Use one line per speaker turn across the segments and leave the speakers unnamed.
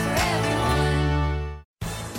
for everyone.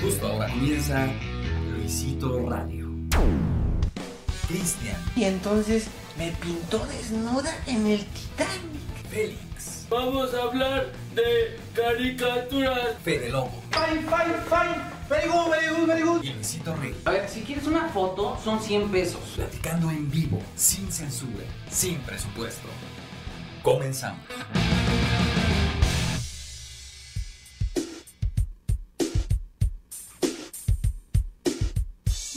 Justo ahora comienza Luisito Radio. Cristian,
Y entonces me pintó desnuda en el Titanic.
Félix,
Vamos a hablar de caricaturas.
Fede Lobo
Fine, fine, fine. Very good, very good, very good.
y Luisito Rey.
A ver, si quieres una foto, son 100 pesos.
Platicando en vivo, sin censura, sin presupuesto. Comenzamos.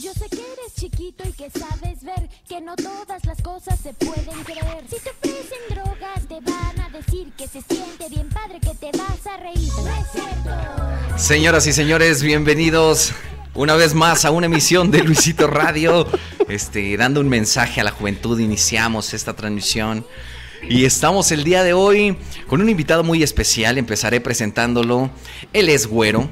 Yo sé que eres chiquito y que sabes ver que no todas las cosas se pueden creer. Si te ofrecen drogas, te van a decir que se siente bien padre, que te vas a reír. No es cierto.
Señoras y señores, bienvenidos una vez más a una emisión de Luisito Radio. Este, dando un mensaje a la juventud, iniciamos esta transmisión. Y estamos el día de hoy con un invitado muy especial. Empezaré presentándolo. Él es güero.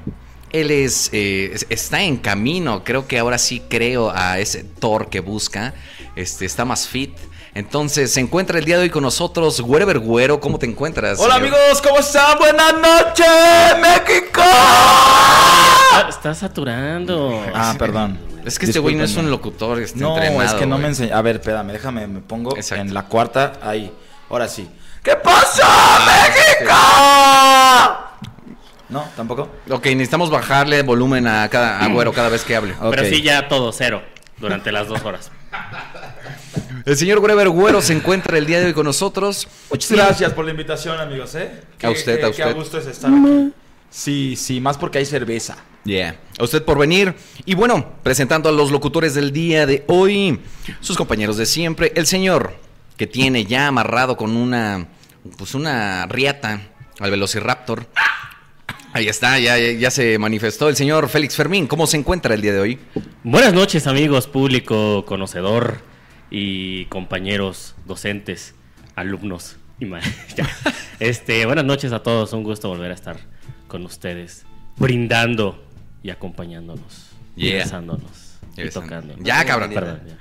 Él es, eh, es- está en camino. Creo que ahora sí creo a ese Thor que busca. Este, está más fit. Entonces se encuentra el día de hoy con nosotros, Güero Güero. ¿Cómo te encuentras?
Hola
señor?
amigos, ¿cómo están? Buenas noches, México.
Está saturando.
Ah, perdón.
Es que este güey no es un
Discúlpenme.
locutor, está
No,
entrenado.
es que no me
güey.
enseñó. A ver, espérame, déjame, me pongo
Exacto.
en la cuarta. Ahí, ahora sí.
¿Qué pasa, México?
¿No? ¿Tampoco?
Ok, necesitamos bajarle volumen a cada a Güero cada vez que hable.
Ok.
Pero sí, ya todo cero durante las dos horas.
El señor Greber Güero se encuentra el día de hoy con nosotros.
Muchas gracias por la invitación, amigos, ¿eh?
A usted,
qué-
a
Qué
usted.
gusto es estar aquí. Sí, sí, más porque hay cerveza.
Yeah. A usted por venir. Y bueno, presentando a los locutores del día de hoy, sus compañeros de siempre, el señor que tiene ya amarrado con una pues una riata al Velociraptor. Ahí está, ya, ya- ya se manifestó el señor Félix Fermín. ¿Cómo se encuentra el día de hoy?
Buenas noches, amigos, público, conocedor y compañeros, docentes, alumnos y ma- ya. Este, buenas noches a todos. Un gusto volver a estar con ustedes, brindando y acompañándonos,
Yeah.
y besándonos y
Besando.
tocando.
Ya, cabrón.
Perdón, ya.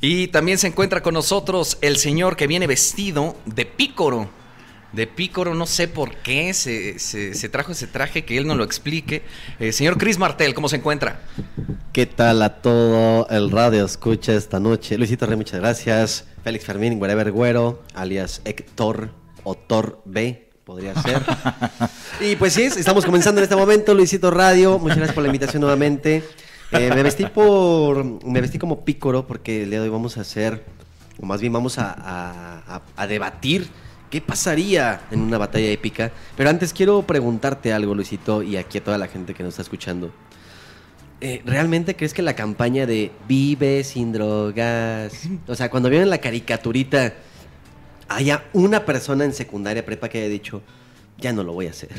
Y también se encuentra con nosotros el señor que viene vestido de pícoro. De pícoro, no sé por qué se, se- se trajo ese traje, que él no lo explique. Eh, señor Chris Martel, ¿cómo se encuentra?
¿Qué tal a todo el radio escucha esta noche? Luisito Rey, muchas gracias. Félix Fermín, Wherever Güero, alias Héctor o Tor B, podría ser. y pues sí, estamos comenzando en este momento, Luisito Radio. Muchas gracias por la invitación nuevamente. Eh, me vestí por. Me vestí como pícoro porque el día de hoy vamos a hacer, o más bien vamos a, a- a- a debatir qué pasaría en una batalla épica. Pero antes quiero preguntarte algo, Luisito, y aquí a toda la gente que nos está escuchando. Eh, ¿Realmente crees que la campaña de vive sin drogas? O sea, cuando vieron la caricaturita, haya una persona en secundaria prepa que haya dicho, ya no lo voy a hacer.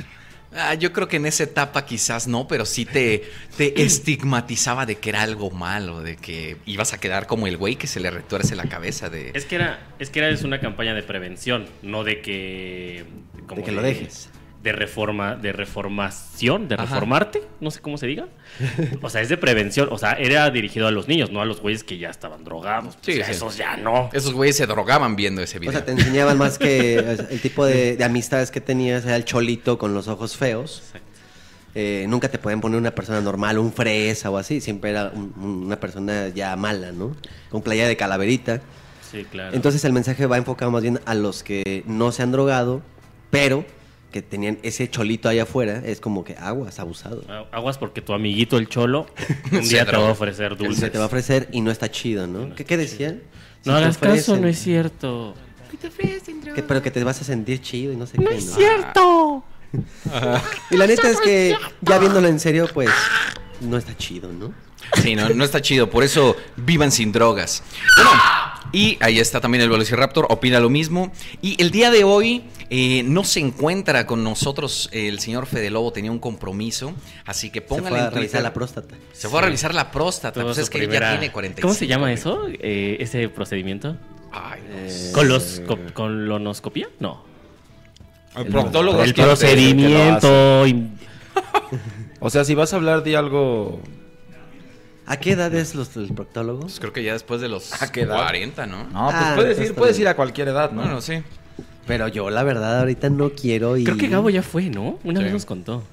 Ah, yo creo que en esa etapa quizás no, pero sí te, te estigmatizaba de que era algo malo, de que ibas a quedar como el güey que se le retuerce la cabeza de...
Es que era, es que era es una campaña de prevención, no de que como
De que lo dejes.
De reforma, de reformación, de
Ajá.
reformarte, no sé cómo se diga. O sea, es de prevención, o sea, era dirigido a los niños, no a los güeyes que ya estaban drogados.
Sí,
O sea,
sí.
Esos ya no.
Esos güeyes se drogaban viendo ese
O
video.
sea, te enseñaban más que o sea, el tipo de, de amistades que tenías, era el cholito con los ojos feos. Eh, nunca te podían poner una persona normal, un fresa o así, siempre era un- un- una persona ya mala, ¿no? Con playa de calaverita.
Sí, claro.
Entonces el mensaje va enfocado más bien a los que no se han drogado, pero que tenían ese cholito allá afuera. Es como que aguas, abusado.
A- Aguas porque tu amiguito el cholo un
Se
día te va
droga.
a ofrecer
Un día
dulces.
te va a ofrecer y no está chido, ¿no? ¿Qué, qué decían? Si
No
te
hagas caso,
ofrecen-
no es cierto.
que- pero que te vas a sentir chido y no sé
No
qué.
es cierto.
Y la neta es que ya viéndolo en serio, pues no está chido, ¿no?
Sí, no, no está chido. Por eso vivan sin drogas. Bueno, y ahí está también el Velociraptor, opina lo mismo. Y el día de hoy eh, no se encuentra con nosotros eh, el señor Fede Lobo, tenía un compromiso. Así que pónganle
fue a
en Twitter-
revisar la próstata.
Se fue a
Sí.
revisar la próstata.
Tuvo
Pues
su
es que
primera-
ya tiene 45.
¿Cómo se llama eso? Eh, ¿Ese procedimiento?
sé.
¿Con los co- con lonoscopía? No.
El proctólogo
El
es quien te- te
procedimiento.
lo
in-
O sea, si vas a hablar de algo.
¿A qué edad es los, el proctólogo?
Creo que ya después de los
¿A qué edad?
40, ¿no?
No, pues
Ah,
puedes
entonces
ir,
está
puedes
bien.
ir a cualquier edad, ¿no?
Bueno, sí.
Pero yo la verdad ahorita no quiero ir.
Creo que Gabo ya fue, ¿no? Una vez nos contó.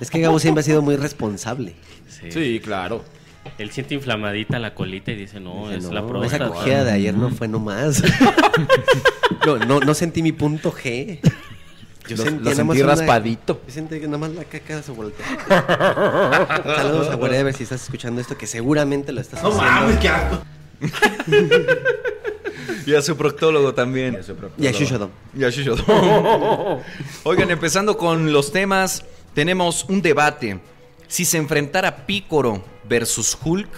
Es que Gabo siempre ha sido muy responsable.
Sí.
claro.
Él siente inflamadita la colita y dice, no,
Dije,
es Pues, la
"No,
próstata.
Esa cogida de ayer no fue nomás. no, no, no sentí mi punto G.
Yo sen-
Lo
lo
sentí nada
sentí
más una-
raspadito.
yo sentí que nada más la caca se volteó. Saludos a Whatever si estás escuchando esto, que seguramente lo estás
No
haciendo.
mames, qué asco.
Y a su proctólogo también.
Y a Shushodom.
Y a Shushodom. Oigan, empezando con los temas, tenemos un debate. Si se enfrentara Pícoro versus Hulk,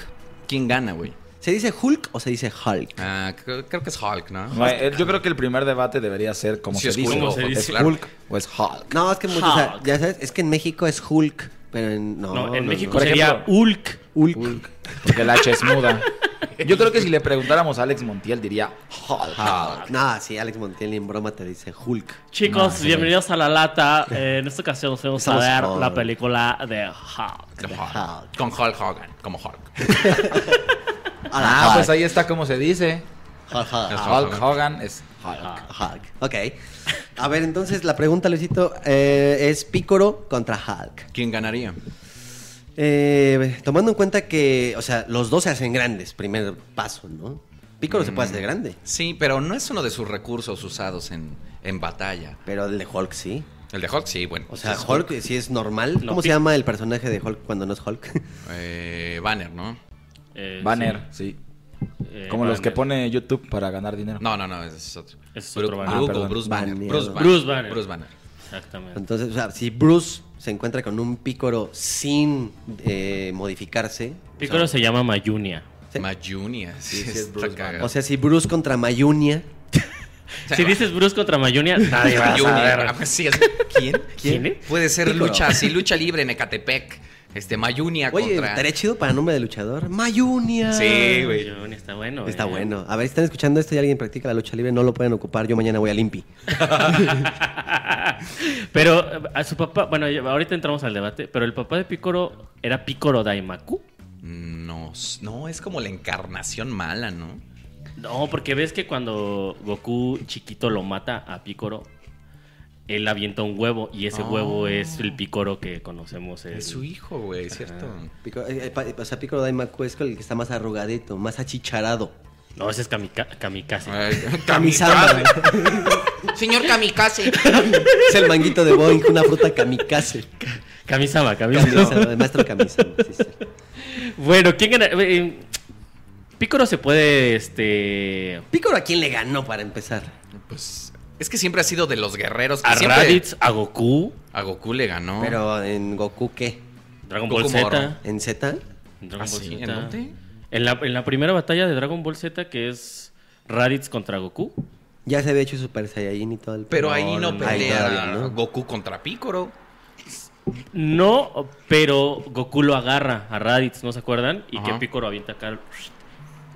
¿quién gana, güey?
¿Se dice Hulk o se dice Hulk?
Ah, creo, creo que es Hulk, ¿no?
No, eh, Yo creo que el primer debate debería ser cómo
Si
se,
es
dice.
Hulk,
¿Es
es claro.
Hulk o es Hulk?
No, es que muchos, o sea, ya sabes, es que en México es Hulk, pero en, no,
No, en
no,
México
no.
sería Hulk.
Hulk.
Porque la H es muda. Yo creo que si le preguntáramos a Alex Montiel diría Hulk.
No, sí, Alex Montiel ni en broma te dice Hulk.
Chicos, bienvenidos a La Lata. Eh, en esta ocasión nos vamos a
Estamos
ver
Hulk.
la película de Hulk.
De Hulk. Con Hulk Hogan, como Hulk.
Ah, pues ahí está cómo se dice.
Hulk, Hulk,
Hulk Hogan es Hulk.
Hulk. Ok. A ver, entonces la pregunta, Luisito, eh, es Pícoro contra Hulk.
¿Quién ganaría?
Eh, tomando en cuenta que, o sea, los dos se hacen grandes, primer paso, ¿no? Pícoro se puede
Mm.
hacer grande,
Sí, pero no es uno de sus recursos usados en, en batalla.
pero el de Hulk sí.
El de Hulk, sí, bueno.
O sea,
Es
Hulk sí es normal.
No,
¿Cómo se
Pi-
llama el personaje de Hulk cuando no es Hulk?
Eh, banner, ¿no?
Eh,
Banner, sí.
sí, eh,
Como los que
Banner.
pone YouTube para ganar dinero.
No, no, no, ese es otro.
Ese es otro
Bru-
banner.
Hugo,
Ah, perdón.
Bruce Banner.
Banner.
Bruce Banner.
Bruce Banner.
Bruce Banner.
Exactamente.
Entonces, o sea, si Bruce se encuentra con un Pícoro sin eh, modificarse. o
Piccolo
sea,
se llama Mayunia.
Sí.
Majunia. Sí,
sí, es
está
Bruce Banner.
cagado.
o sea, si Bruce contra Mayunia.
Si dices Bruce contra Mayunia, nadie va a
Mayunia,
saber.
ah, pues sí, es- ¿Quién?
¿Quién es?
Puede ser
Piccolo.
lucha así, lucha libre en Ecatepec. Este, Mayunia
Oye,
contra.
estaría chido para nombre de luchador. Mayunia.
Sí, güey.
Mayunia está bueno.
Está
eh.
bueno. A ver, si están escuchando esto y alguien practica la lucha libre, no lo pueden ocupar. Yo mañana voy a Limpi.
pero eh, a su papá, bueno, ya- ahorita entramos al debate, pero el papá de Picoro era Picoro Daimaku.
Mm, No, s- no, es como la encarnación mala, ¿no?
No, porque ves que cuando Goku chiquito lo mata a Picoro, él avienta un huevo y ese
Oh.
huevo es el Picoro que conocemos. el-
Es su hijo, güey, ¿cierto?
Pico- eh, eh, pa- o sea, Piccolo Daimaku es el que está más arrugadito, más achicharado.
No, ese es Kamika- Kamikaze.
Ay,
Kamisama.
Señor Kamikaze.
es el manguito de Boeing, una fruta kamikaze.
Kamisama, Kamisama.
Kamisama, el maestro Kamisama. sí, sí.
Bueno, ¿quién gana? Eh, Picoro se puede, este...
Piccolo, ¿a quién le ganó para empezar?
Pues es que siempre ha sido de los guerreros. que
A
siempre
Raditz, a Goku,
A Goku le ganó.
Pero en Goku, ¿qué?
Dragon
Goku
Ball Z.
Morro.
¿En Z?
Dragon
¿Ah,
Ball
sí?
Z.
¿En dónde?
En la, en la primera batalla de Dragon Ball Z, que es Raditz contra Goku.
Ya se había hecho Super Saiyajin y todo el...
Pero
No,
ahí no
no,
ahí
pelea
todavía, ¿no?
Goku contra Piccolo.
No, pero Goku lo agarra a Raditz, ¿no se acuerdan? Y
Ajá.
que Piccolo avienta acá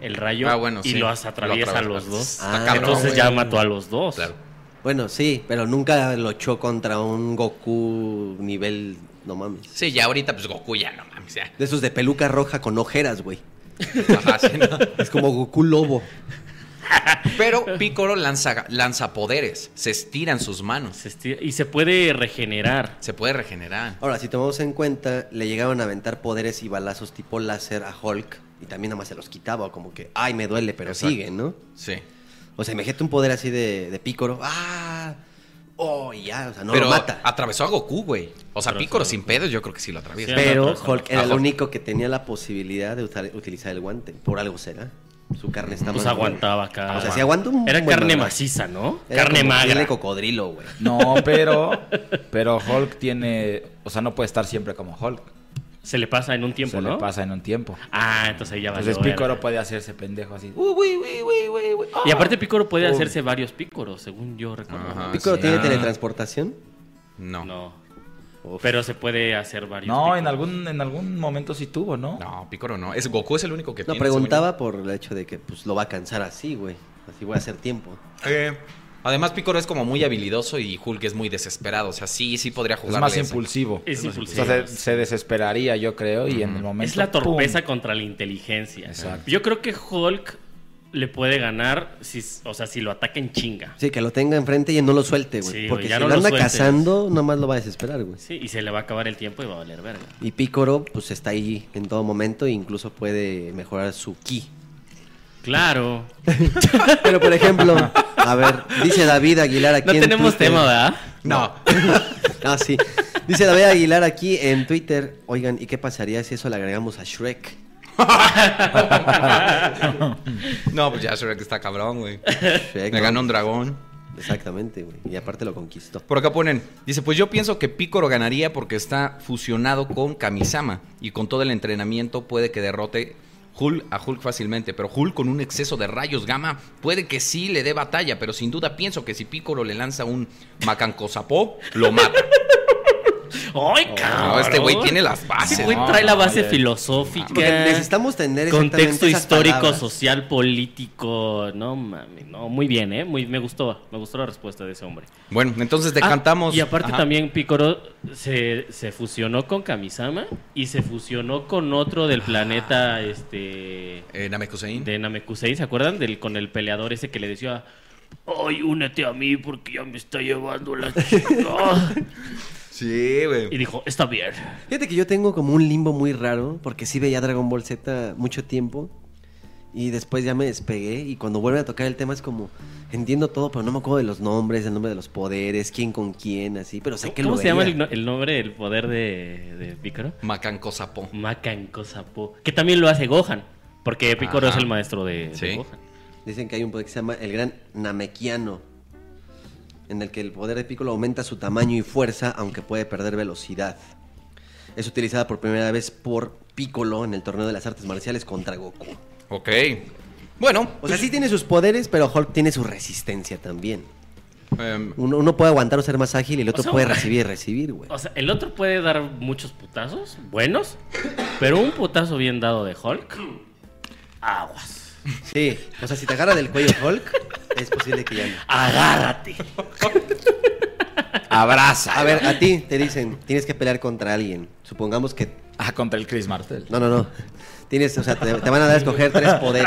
el rayo
Ah, bueno,
y
sí.
los atraviesa
Lo
a
atraviesa.
los dos.
Está
Ah,
cabrón,
Entonces
güey.
ya mató a los dos.
Claro.
Bueno, sí, pero nunca luchó contra un Goku nivel... No mames.
Sí, ya ahorita pues Goku ya no mames. Ya.
De esos de peluca roja con ojeras, güey.
Ajá, sí, ¿no?
Es como Goku lobo.
Pero Piccolo lanza, lanza poderes. Se estiran sus manos.
Se estira- y se puede regenerar.
Se puede regenerar.
Ahora, si tomamos en cuenta, le llegaban a aventar poderes y balazos tipo láser a Hulk. Y también nada más se los quitaba, como que, ay, me duele, pero
Exacto.
sigue, ¿no?
Sí.
O sea, imagínate un poder así de, de pícoro. ¡Ah! ¡Oh, y ya! O sea, no
pero
lo mata.
atravesó a Goku, güey. O sea, Piccolo sin pedos, yo creo que sí lo atraviesa.
Pero Hulk era
A
el único que tenía la posibilidad de utar- utilizar el guante. Por algo será. Su carne está
Pues
más-
aguantaba acá.
O sea, sí aguanta un
Era
buen
carne
madrazo.
maciza, ¿no?
Era
carne
como piel
magra.
de cocodrilo, güey.
No, pero. Pero Hulk tiene. O sea, no puede estar siempre como Hulk.
Se le pasa en un tiempo,
Se
¿no?
le pasa en un tiempo.
Ah, entonces ahí ya va
Entonces Piccolo puede hacerse pendejo así. Uh,
Y aparte Picoro puede
Oh.
hacerse varios Picoros, según yo recuerdo.
Ajá,
¿Piccolo
sí.
tiene
Ah.
teletransportación?
No. no.
No. Pero se puede hacer varios.
No, en
Picoro.
algún, en algún momento sí tuvo, ¿no?
Piccolo no. Es, Goku es el único que
No,
tiene.
preguntaba por el hecho de que pues lo va a cansar así, güey. Así voy a hacer tiempo.
según yo. Eh, además, Piccolo es como muy habilidoso y Hulk es muy desesperado. O sea, sí, sí podría
Es
jugar.
más impulsivo.
Es
O sea,
impulsivo.
se, se desesperaría, yo creo, y en el momento.
Es la
¡pum!
torpeza contra la inteligencia.
Exacto.
Yo creo que Hulk le puede ganar, si, o sea, si lo ataca en chinga.
Sí, que lo tenga enfrente y no lo suelte, güey.
Sí, güey,
porque
ya
si
no
lo
lo
anda
sueltes.
cazando, nada más lo va a desesperar, güey.
Sí, y se le va a acabar el tiempo y va a valer verga.
Y Picoro, pues está ahí en todo momento e incluso puede mejorar su ki.
Claro.
Pero por ejemplo, a ver, dice David Aguilar aquí
No
en
tenemos
Twitter.
tema, ¿verdad?
No.
Ah, sí. Dice David Aguilar aquí en Twitter. Oigan, ¿y qué pasaría si eso le agregamos a Shrek?
No, pues ya Shrek está cabrón, güey.
Shrek,
Me
¿no?
ganó un dragón.
Exactamente, güey. Y aparte lo conquistó.
Por acá ponen, dice, pues yo pienso que Piccolo ganaría porque está fusionado con Kamisama y con todo el entrenamiento puede que derrote Hulk a Hulk fácilmente, pero Hulk con un exceso de rayos gamma puede que sí le dé batalla, pero sin duda pienso que si Piccolo le lanza un macancosapó, lo mata.
¡Ay, cabrón!
No, este güey tiene las bases.
Ese güey
No,
trae la base
oye.
filosófica.
Porque necesitamos tener exactamente
Contexto
esas
histórico,
palabras.
social, político. No mami, no, muy bien, eh. Muy, me gustó, me gustó la respuesta de ese hombre.
Bueno, entonces
Ah,
decantamos.
y aparte
Ajá.
también Picoro se, se fusionó con Kamisama y se fusionó con otro del planeta este
Ah. Eh, Namekusein.
de Namekusei, ¿se acuerdan? Del con el peleador ese que le decía Ay, únete a mí porque ya me está llevando la chingada".
Sí,
Y
güey.
dijo, está bien.
Fíjate que yo tengo como un limbo muy raro, porque sí veía Dragon Ball Z mucho tiempo y después ya me despegué y cuando vuelven a tocar el tema es como, entiendo todo, pero no me acuerdo de los nombres, el nombre de los poderes, quién con quién, así, pero sé que
¿Cómo
lo
se llama
veía.
el, no- el nombre del poder de, de Picoro?
Macancosapó.
Macanco Sapo. Que también lo hace Gohan. Porque Picoro
Ajá.
es el maestro de, de
Sí.
Gohan.
Dicen que hay un poder que se llama el gran Namekiano, en el que el poder de Piccolo aumenta su tamaño y fuerza, aunque puede perder velocidad. Es utilizada por primera vez por Piccolo en el torneo de las artes marciales contra Goku.
Ok. eh, Bueno,
O sea, sí tiene sus poderes, pero Hulk tiene su resistencia también.
em,
Uno, uno puede aguantar o ser más ágil y el
O
otro
sea,
puede
güey.
recibir y recibir, güey.
O sea, el otro puede dar muchos putazos buenos. Pero un putazo bien dado de Hulk. Aguas.
Sí, o sea, si te agarra del cuello Hulk, es posible que ya no.
Agárrate.
Abraza.
A ver, a ti te dicen, tienes que pelear contra alguien. Supongamos que...
Ah, contra el Chris Martel.
No, no, no. Tienes, o sea, te, te van a dar a escoger tres poderes.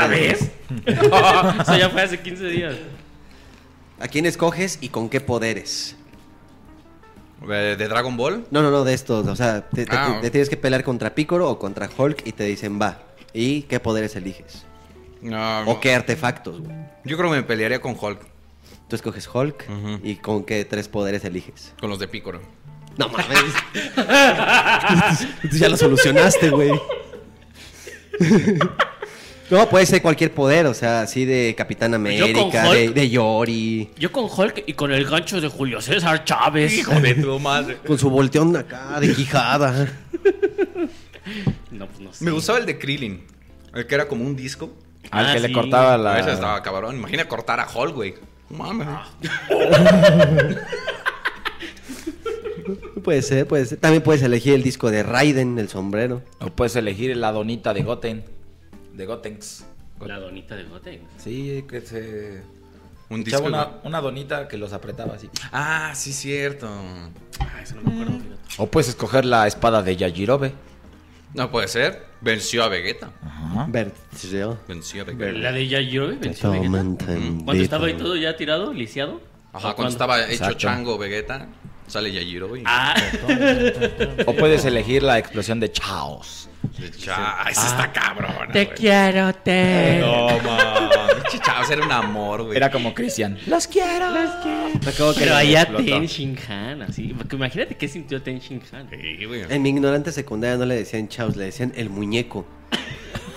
¿Otra vez? Eso ya fue hace 15 días.
¿A quién escoges y con qué poderes?
eh, de Dragon Ball.
No, no, no, de estos. O sea, te, te-
Ah.
te tienes que pelear contra Piccolo o contra Hulk y te dicen, va. ¿Y qué poderes eliges?
No,
¿O qué artefactos, güey?
Yo creo que me pelearía con Hulk,
Tú escoges Hulk
Ujú.
y con qué tres poderes eliges.
con los de Piccolo.
No mames. Tú ya lo solucionaste, güey. No, puede ser cualquier poder, o sea, así de Capitán
Pues Yo con
América,
Hulk-
de, de Yori,
Yo con Hulk y con el gancho de Julio César Chávez.
tu madre.
con su volteón acá de quijada.
No, pues no sé.
Me gustaba el de Krillin, el que era como un disco.
Al
Ah,
que
sí.
le cortaba la.
Ese estaba cabrón. Imagina cortar a Hulk, güey. Mames.
Puede ser, puede ser. También puedes elegir el disco de Raiden, el sombrero.
O puedes elegir la donita de Goten. De Gotenks.
La donita de Goten.
Sí, que se.
Un disco.
Echaba
güey.
una, una donita que los apretaba así.
Ah, sí, cierto.
Ah, eso no me acuerdo. fíjate.
O puedes escoger la espada de Yajirobe.
No puede ser. Venció a Vegeta.
Vertigo.
Venció a Vegeta.
La de Yayoi venció a Vegeta.
Toman tan
Cuando estaba ahí
beta.
todo ya tirado, lisiado.
Ajá,
¿O
cuando
cuándo?
estaba hecho
Exacto.
chango Vegeta, sale Yajiro y.
Ah,
O puedes elegir la explosión de Chaos.
Ah.
de cha- Ah, ese está cabrón.
te quiero, te.
No, mames. Chichavos era un amor, güey.
Era como Cristian.
Los quiero. Los
quiero. Pero allá Ten Shin Han, así. Porque imagínate qué sintió Ten Shin Han.
En mi ignorante secundaria no le decían chavos, le decían el muñeco.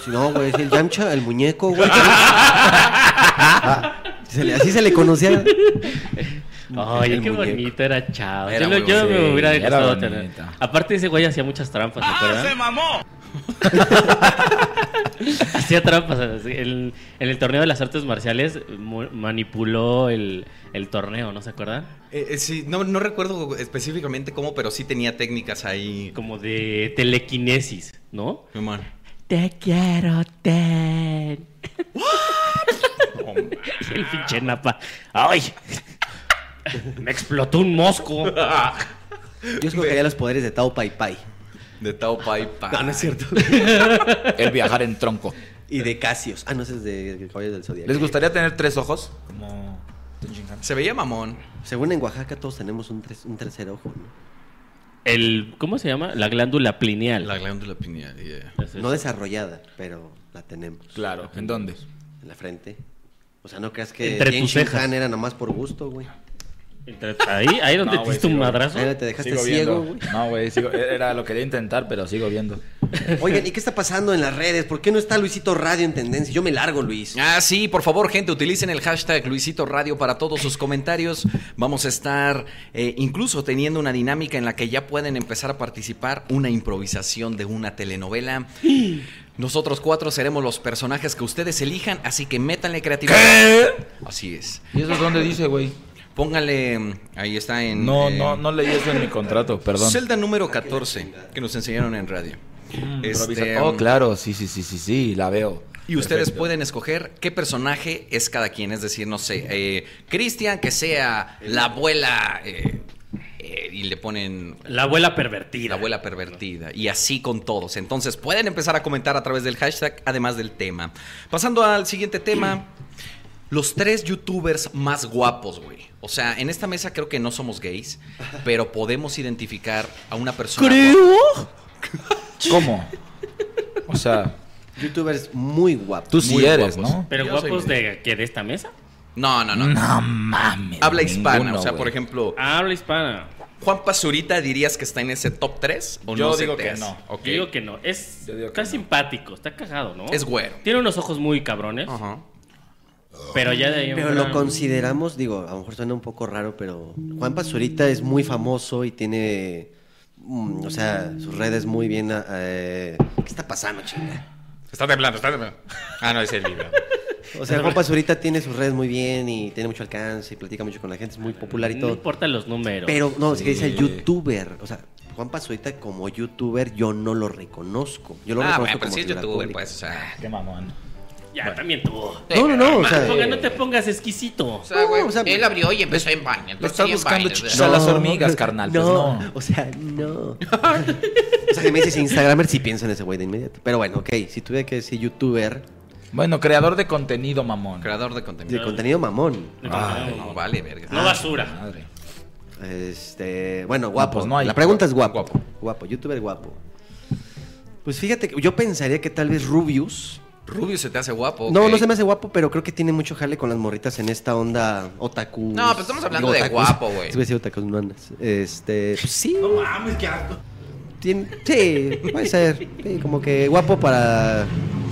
Si no, güey, es el Yamcha, el muñeco, güey. Ah, se le- así se le conocía.
Ay,
El
qué
muñeco.
bonito era Chao.
Era
yo lo-
muy
yo
bonito.
me hubiera
Sí, era
gustado
bonito.
tener. Aparte, ese güey hacía muchas trampas, ¿se acuerdan?
¡Ah, se mamó!
Hacía trampas. así, En, en el torneo de las artes marciales mu- manipuló el, el torneo, ¿no se acuerdan?
Eh, eh, sí, no, no recuerdo específicamente cómo, pero sí tenía técnicas ahí.
Como de telequinesis, ¿no?
Te quiero, te.
El pinche napa. ¡Ay! Me explotó un mosco.
Yo escogería los poderes de Tao Pai Pai.
De Tao Pai Pai.
No, no es cierto.
El viajar en tronco.
y de Casios. Ah, no, ese es de, de Caballos del Zodíaco.
¿Les gustaría tener tres ojos? Como Se veía mamón.
Según en Oaxaca todos tenemos un, tres- un tercer ojo, ¿no?
El, ¿Cómo se llama? La glándula pineal.
La glándula pineal, yeah.
Eso es.
No desarrollada, pero la tenemos.
Claro, ¿en dónde?
En la frente. O sea, no creas que
Entre
Tien
tus
Shin
cejas.
Han era nomás por gusto, güey.
Entre- ahí, ahí donde
No,
te
güey,
diste un
sí, güey.
madrazo.
Ahí te dejaste
Sigo
ciego,
viendo.
güey.
No, güey, sigo- era lo que quería intentar, pero sigo viendo.
Oigan, ¿y qué está pasando en las redes? ¿Por qué no está Luisito Radio en tendencia? Yo me largo, Luis.
Ah, sí, por favor, gente, utilicen el hashtag Luisito Radio para todos sus comentarios. Vamos a estar eh, incluso teniendo una dinámica en la que ya pueden empezar a participar una improvisación de una telenovela. Nosotros cuatro seremos los personajes que ustedes elijan, así que métanle creatividad. Así es.
¿Y eso es dónde dice, güey?
Póngale, mm, ahí está en...
No,
eh,
no, no leí eso en mi contrato, perdón.
Celda número 14, que nos enseñaron en radio.
Mm,
Este,
Improvisa- oh, claro, sí, sí, sí, sí, sí, la veo.
Y ustedes
Perfecto.
pueden escoger qué personaje es cada quien. Es decir, no sé, eh, Cristian, que sea la abuela. eh, eh, y le ponen.
La abuela pervertida.
La abuela pervertida. Y así con todos. Entonces pueden empezar a comentar a través del hashtag, además del tema. Pasando al siguiente tema. Los tres youtubers más guapos, güey. O sea, en esta mesa creo que no somos gays, pero podemos identificar a una persona.
¿Cómo? O sea,
Youtubers muy guapos.
tú sí
Muy
eres,
guapos.
¿no?
Pero
Yo
guapos
soy-
de, ¿qué, de esta mesa.
No, no, no.
No mames.
Habla hispana,
ninguno,
o sea,
güey.
por ejemplo,
Habla hispana.
Juan Pazurita dirías que está en ese top 3 o
Yo
no se
digo
te
que
hace?
no.
Ok.
Yo digo que no. Es,
Yo digo que
está
no.
simpático, está cagado, ¿no?
Es güero.
Tiene unos ojos muy cabrones,
Ajá.
pero ya de ahí en
Pero
fuera-
lo consideramos, digo, a lo mejor suena un poco raro, pero Juan Pazurita es muy famoso y tiene, mm, o sea, sus redes muy bien. eh, ¿Qué está pasando, chinga?
Está temblando, está temblando. Ah, no, es el libro.
O sea, Juan Pazurita tiene sus redes muy bien y tiene mucho alcance y platica mucho con la gente, es muy popular y
No
todo.
importan los números.
Pero no, es que dice el youtuber, o sea, Juan Pazurita como youtuber yo no lo reconozco. Yo lo
ah, bueno, pero
reconozco como
sí es
figura
youtuber,
pública.
pues, o sea.
Qué mamón.
Ya, también tú.
No, no, no, o sea, eh,
Ponga, no te pongas exquisito.
O sea, güey,
No, o sea,
él abrió y empezó en baño.
Le
entonces
estás
sí en
buscando
baño,
chichis
o
a las
No,
hormigas,
no,
carnal. pues
No,
no.
o sea, no. o sea, si me dices Instagramer, sí pienso en ese güey de inmediato. Pero bueno, ok, si tuviera que decir youtuber
Bueno, creador de contenido,
sea,
mamón.
creador de
de
contenido.
contenido mamón.
Ah, no, vale, verga.
No basura. Eh,
Madre.
Este, bueno, guapo.
pues no hay.
La pregunta es guapo.
Guapo.
Guapo, youtuber guapo. Pues fíjate, que yo pensaría que tal vez Rubius.
Rubio se te hace guapo.
No,
ok.
no se me hace guapo, pero creo que tiene mucho jale con las morritas en esta onda otaku.
No, pero estamos hablando de guapo, güey.
Sí, voy a decir otakus, no andas. Este, pues sí.
No mames, qué asco.
Tien- sí, puede ser. Sí, como que guapo para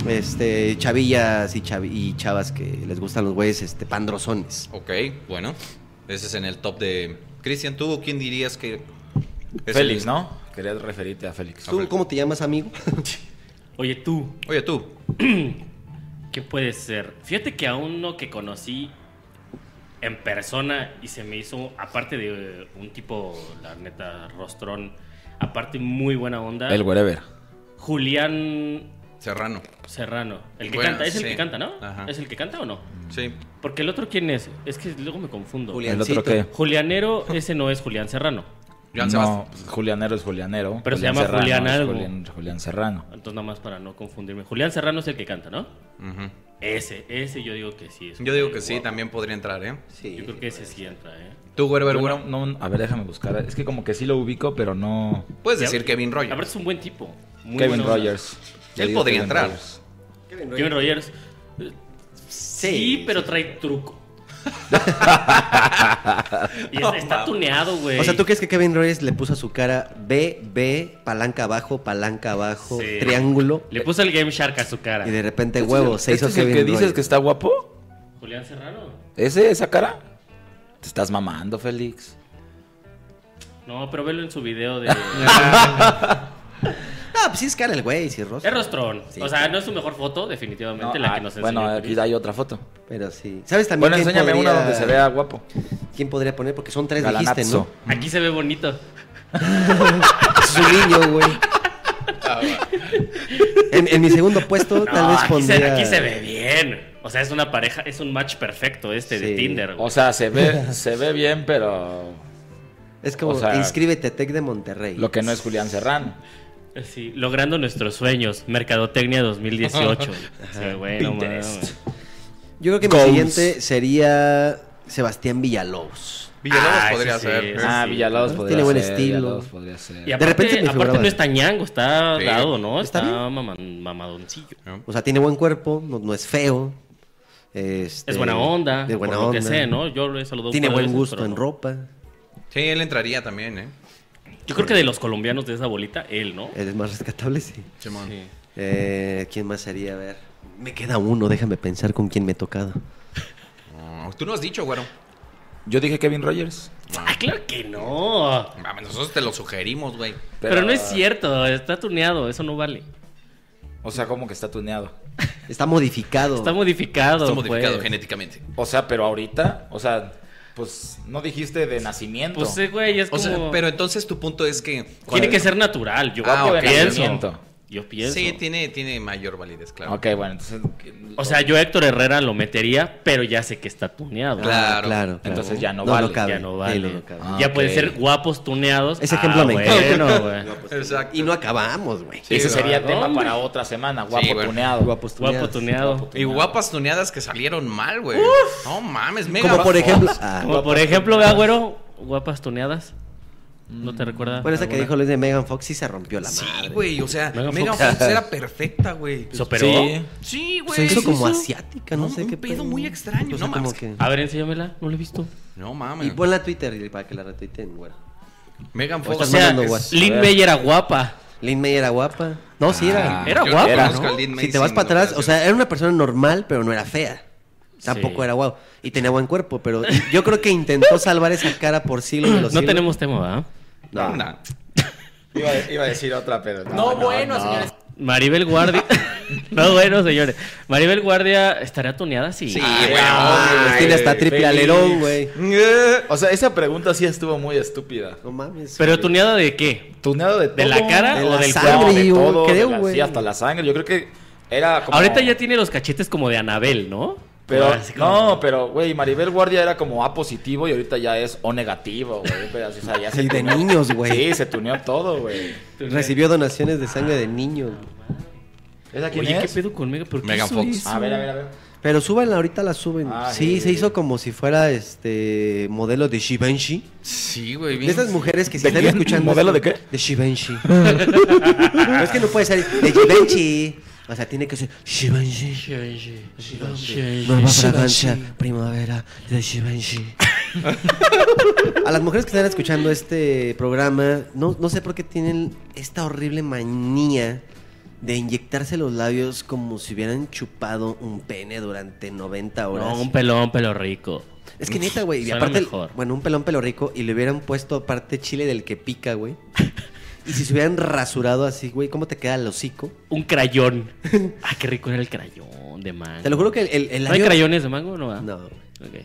este chavillas y, chav- y chavas que les gustan los güeyes este pandrosones.
Ok, bueno. Ese es en el top de. Cristian, ¿tú quién dirías que. es
Félix,
el-
¿no? Querías referirte a Félix.
¿Tú cómo te llamas, amigo?
Oye, tú,
Oye, tú.
¿qué puedes ser? Fíjate que a uno que conocí en persona y se me hizo, aparte de eh, un tipo, la neta, rostrón, aparte muy buena onda,
El wherever.
Julián
Serrano.
Serrano. El que
Bueno,
canta, es
sí.
el que canta, ¿no?
Ajá.
¿Es el que canta o no?
Sí.
Porque el otro, ¿quién es? Es que luego me confundo.
Julián.
¿El otro
Juliancito.
qué?
Julianero, ese no es Julián Serrano.
Joan
no,
Sebastián.
pues, Julianero es Julianero.
Pero se llama Julián
es
algo.
Julián, Julián Serrano.
Entonces, nada más para no confundirme. Julián Serrano es el que canta, ¿no?
Ujú.
Ese, ese yo digo que sí. es
Yo digo
muy
que sí,
guapo.
también podría entrar, ¿eh?
Sí.
Yo creo que ese sí entra, ¿eh?
Tú, Werber,
Yo
bueno.
no- no, a ver, déjame buscar. Es que como que sí lo ubico, pero no.
Puedes decir Kevin
La verdad
Rogers.
es un buen tipo. Muy
Kevin
buena onda.
Rogers.
Él
Yo digo
podría
Kevin
entrar.
Rogers.
Kevin Rogers. eh, Sí, pero trae truco. y está, está tuneado, güey.
O sea, ¿tú crees que Kevin Reyes le puso a su cara B, B, palanca abajo, palanca abajo,
Sí.
triángulo?
Le puso el Game Shark a su cara.
Y de repente, huevo, se hizo
¿Este es el
Kevin
que dices
Reyes.
que está guapo?
Julián Serrano.
¿Ese? ¿Esa cara? Te estás mamando, Félix.
No, pero velo en su video de.
No, pues sí es cara el güey, sí es rostro.
es rostrón.
Sí.
o sea, no es su mejor foto, definitivamente,
No,
la que
ah,
nos enseñó.
bueno, aquí hay otra foto.
Pero sí. ¿Sabes también
Bueno,
quién
enséñame
podría-
una donde se vea guapo.
¿Quién podría poner? Porque son tres, dijiste,
Galanazo.
¿no?
Aquí se ve bonito.
Zuliño, güey.
Ah,
En, en mi segundo puesto,
No,
tal vez
aquí,
pondría...
se, aquí se ve bien. O sea, es una pareja, es un match perfecto este de
Sí.
Tinder. güey.
O sea, se ve, se ve bien, pero
Es como,
O sea,
inscríbete, Tec de Monterrey.
lo que no es Julián Serrano.
Sí, logrando nuestros sueños. Mercadotecnia 2018. Sí, güey, no
Pinterest.
mames.
Yo creo que
Goals.
mi siguiente sería Sebastián Villalobos.
Villalobos
Ah,
podría
sí,
ser.
sí,
¿eh?
sí.
Ah, Villalobos
Tiene
podría
buen
ser,
estilo.
Villalobos podría ser.
Y aparte,
repente me
aparte
figuraba.
no está ñango, está
Sí.
dado, ¿no?
Está
Está,
bien.
maman- mamadoncillo.
O sea, tiene buen cuerpo, no, no es feo. este,
Es buena onda.
De buena
por
onda.
Lo que sé, ¿no? Yo lo he saludado un
Tiene
par de
buen
veces,
gusto
pero
en
no.
ropa.
Sí, él entraría también, ¿eh?
Yo creo que de los colombianos de esa bolita, él, ¿no?
Es más rescatable, Eh, sí.
Simón.
Sí.
Eh, ¿Quién más sería? A ver. Me queda uno, déjame pensar con quién me he tocado.
No, tú no has dicho, güero.
Yo dije Kevin Rogers.
Ah, claro que no.
Mames, Ah, Nosotros te lo sugerimos, güey.
Pero, no es cierto, está tuneado, eso no vale.
O sea, como que está tuneado.
Está modificado.
Está modificado.
Está modificado
pues.
genéticamente.
O sea, pero ahorita, o sea, pues no dijiste de nacimiento.
Pues sí, güey, es
O
como.
sea, pero entonces tu punto es que.
Tiene que ser natural. Yo
Ah, ok.
pienso.
Nacimiento.
Yo pienso.
Sí, tiene, tiene mayor validez, claro.
Ok, bueno, entonces.
O sea, yo a Héctor Herrera lo metería, pero ya sé que está tuneado.
Claro.
Ah, claro, claro.
Entonces ya no
no
vale,
No cabe.
ya no vale.
Sí, no, no cabe.
Ah,
ya
ok.
pueden ser guapos tuneados.
Ese ejemplo me encanta.
Ah, Bueno, güey.
Exacto.
Y no acabamos, güey.
ese
sí,
sería
¿no?
tema para otra semana. Guapo
bueno.
tuneado.
Guapos
Guapo
tuneados.
tuneado.
Y guapas tuneadas que salieron mal, güey. No mames, mega.
Como por
guapo.
ejemplo. Ah,
Como por ejemplo, vea, güero, guapas tuneadas. ¿No te recuerda?
bueno, Mm, esa que
alguna?
dijo Luis de Megan Fox sí se rompió la
Sí,
madre.
güey, o sea,
Megan
Megan
Fox.
Fox era perfecta, güey.
¿Se operó?
Sí.
Sí, güey.
Se hizo
¿Qué
como
hizo?
asiática, no, sé
un
qué.
pedo
pedo.
muy extraño,
O sea,
no
como
mames.
que-
A ver, enséñamela, no la he visto.
No mames.
Y ponla a Twitter y para que la retuiteen, güey.
Megan
O
Fox.
O
Estás
sea,
mandando WhatsApp.
Lin
A ver.
May era guapa.
Lin May era guapa. No, sí era.
Ah,
Era
yo-
guapa,
yo
¿no?
conozco a Lin May
si te vas
sin
para atrás, o
operación.
sea, era una persona normal, pero no era fea. Tampoco
Sí.
era guau. Y tenía buen cuerpo, pero yo creo que intentó salvar esa cara por siglos de
No
los siglos.
tenemos tema, ¿verdad?
No,
Una.
Iba, iba a decir otra, pero. No, bueno, señores.
Maribel Guardia. no, bueno, señores. Maribel Guardia estará tuneada, sí.
Sí,
Ah,
güey.
Ah,
obvio,
tiene
güey.
hasta triple
Félix.
alerón, güey.
O sea, esa pregunta sí estuvo muy estúpida.
No mames.
Pero tuneada de qué?
¿Tuneado de
¿De la
todo,
cara
de
o
la
del
sangre,
cuerpo?
de
yo
todo, de
creo,
la-
güey.
Sí, hasta la sangre. Yo creo que era como.
Ahorita ya tiene los cachetes como de Anabel, ¿no?
Pero,
Así como-
no, pero, güey, Maribel Guardia era como A positivo y ahorita ya es O negativo, güey. Pero, O sea, ya se
Sí, de
tuneó.
niños, güey.
Sí, se tuneó todo, güey.
Recibió donaciones de sangre de niños. güey.
¿Esa quién
Oye, ¿qué
es?
pedo con Mega? ¿Por qué
Megan
hizo
Fox.
eso?
A ver, a ver, a ver.
Pero súbanla, ahorita la suben.
Ah,
sí,
sí.
se hizo como si fuera este modelo de Shibanshi.
Sí, güey.
De
bien.
estas mujeres que si
¿De
están
quién?
escuchando.
¿Modelo
esto-
de qué?
De Shibanshi. No, es que no puede ser de Givenchy. O sea, tiene que ser Shibanshi. Nueva fragancia primavera de Givenchy. A las mujeres que están escuchando este programa, no, no sé por qué tienen esta horrible manía de inyectarse los labios como si hubieran chupado un pene durante 90 horas.
No, un pelón, pelo rico.
Es que neta, güey. Y
Suena
aparte, el-
mejor.
bueno, un pelón pelo rico y le hubieran puesto aparte chile del que pica, güey. Y si se hubieran rasurado así, güey, ¿cómo te queda el hocico?
Un crayón. Ah, qué rico era el crayón de mango.
Te lo juro que el, el- el
¿No hay
labio...
crayones de mango no va?
No.
Ok.
El-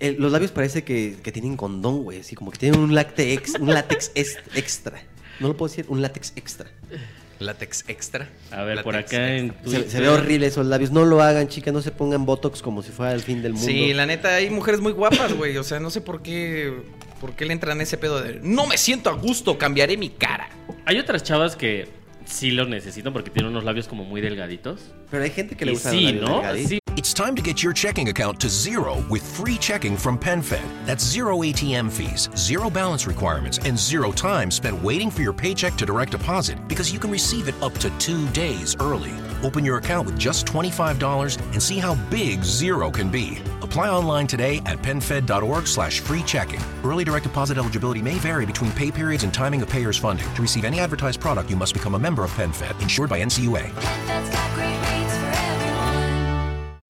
Eh, los labios parece que, que tienen condón, güey. Así como que tienen un látex, un látex es- extra. No lo puedo decir, un látex extra. Oh.
Látex extra.
A ver, por
Látex
acá en
extra.
Se,
Twitter.
se ve horrible esos labios. No lo hagan, chicas. No se pongan botox como si fuera el fin del mundo.
Sí, la neta, hay mujeres muy guapas, güey. O sea, no sé por qué. ¿Por qué le entran ese pedo de. No me siento a gusto, cambiaré mi cara?
Hay otras chavas que sí lo necesito porque tiene unos labios como muy delgaditos.
Pero hay gente
que le Y gusta los sí, labios ¿no? delgaditos. Sí.
It's time to get your checking account to zero with free checking from PenFed. That's zero ATM fees, zero balance requirements, and zero time spent waiting for your paycheck to direct deposit because you can receive it up to two days early. Open your account with just $25 and see how big zero can be. Apply online today at PenFed.org slash free checking. Early direct deposit eligibility may vary between pay periods and timing of payer's funding. To receive any advertised product, you must become a member of PenFed, insured by NCUA.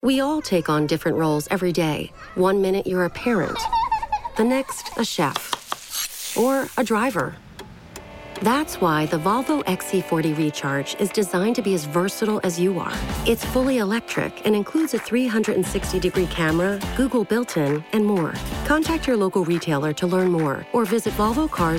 We all take on different roles every day. One minute you're a parent, the next a chef, or a driver. That's why the Volvo XC40 Recharge is designed to be as versatile as you are. It's fully electric and includes a 360 degree camera, Google built in, and more. Contact your local retailer to learn more or visit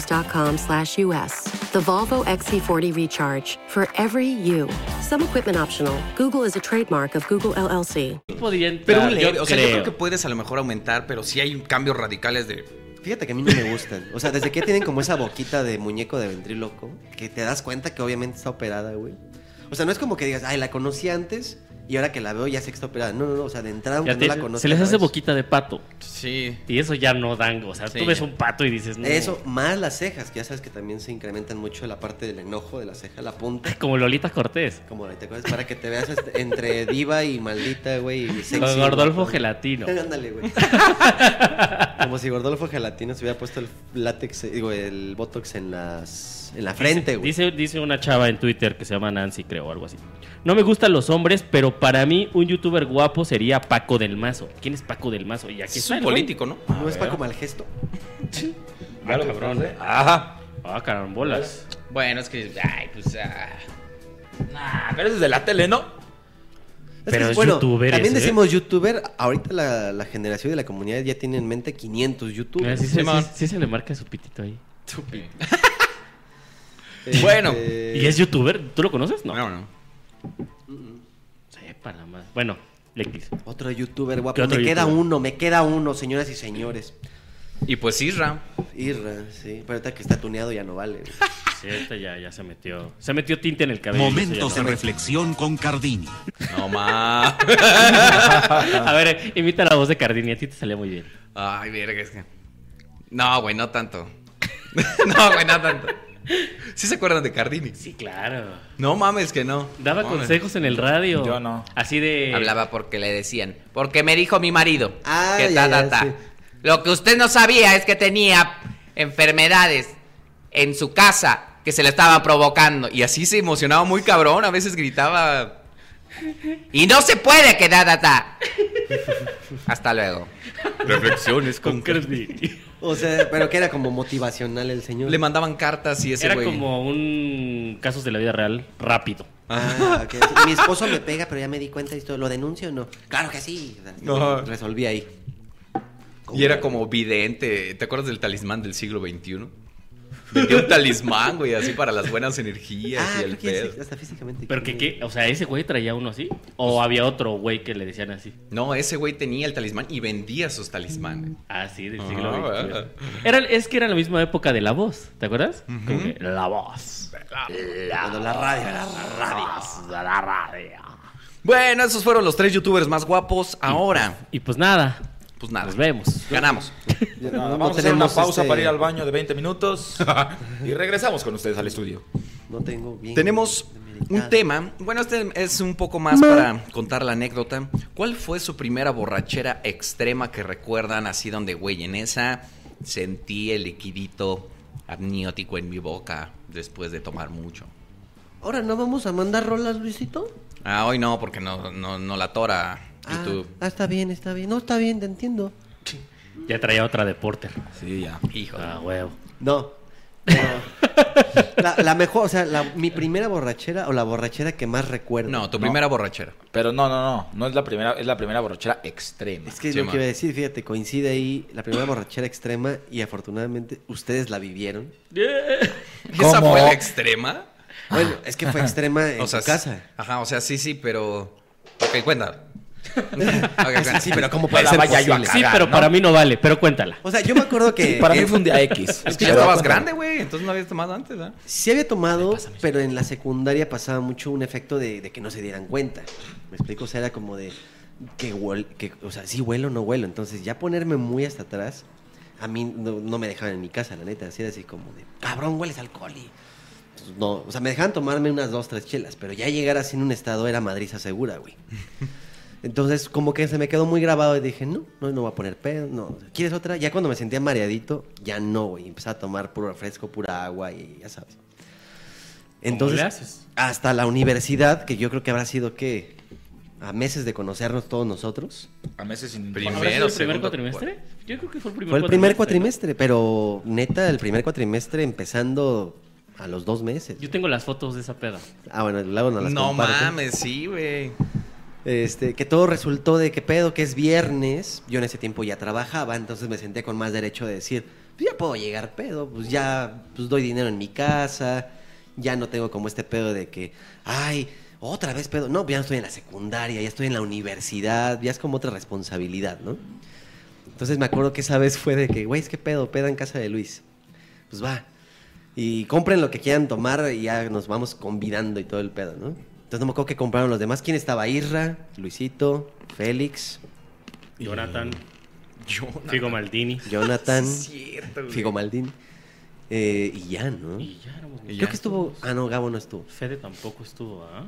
volvocars.com/slash US. The Volvo XC40 Recharge for every you. Some equipment optional. Google is a trademark of Google LLC.
Podría entrar,
Pero un leve,
yo
o sea, yo
creo.
creo que puedes a lo mejor aumentar, pero sí hay cambios radicales de.
Fíjate que a mí no me gustan. O sea, desde que tienen como esa boquita de muñeco de ventríloco, que te das cuenta que obviamente está operada, güey. O sea, no es como que digas, ay, la conocí antes y ahora que la veo ya sé que está operada. No, no, no. O sea, de entrada, aunque
Ya
no
te-
la conozco.
se les hace boquita de pato.
Sí.
Y eso ya no dan, o sea,
Sí,
tú ves
ya.
un pato y dices, no.
Eso, más las cejas, que ya sabes que también se incrementan mucho la parte del enojo de la ceja, la punta.
Como Lolita Cortés.
Como ahorita, ¿cuál es? para que te veas este, entre diva y maldita, güey. y sexy,
Con Gordolfo
guapo.
Gelatino.
Ándale, güey. Como si Gordolfo Gelatino se hubiera puesto el látex, eh, digo, el botox en las en la frente, güey.
Dice, dice una chava en Twitter que se llama Nancy, creo, o algo así. No me gustan los hombres, pero para mí un youtuber guapo sería Paco del Mazo. ¿Quién es Paco del Mazo? Y aquí
Es
está
un
el güey.
político, ¿no?
No es Paco Malgesto.
Ah, cabrón.
Ajá.
Ah, carambolas.
Bueno, es que. Ay, pues. Ah.
Ah,
Nah, pero es de la tele, ¿no?
Es
Pero
que,
es
bueno,
youtuber
También
ese, ¿eh?
decimos youtuber. Ahorita la, la generación de la comunidad ya tiene en mente 500
Mira,
youtubers.
sí, se- pues, sí- sí se le marca su pitito ahí.
Este,
Bueno.
¿Y es youtuber? ¿Tú lo conoces? No.
No, no.
Sepa la madre. Bueno, Lex.
Otro youtuber guapo.
¿Qué otro
me queda
youtuber?
uno, me queda uno, señoras y señores.
Y pues Isra.
Irra, sí. Pero ahorita que está tuneado ya no vale. güey.
Sí, este ya, ya se metió. Se metió tinte en el cabello.
Momentos
Eso
de
ya no.
reflexión con Cardini.
No más.
Ah.
A ver, imita la voz de Cardini. A ti te salía muy bien.
Ay, verga, es que. No, güey, no tanto. no, güey, no tanto. ¿Sí se acuerdan de Cardini?
Sí, claro.
No mames que no.
Daba
No mames.
consejos en el radio.
Yo no.
Así de.
Hablaba porque le decían. Porque me dijo mi marido.
Ah,
que ta,
ya,
ta,
ya,
ta.
sí.
Lo que usted no sabía es que tenía enfermedades en su casa que se le estaba provocando. Y así se emocionaba muy cabrón. A veces gritaba. Y no se puede que ta, ta, ta. Hasta luego. Reflexiones
Con Cardini.
O sea, pero que era como motivacional el señor.
Le mandaban cartas y ese
Era
güey.
como un. Casos de la vida real rápido.
Ah, ok. Mi esposo me pega, pero ya me di cuenta de esto. ¿Lo denuncio o no? Claro que sí. Ah, O sea,
Ajá.
Resolví ahí.
Y era como vidente. ¿Te acuerdas del talismán del siglo XXI? Vendía un talismán, güey, así para las buenas energías y
Ah, creo
el
que
pedo.
sí, hasta físicamente.
Pero que, ¿qué? O sea, ese güey traía uno así. O había otro güey que le decían así.
Pues No, ese güey tenía el talismán y vendía sus talismanes.
Así del siglo
Ah,
XXI.
¿verdad?
Era, es que era la misma época de la voz. ¿Te acuerdas? Como que, Eh, la voz.
Cuando la radio, la radio.
La radio.
Bueno, esos fueron los tres youtubers más guapos. Ahora,
Y pues nada.
pues nada,
Nos vemos.
ganamos.
Nada,
Ya no- no
vamos a hacer una
tenemos,
pausa
este,
para ir al baño de 20 minutos y regresamos con ustedes al estudio.
No tengo bien.
Tenemos un
Ah.
tema. Bueno, este es un poco más para contar la anécdota. ¿Cuál fue su primera borrachera extrema que recuerdan así donde, güey, en esa sentí el liquidito amniótico en mi boca después de tomar mucho?
Ahora no vamos a mandar rolas, Luisito.
Ah, hoy no, porque no, no, no la tora
Ah,
YouTube.
ah, está bien, está bien. No, está bien, te entiendo.
Ya traía otra de Porter.
Sí, ya. Hijo.
Ah, huevo.
No. pero- la, la mejor, o sea, la- mi primera borrachera o la borrachera que más recuerdo.
No, tu primera borrachera.
Pero no, no, no. No es la primera, es la primera borrachera extrema.
Es que es
Sí,
lo
ma.
que iba a decir, fíjate, coincide ahí la primera borrachera extrema y afortunadamente ustedes la vivieron.
¿Esa
¿Cómo?
fue la extrema?
Bueno, es que fue extrema en
O sea,
su casa.
Ajá, o sea, sí, sí, pero. Ok, cuenta.
sí, pero ¿cómo puede ser posible? Sí, pero para mí no vale, pero cuéntala.
O sea, yo me acuerdo que.
Para mí fue un día X.
Es que ya estabas grande, güey. Entonces no habías tomado antes, ¿ah?
Sí había tomado, pero en la secundaria pasaba mucho un efecto de, de que no se dieran cuenta. ¿Me explico? O sea, era como de que, huel- que o sea, sí huelo o no huelo. Entonces, ya ponerme muy hasta atrás, a mí no, no me dejaban en mi casa, la neta. Así era así como de, cabrón, hueles a alcohol y... Entonces, pues, no, o sea, me dejaban tomarme unas dos, tres chelas, pero ya llegar así en un estado era madriza segura, güey. Entonces, como que se me quedó muy grabado y dije, no, no, no voy a poner pedo, no. ¿Quieres otra? Ya cuando me sentía mareadito, ya no, güey. Empecé a tomar puro refresco, pura agua y ya sabes. Entonces,
le haces?
hasta la universidad, que yo creo que habrá sido, ¿qué? A meses de conocernos todos nosotros.
A meses sin
¿Habrá sido el primer cuatrimestre? Yo creo que fue el primer
Fue el primer cuatrimestre, pero neta, el primer cuatrimestre empezando a los dos meses.
Yo tengo las fotos de esa peda.
Ah, bueno, luego no las
No
comparto.
mames, sí, güey.
Este, que todo resultó de que pedo, que es viernes. Yo en ese tiempo ya trabajaba, entonces me senté con más derecho de decir, pues ya puedo llegar pedo, pues ya pues doy dinero en mi casa, ya no tengo como este pedo de que, ay, otra vez pedo. No, ya no estoy en la secundaria, ya estoy en la universidad, ya es como otra responsabilidad, ¿no? Entonces me acuerdo que esa vez fue de que, güey, es que pedo, peda en casa de Luis. Pues va. Y compren lo que quieran tomar y ya nos vamos convidando y todo el pedo, ¿no? Entonces no me acuerdo que compraron los demás. ¿Quién estaba? Irra, Luisito, Félix,
Jonathan. Figo Maldini.
Jonathan,
Cierto, güey.
Figo Maldín. eh, y ya, ¿no? Creo que estuvo. Ah, no, Gabo no estuvo.
Fede tampoco estuvo, ¿ah?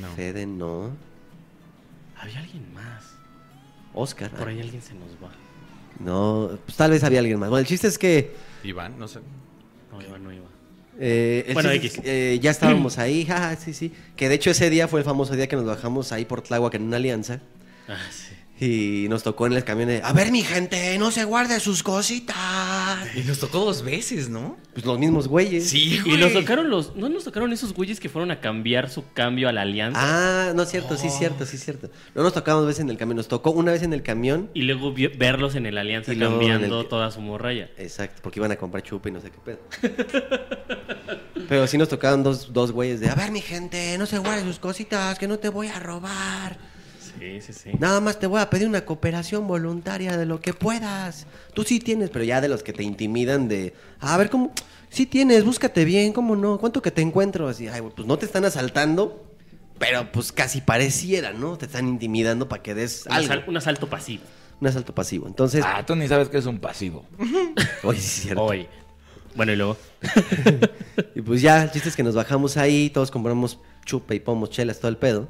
No.
Fede no.
Había alguien más.
Oscar. ah,
Por ahí alguien se nos va.
No, pues tal vez había alguien más. Bueno, el chiste es que.
Iván, no sé.
No, Iván no iba.
eh, el
Bueno,
chiste
X.
es que, eh, ya estábamos ahí, jaja, sí, sí. Que de hecho ese día fue el famoso día que nos bajamos ahí por Tláhuac en una alianza.
Ah, sí.
Y nos tocó en el camión de. A ver, mi gente, no se guarde sus cositas.
Y nos tocó dos veces, ¿no?
Pues los mismos güeyes.
Sí,
Y nos tocaron los. ¿No nos tocaron esos güeyes que fueron a cambiar su cambio a la alianza?
Ah, no es cierto, sí, cierto, sí, cierto. No nos tocamos dos veces en el camión, nos tocó una vez en el camión.
Y luego vi- verlos en el alianza
Y luego en
cambiando
el-
toda su morralla.
Exacto, porque iban a comprar chupa y no sé qué pedo. Pero sí nos tocaban dos, dos güeyes de, a ver mi gente, no se guarden sus cositas, que no te voy a robar.
Sí, sí, sí.
Nada más te voy a pedir una cooperación voluntaria de lo que puedas. Tú sí tienes, pero ya de los que te intimidan de, a ver cómo, sí tienes, búscate bien, cómo no, cuánto que te encuentro. Así, ay, güey, pues no te están asaltando, pero pues casi pareciera, ¿no? Te están intimidando para que des
Un,
algo.
asal- un asalto pasivo.
Un asalto pasivo. Entonces,
Ah, tú ni sabes que es un pasivo.
Oye, sí es cierto.
Hoy. Bueno, y luego.
Y pues ya, el chiste es que nos bajamos ahí, todos compramos chupa y pomos, chelas, todo el pedo.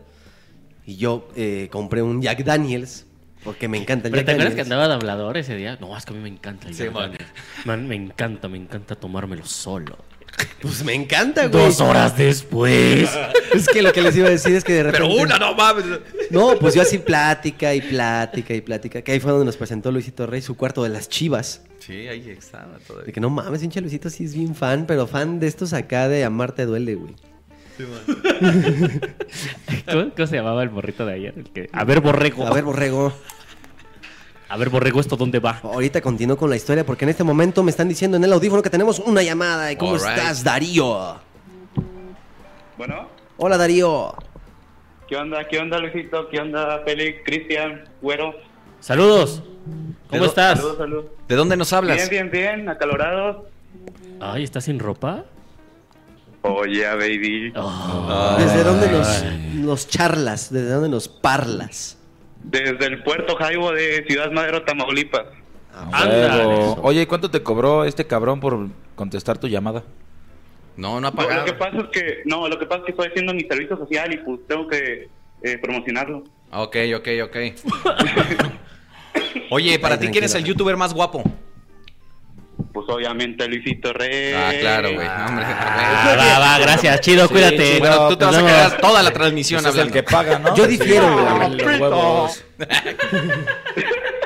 Y yo eh, compré un Jack Daniels, porque me encanta el
¿Pero
Jack
te acuerdas
Daniels.
que andaba de hablador ese día? No, es que a mí me encanta el
Sí,
Jack
man.
Daniels. Man, me encanta, me encanta tomármelo solo.
Pues me encanta, güey.
Dos horas después.
Es que lo que les iba a decir es que de repente...
Pero una, no mames.
No, pues yo así plática y plática y plática. Que ahí fue donde nos presentó Luisito Rey su cuarto de las chivas.
Sí, ahí estaba
De
todavía.
que no mames, hincha Luisito sí es bien fan, pero fan de estos acá de Amarte Duele, güey.
¿Cómo, cómo se llamaba el borrito de ayer? El que- A ver, borrego.
A ver, borrego.
A ver, borrego, ¿esto dónde va?
Ahorita continúo con la historia porque en este momento me están diciendo en el audífono que tenemos una llamada. ¿Y cómo
Alright.
estás, Darío?
Bueno,
Hola, Darío.
¿qué onda? ¿Qué onda, Luisito? ¿Qué onda, Félix, Cristian, Güero?
Saludos. ¿Cómo
¿De dó-
estás?
Saludos, saludos.
¿De dónde nos hablas?
Bien, bien, bien, acalorados.
Ay, ¿estás sin ropa?
Oh, yeah, baby.
Ah.
¿Desde dónde nos, nos charlas? ¿Desde dónde nos parlas?
Desde el puerto Jaibo de Ciudad Madero, Tamaulipas.
Ah,
Ándale.
Luego, Oye, ¿y ¿cuánto te cobró este cabrón por contestar tu llamada?
No, no ha
No, lo
pagado.
que pasa es que, no, lo que pasa es que estoy haciendo mi servicio social y pues tengo que eh, promocionarlo.
Ok, ok, ok. Oye, ¿para ti quién es el youtuber más guapo?
Pues obviamente Luisito Rey.
Ah, claro, güey. No, hombre,
Ah, va, va, gracias. Chido,
Sí,
cuídate.
chido. Bueno, tú te
Nos
vas a
vemos.
quedar toda la transmisión
Ese es el
hablando.
que paga, ¿no?
Yo difiero,
Ah,
güey.
los huevos.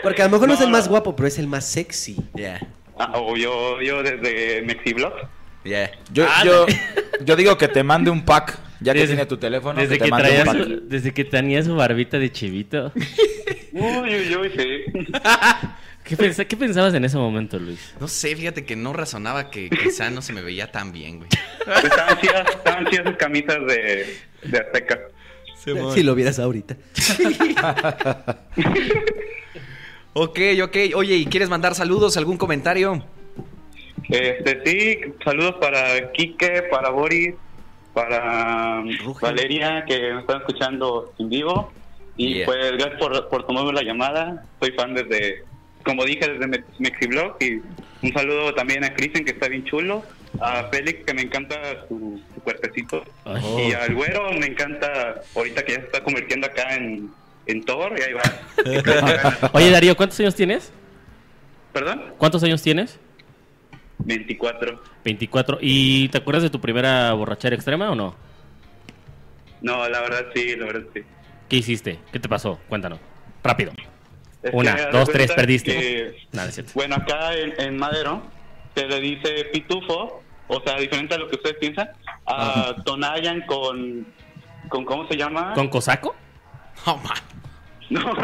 Porque a lo mejor no, es el más guapo, pero es el más sexy.
Yeah,
Ah, o yo, yo desde Mexiblock.
yeah.
Yo, yo, yo digo que te mande un pack. Ya que
Desde-
tiene tu teléfono,
Desde
te
que,
mande
traía
un pack.
su- desde que tenía su barbita de chivito.
Uy, uy, uy, sí.
¿Qué, pensa- qué pensabas en ese momento, Luis?
No sé, fíjate que no razonaba que quizá no se me veía tan bien, güey.
Estaban chidas, estaban chidas sus camisas de, de Azteca.
Simón.
Si lo vieras ahorita.
ok, ok. Oye, ¿y quieres mandar saludos, algún comentario?
Este, sí, saludos para Quique, para Boris, para um, Valeria, que me están escuchando en vivo. Y
Yeah.
pues gracias por, por tomarme la llamada. Soy fan desde, como dije, desde Me- Mexiblog. Y un saludo también a Cristian, que está bien chulo. A Félix, que me encanta su, su cuerpecito.
Ay. Oh.
Y al güero, me encanta, ahorita que ya se está convirtiendo acá en, en Thor. Y ahí va.
Oye, Darío, ¿cuántos años tienes?
¿Perdón?
¿Cuántos años tienes?
24.
24. ¿Y te acuerdas de tu primera borrachera extrema o no?
No, la verdad sí, la verdad sí.
¿Qué hiciste? ¿Qué te pasó? Cuéntanos. Rápido.
Es que
Una,
haz de
dos,
cuenta
tres, perdiste.
que-
Nada, es cierto.
Bueno, acá en, en Madero se le dice pitufo, o sea, diferente a lo que ustedes piensan, a Tonayan con, con ¿cómo se llama?
¿Con cosaco?
Oh,
No,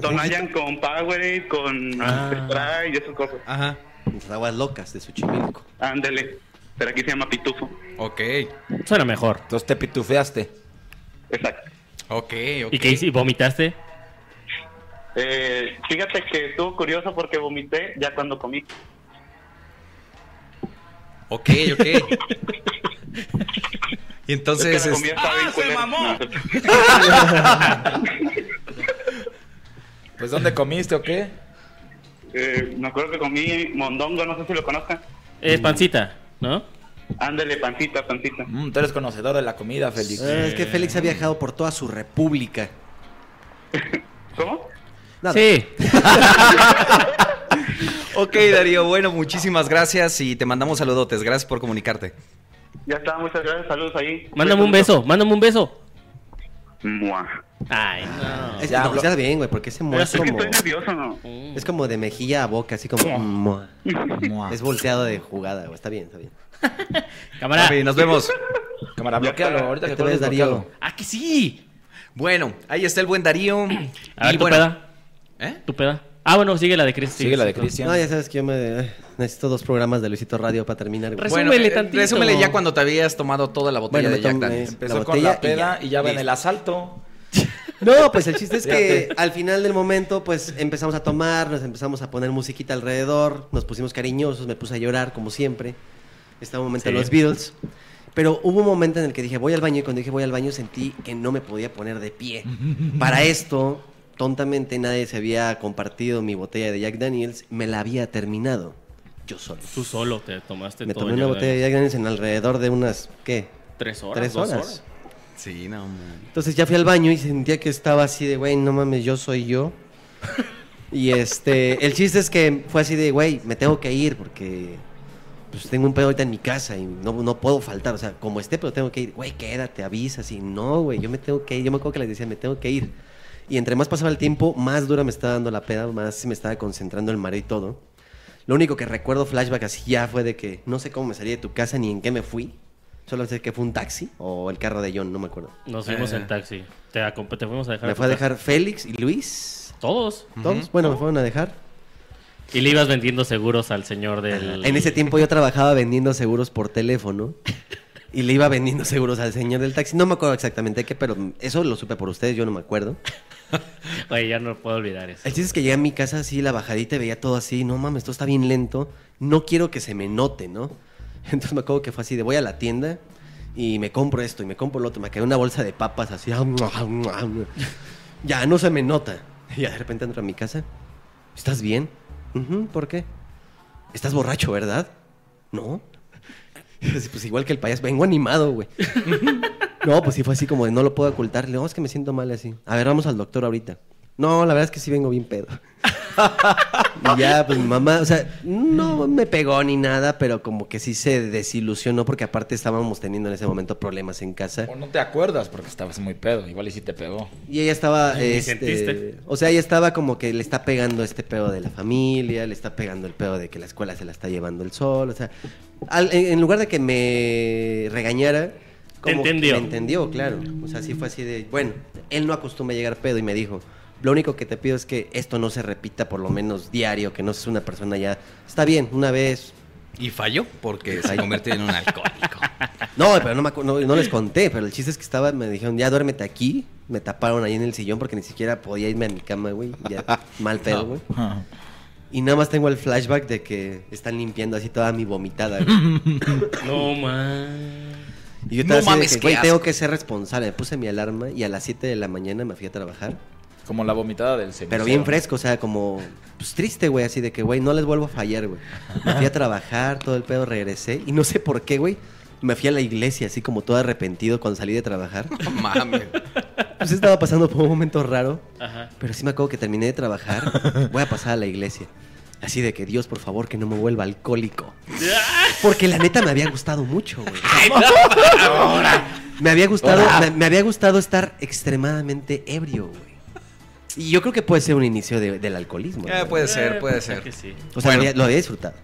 Tonayan con Powerade, con
Ah.
Sprite y esas cosas.
Ajá. Las aguas locas de Xochimilco.
Ándele, pero aquí se llama pitufo.
Ok.
Suena mejor.
Entonces te pitufeaste.
Exacto.
Ok, ok.
¿Y qué hiciste? ¿Vomitaste?
Eh, fíjate que estuvo curioso porque vomité ya cuando comí.
Ok, ok. y entonces.
Es que la comida
es-
estaba bien culera.
Pues ¿dónde comiste o qué?
Eh, me acuerdo que comí mondongo, no sé si lo conozcan.
Es pancita, ¿no?
Ándele, pancita, pancita.
Mm, tú eres conocedor de la comida, Félix.
Eh, Es que Félix ha viajado por toda su república.
¿Cómo?
Nada.
Sí.
Ok, Darío, bueno, muchísimas gracias y te mandamos saludotes. Gracias por comunicarte.
Ya está, muchas gracias, saludos ahí.
Mándame un beso, mándame un beso.
Mua.
Ay, no.
Es, no, está bien, güey, porque ese mo es
Es que
como,
estoy nervioso, ¿no?
es como de mejilla a boca, así como. mua. Es volteado de jugada, güey. Está bien, está bien.
Cámara.
Papi, nos vemos.
Cámara, bloquealo. Ahorita
¿Qué
que
te ves, Este Darío?
¡Ah, que sí!
Bueno, ahí está el buen Darío.
A ver,
y
tu
bueno,
peda.
¿Eh?
Tu peda. Ah, bueno, sigue la de Cristian.
No, ya sabes que yo me eh, necesito dos programas de Luisito Radio para terminar. güey.
bueno,
Resúmele
eh,
tantito.
resúmele ya cuando te habías tomado toda la botella de
Bueno, me
Jack
tomé
Daniels.
la
Empezó con la
botella y
peda
ya.
y ya va en
Listo.
el asalto.
No, pues el chiste es que
Fíjate.
al final del momento, pues empezamos a tomar, nos empezamos a poner musiquita alrededor, nos pusimos cariñosos, me puse a llorar como siempre. Estaba un momento de
Sí.
los Beatles. Pero hubo un momento en el que dije, voy al baño, y cuando dije voy al baño sentí que no me podía poner de pie. Para esto, tontamente nadie se había compartido mi botella de Jack Daniels, me la había terminado yo solo.
Tú solo te tomaste
Me
todo.
tomé una
ya,
botella de Jack Daniels en alrededor de unas, ¿qué?
Tres horas.
Tres
dos
horas.
Sí, no, man.
Entonces ya fui al baño y sentía que estaba así de, güey, no mames, yo soy yo. Y este, el chiste es que fue así de, güey, me tengo que ir porque pues tengo un pedo ahorita en mi casa y no, no puedo faltar, o sea, como esté, pero tengo que ir. Güey, quédate, avisa, así, no, güey, yo me tengo que ir. Yo me acuerdo que les decía, me tengo que ir. Y entre más pasaba el tiempo, más dura me estaba dando la peda, más me estaba concentrando el mareo y todo. Lo único que recuerdo flashback así ya fue de que no sé cómo me salí de tu casa ni en qué me fui. Solo sé que fue un taxi o el carro de John, no me acuerdo.
Nos fuimos
Eh.
en taxi. Te, acom- te fuimos a dejar.
Me
tu
fue a
casa.
dejar Félix y Luis.
Todos.
Todos, bueno, me fueron a dejar.
Y le ibas vendiendo seguros al señor del.
En ese tiempo yo trabajaba vendiendo seguros por teléfono. Y le iba vendiendo seguros al señor del taxi. No me acuerdo exactamente qué, pero eso lo supe por ustedes, yo no me acuerdo.
Oye, ya no puedo olvidar eso.
El chiste es que llegué a mi casa así, la bajadita, y veía todo así. No mames, esto está bien lento. No quiero que se me note, ¿no? Entonces me acuerdo que fue así de voy a la tienda y me compro esto y me compro lo otro. Me quedé una bolsa de papas así. "Ah, Ya, no se me nota. Y ya de repente entro a mi casa. ¿Estás bien? "Ujú, ¿Por qué? Estás borracho, ¿verdad? No. Pues, pues igual que el payaso, vengo animado, güey. No, pues sí fue así como de no lo puedo ocultar. Le digo, "Oh, es que me siento mal así. A ver, vamos al doctor ahorita. No, la verdad es que sí vengo bien pedo. y ya, pues mi mamá, o sea, no me pegó ni nada, pero como que sí se desilusionó porque aparte estábamos teniendo en ese momento problemas en casa.
O no te acuerdas porque estabas muy pedo. Igual y sí te pegó.
Y ella estaba.
Ay, ni
este,
sentiste.
o sea, ella estaba como que le está pegando este pedo de la familia, le está pegando el pedo de que la escuela se la está llevando el sol. O sea, al- en en lugar de que me regañara. como que
entendió.
Me entendió, claro. O sea, sí fue así de. Bueno, él no acostumbra a llegar pedo y me dijo. Lo único que te pido es que esto no se repita por lo menos diario, que no seas una persona ya. Está bien, una vez.
Y falló porque se
Ay.
convirtió en un alcohólico.
No, pero no, me acu- no, no les conté, pero el chiste es que estaba, me dijeron, ya duérmete aquí. Me taparon ahí en el sillón porque ni siquiera podía irme a mi cama, güey. Ya, mal pedo, güey. Y nada más tengo el flashback de que están limpiando así toda mi vomitada, güey.
No man.
Y yo
No
estaba así de
mames,
que,
qué
güey, tengo
asco".
que ser responsable. Me puse mi alarma y a las 7 de la mañana me fui a trabajar.
Como la vomitada del cenicero.
Pero bien fresco, o sea, como pues, triste, güey, así de que, güey, no les vuelvo a fallar, güey. Me fui a trabajar, todo el pedo, regresé. Y no sé por qué, güey, me fui a la iglesia, así como todo arrepentido cuando salí de trabajar.
Mames.
Pues estaba pasando por un momento raro.
Ajá.
Pero sí me acuerdo que terminé de trabajar. Voy a pasar a la iglesia. Así de que, Dios, por favor, que no me vuelva alcohólico. Porque la neta me había gustado mucho, güey. Me había gustado, me, me había gustado estar extremadamente ebrio, güey. Y yo creo que puede ser un inicio de- del alcoholismo.
Eh,
güey.
puede ser, puede ser.
O
Bueno.
sea, lo, había, lo había disfrutado.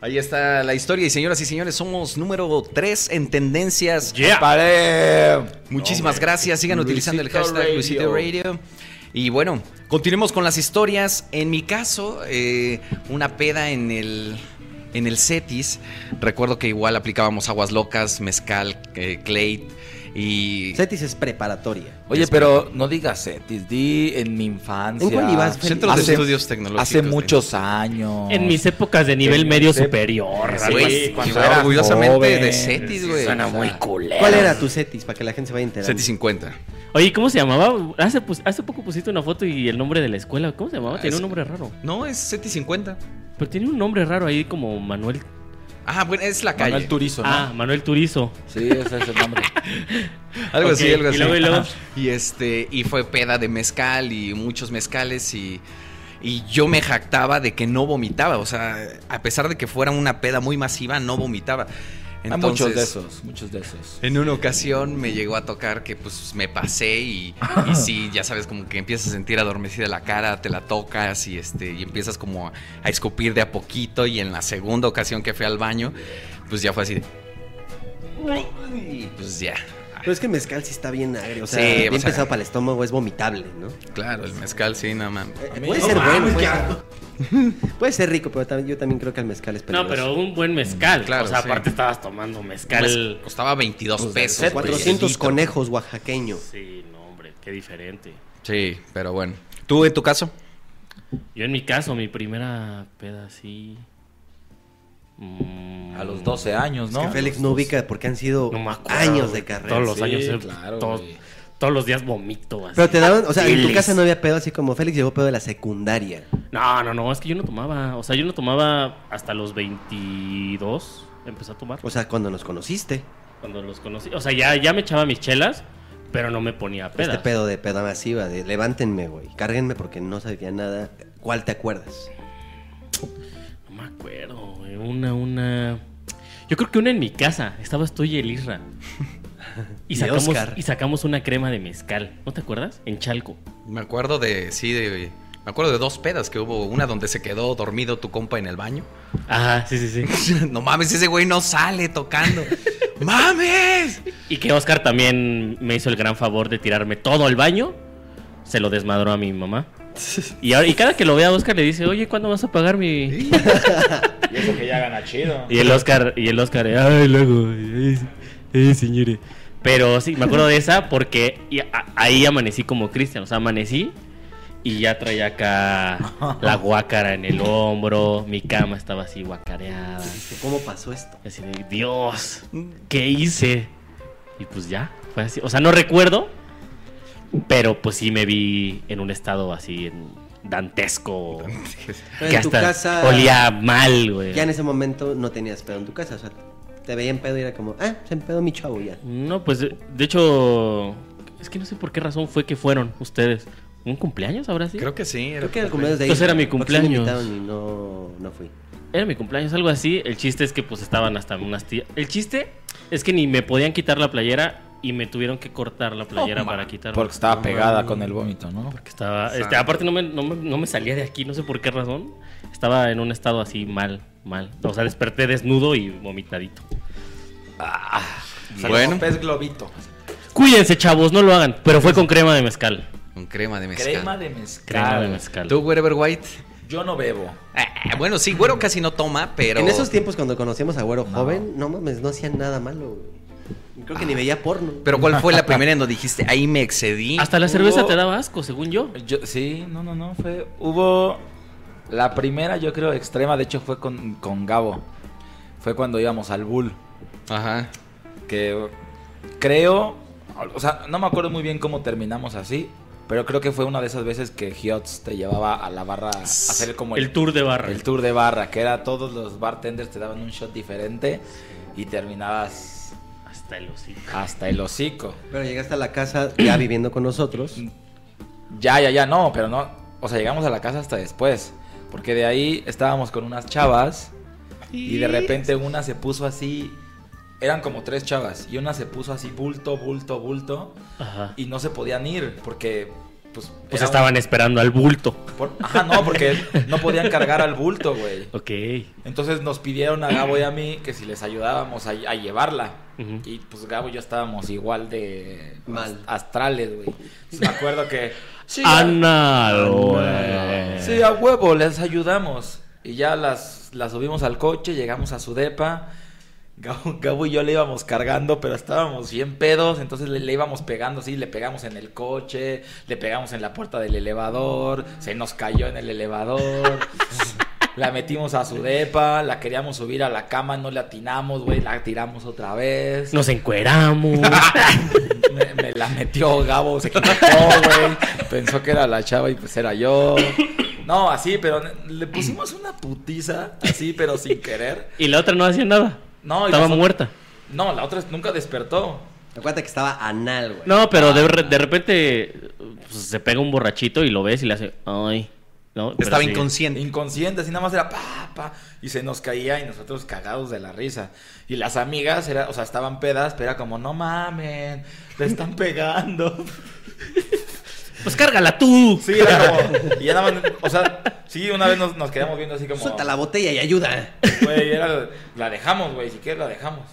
Ahí está la historia y señoras y señores, somos número 3 en tendencias.
Yeah. Paré.
Muchísimas
Hombre.
gracias, sigan utilizando el
Luisito
hashtag
Radio.
Luisito Radio. Y bueno, continuemos con las historias. En mi caso, eh, una peda en el en el Cetis. Recuerdo que igual aplicábamos aguas locas, mezcal, eh, clay y
Cetis es preparatoria.
Oye, pero no digas Cetis, di en mi infancia.
¿En cuál ibas, Félix? Centros de Estudios Tecnológicos
Hace
de-
muchos años.
En mis épocas de nivel
En
medio
mis ép-
superior.
Sí,
algo
güey,
así.
cuando era
orgullosamente
joven.
de Cetis, güey.
Suena
O sea,
muy culero.
¿Cuál era tu Cetis? Para que la gente se vaya enterando.
Cetis 50.
Oye, ¿cómo se llamaba? Hace, pus- hace poco pusiste una foto y el nombre de la escuela. ¿Cómo se llamaba? Tenía
es-
un nombre raro.
No, es Cetis 50.
Pero tenía un nombre raro ahí como Manuel.
Ah, bueno, es la calle.
Manuel Turizo, ¿no?
Ah, Manuel Turizo.
Sí, ese es el nombre.
Algo
Ok,
así, algo así.
Y luego, y luego.
Ajá. Y este, y fue peda de mezcal y muchos mezcales y, y yo me jactaba de que no vomitaba. O sea, a pesar de que fuera una peda muy masiva, no vomitaba.
Hay muchos
Entonces,
de esos, muchos de esos.
En una ocasión me llegó a tocar que pues me pasé y, y sí, ya sabes, como que empiezas a sentir adormecida la cara, te la tocas y este, y empiezas como a, a escupir de a poquito y en la segunda ocasión que fui al baño, pues ya fue así de, y pues ya.
Pero es que el mezcal sí está bien agrio. O sea,
Sí, pues,
bien
o sea-
pesado para el estómago, es vomitable, ¿no?
Claro, el mezcal sí, no mames.
Eh, Puede
Oh,
ser bueno. Puede ser, puede ser rico, pero también- yo también creo que el mezcal es peligroso.
No, pero un buen mezcal.
Claro,
o sea,
sí.
aparte estabas tomando mezcal.
Mez- costaba 22
Pues,
pesos.
son
güey.
400 conejos oaxaqueños.
Sí, no, hombre, qué diferente.
Sí, pero bueno. ¿Tú en tu caso?
Yo en mi caso, mi primera peda así. mm,
A los 12 años,
Es
¿no?
que Félix no ubica porque han sido
No me acuerdo,
años
güey.
de carrera.
Todos los
Sí.
años, eh,
claro,
todos,
güey.
todos los días vomito. Así.
Pero te daban, o sea, en tu
Bilis.
casa no había pedo así como Félix llevó pedo de la secundaria.
No, no, no, es que yo no tomaba. O sea, yo no tomaba hasta los 22. Empecé a tomar.
O sea, cuando nos conociste.
Cuando los conocí. O sea, ya, ya me echaba mis chelas, pero no me ponía pedas.
Este pedo de peda masiva, de levántenme, güey. Cárguenme porque no sabía nada. ¿Cuál te acuerdas?
No me acuerdo, güey. Una, una. Yo creo que una en mi casa. Estabas tú y el Isra. Y
Y
sacamos,
Oscar.
y sacamos una crema de mezcal. ¿No te acuerdas? En Chalco.
Me acuerdo de, sí, de, me acuerdo de dos pedas que hubo. Una donde se quedó dormido tu compa en el baño.
Ajá, sí, sí, sí.
no mames, ese güey no sale tocando. ¡Mames!
Y que Oscar también me hizo el gran favor de tirarme todo al baño. Se lo desmadró a mi mamá. Y, ahora, y cada que lo vea Oscar le dice, oye, ¿cuándo vas a pagar mi...?
Y eso que ya gana chido.
Y el Oscar, y el Oscar, ay, luego, ay, ay, señores. Pero sí, me acuerdo de esa porque y a- ahí amanecí como Cristian, o sea, amanecí y ya traía acá la guácara en el hombro, mi cama estaba así guacareada.
¿Cómo pasó esto? Mm,
Así de, Dios, ¿qué hice? Y pues ya, fue así. O sea, no recuerdo, pero pues sí me vi en un estado así en dantesco.
Pero
que
en tu
hasta
casa-
olía mal, güey.
Ya en ese momento no tenías pedo en tu casa. O sea, te veían pedo y era como, ah, se empedó mi chavo ya.
No, pues de, de hecho, es que no sé por qué razón fue que fueron ustedes. ¿Un cumpleaños ahora sí?
Creo que sí.
Creo que era el cumpleaños de ahí.
Entonces era mi
porque sí me
cumpleaños.
invitaron y no, no fui.
Era mi cumpleaños, algo así. El chiste es que pues estaban hasta unas tías. El chiste es que ni me podían quitar la playera y me tuvieron que cortar la playera
Oh, ma-
para quitarla.
Porque estaba pegada con el vómito, ¿no?
Porque estaba, este,
Santo.
aparte no me, no, me, no me salía de aquí, no sé por qué razón. Estaba en un estado así mal, mal. O sea, desperté desnudo y vomitadito.
Ah, Bueno.
Pez globito.
Cuídense, chavos, no lo hagan. Pero fue con crema de mezcal.
Con crema de mezcal.
Crema de mezcal.
Crema de mezcal.
¿Tú, Wherever White?
Yo no bebo.
Ah, bueno, sí, güero casi no toma, pero.
En esos tiempos cuando conocíamos a Güero joven, no mames, no hacían nada malo. güey. Creo que ni veía porno.
Pero ¿cuál fue la primera en donde dijiste, ahí me excedí?
Hasta la cerveza te daba asco, según yo.
sí, no, no, no. Fue, hubo la primera, yo creo, extrema. De hecho, fue con, con Gabo. Fue cuando íbamos al Bull.
Ajá.
Que creo. O sea, no me acuerdo muy bien cómo terminamos así. Pero creo que fue una de esas veces que Hiots te llevaba a la barra a hacer como
El tour de barra.
El tour de barra, que era todos los bartenders te daban un shot diferente y terminabas
hasta el hocico.
Hasta el hocico.
Pero llegaste a la casa ya viviendo con nosotros.
Ya, ya, ya, no, pero no. O sea, llegamos a la casa hasta después. Porque de ahí estábamos con unas chavas y de repente una se puso así. Eran como tres chavas y una se puso así bulto, bulto, bulto
Ajá.
y no se podían ir porque pues,
Pues
era
estaban esperando al bulto.
Por- Ah, Ajá, no, porque no podían cargar al bulto, güey.
Ok.
Entonces nos pidieron a Gabo y a mí que si les ayudábamos a, a llevarla.
Ujú.
Y pues Gabo y yo estábamos igual de
Mal.
as- astrales, güey. Entonces, Me acuerdo que... Sí, a-
Anal, güey.
sí, a huevo, les ayudamos. Y ya las, las subimos al coche, llegamos a su depa. Gabo, Gabo y yo le íbamos cargando, pero estábamos bien pedos, entonces le, le íbamos pegando, sí, le pegamos en el coche, le pegamos en la puerta del elevador, se nos cayó en el elevador, la metimos a su depa, la queríamos subir a la cama, no le atinamos, güey, la tiramos otra vez.
Nos encueramos.
Me, me la metió Gabo, se equivocó, güey. Pensó que era la chava y pues era yo. No, así, pero le pusimos una putiza, así, pero sin querer.
y la otra no hacía nada.
No, y
Estaba
las ot-
muerta.
No, la otra nunca despertó.
Recuerda que estaba anal, güey.
No, pero de, re- de repente pues, se pega un borrachito y lo ves y le hace. Ay. No, pero
Estaba
sí.
inconsciente.
Inconsciente, así nada más era pa, pa, y se nos caía y nosotros cagados de la risa. Y las amigas, era, o sea, estaban pedas, pero era como, no mamen, le están pegando.
Pues cárgala tú.
Sí, era como, y ya nada más, o sea, sí, una vez nos, nos quedamos viendo así como,
Suelta la botella y ayuda.
güey, era, la dejamos, güey, si quieres la dejamos.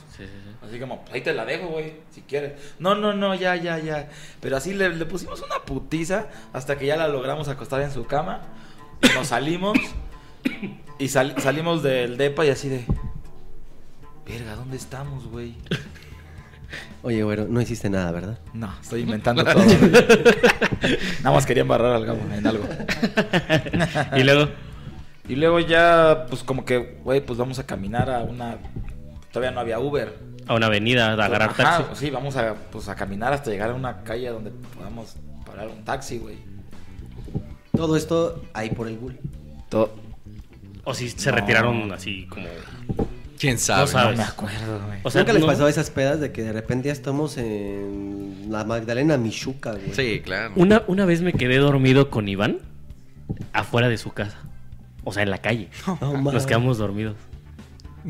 Así como, pues ahí te la dejo, güey, si quieres. No, no, no, ya, ya, ya. Pero así le, le pusimos una putiza hasta que ya la logramos acostar en su cama. Nos salimos y sal- salimos del depa y así de... Verga, ¿dónde estamos, güey?
Oye, güero, no hiciste nada, ¿verdad?
No, estoy inventando todo. güey. Nada más quería embarrar al Gabo en algo.
Y luego.
Y luego ya, pues como que, güey, pues vamos a caminar a una... Todavía no había Uber.
A una avenida, a agarrar
Ajá,
taxi.
Sí, vamos a, pues, a caminar hasta llegar a una calle donde podamos parar un taxi, güey.
Todo esto ahí por el bull.
O si se retiraron así como.
¿Quién
No
sabe?
sabes.
me acuerdo, güey.
O sea,
¿Nunca les
no-
pasó esas pedas de que de repente ya estamos en la Magdalena Michuca, güey?
Sí, claro.
Una, una vez me quedé dormido con Iván afuera de su casa. O sea, en la calle.
No mames.
Nos quedamos dormidos.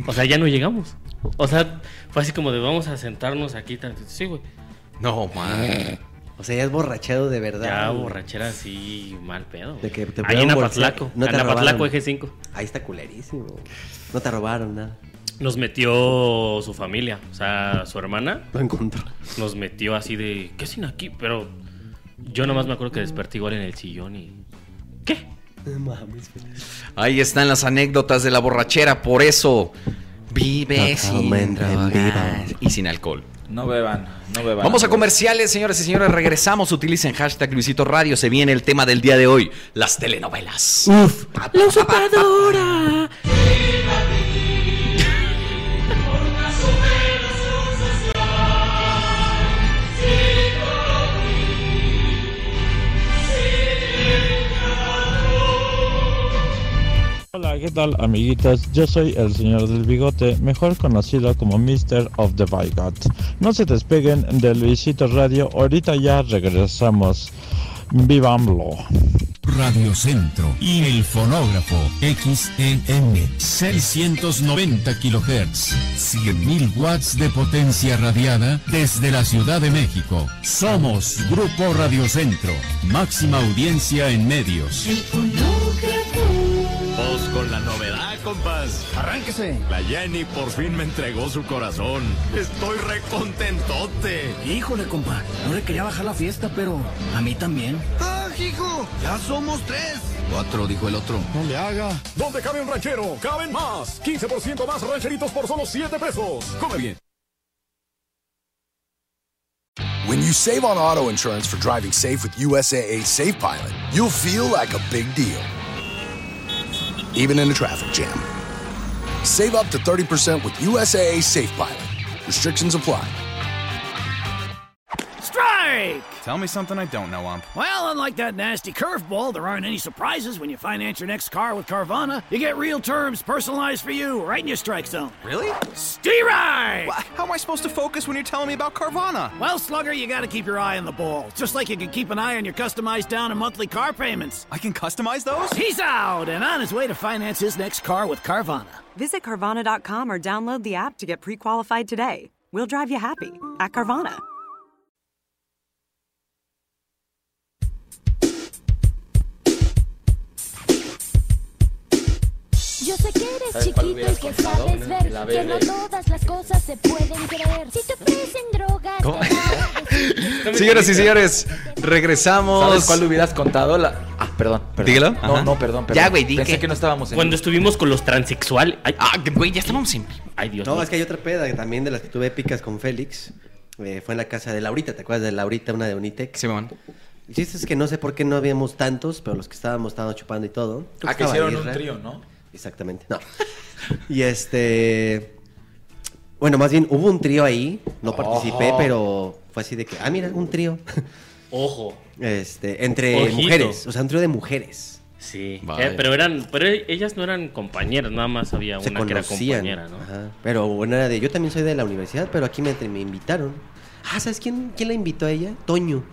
O sea, ya no llegamos. O sea, fue así como de vamos a sentarnos aquí. tantito. Sí, güey.
No, man.
O sea, ya es borrachero de verdad.
Ya
güey.
borrachera así, mal pedo. güey.
De que te
Ahí en
pueden bolsear.
Apatlaco.
No te
en Apatlaco,
robaron.
eje 5.
Ahí está culerísimo. No te robaron nada.
Nos metió su familia. O sea, su hermana
Lo encontró.
nos metió así de. ¿Qué hacen aquí? Pero yo nomás me acuerdo que desperté igual en el sillón y. ¿Qué?
No mames, güey.
Ahí están las anécdotas de la borrachera, por eso vive sin
Totalmente en vivo.
drogas y sin alcohol.
No beban, no beban.
Vamos a
amigos.
comerciales, señoras y señores, regresamos, utilicen hashtag Luisito Radio, se viene el tema del día de hoy, las telenovelas.
¡Uf! ¡La usurpadora!
Hola, ¿qué tal amiguitas? Yo soy el señor del bigote, mejor conocido como Mr. of the Bigot. No se despeguen de Luisito Radio, ahorita ya regresamos. ¡Viva AMLO!
Radio Centro y el fonógrafo XEN 690 kHz 100.000 watts de potencia radiada desde la Ciudad de México. Somos Grupo Radio Centro, máxima audiencia en medios.
Vos con la novedad, compas. Arránquese. La Jenny por fin me entregó su corazón. Estoy recontentote.
Híjole, compa, no le quería bajar la fiesta, pero a mí también.
¡Ah, hijo! ¡Ya somos tres!
Cuatro, dijo el otro.
No le haga. ¿Dónde cabe un ranchero? ¡Caben más! 15% más rancheritos por solo 7 pesos. Come bien.
you save on auto insurance for driving safe with USAA Safe Pilot, you'll feel like a big deal, even in a traffic jam. Save up to 30% with USAA Safe Pilot. Restrictions apply.
Strike!
Tell me something I don't know, Ump.
Well, unlike that nasty curveball, there aren't any surprises when you finance your next car with Carvana. You get real terms personalized for you right in your strike zone.
Really?
Steerite!
Wha- How am I supposed to focus when you're telling me about Carvana?
Well, Slugger, you gotta keep your eye on the ball, just like you can keep an eye on your customized down and monthly car payments.
I can customize those?
He's out and on his way to finance his next car with Carvana.
Visit Carvana.com or download the app to get pre qualified today. We'll drive you happy at Carvana.
Yo sé que eres
¿Sabes cuál
chiquito
hubieras
y que
comprado?
sabes ver
La
que no
verde.
todas las cosas se pueden creer. Si te ofrecen drogas,
¿Cómo? Señoras y señores, regresamos.
¿Sabes cuál hubieras contado? La... Ah, perdón. perdón.
Dígalo.
No,
Ajá.
no, perdón, perdón.
Ya, güey, di
Pensé que...
que-
no estábamos en...
Cuando estuvimos con los transexuales.
Ah, güey, ya estábamos en.
Ay, Dios
No,
mío.
es que hay otra peda que también de las que tuve épicas con Félix. Eh, fue en la casa de Laurita, ¿te acuerdas de Laurita, una de Unitec?
Simón.
El chiste es que no sé por qué no habíamos tantos, pero los que estábamos estábamos chupando y todo. Creo
Ah, que
estaba
hicieron un
Isra.
trío, ¿no?
¿eh? Exactamente, no. y este. Bueno, más bien hubo un trío ahí, no participé,
Ojo.
pero fue así de que, ah, mira, un trío.
Ojo. eh,
Este, entre
Oh. Ojito.
mujeres, o sea, un trío de mujeres.
Sí,
Vaya.
Eh, pero eran, pero ellas no eran compañeras, nada más había
Se
una que era
conocían.
compañera, ¿no?
Ajá. Pero bueno, era de, yo también soy de la universidad, pero aquí me, me invitaron. Ah, ¿sabes quién, quién la invitó a ella? Toño.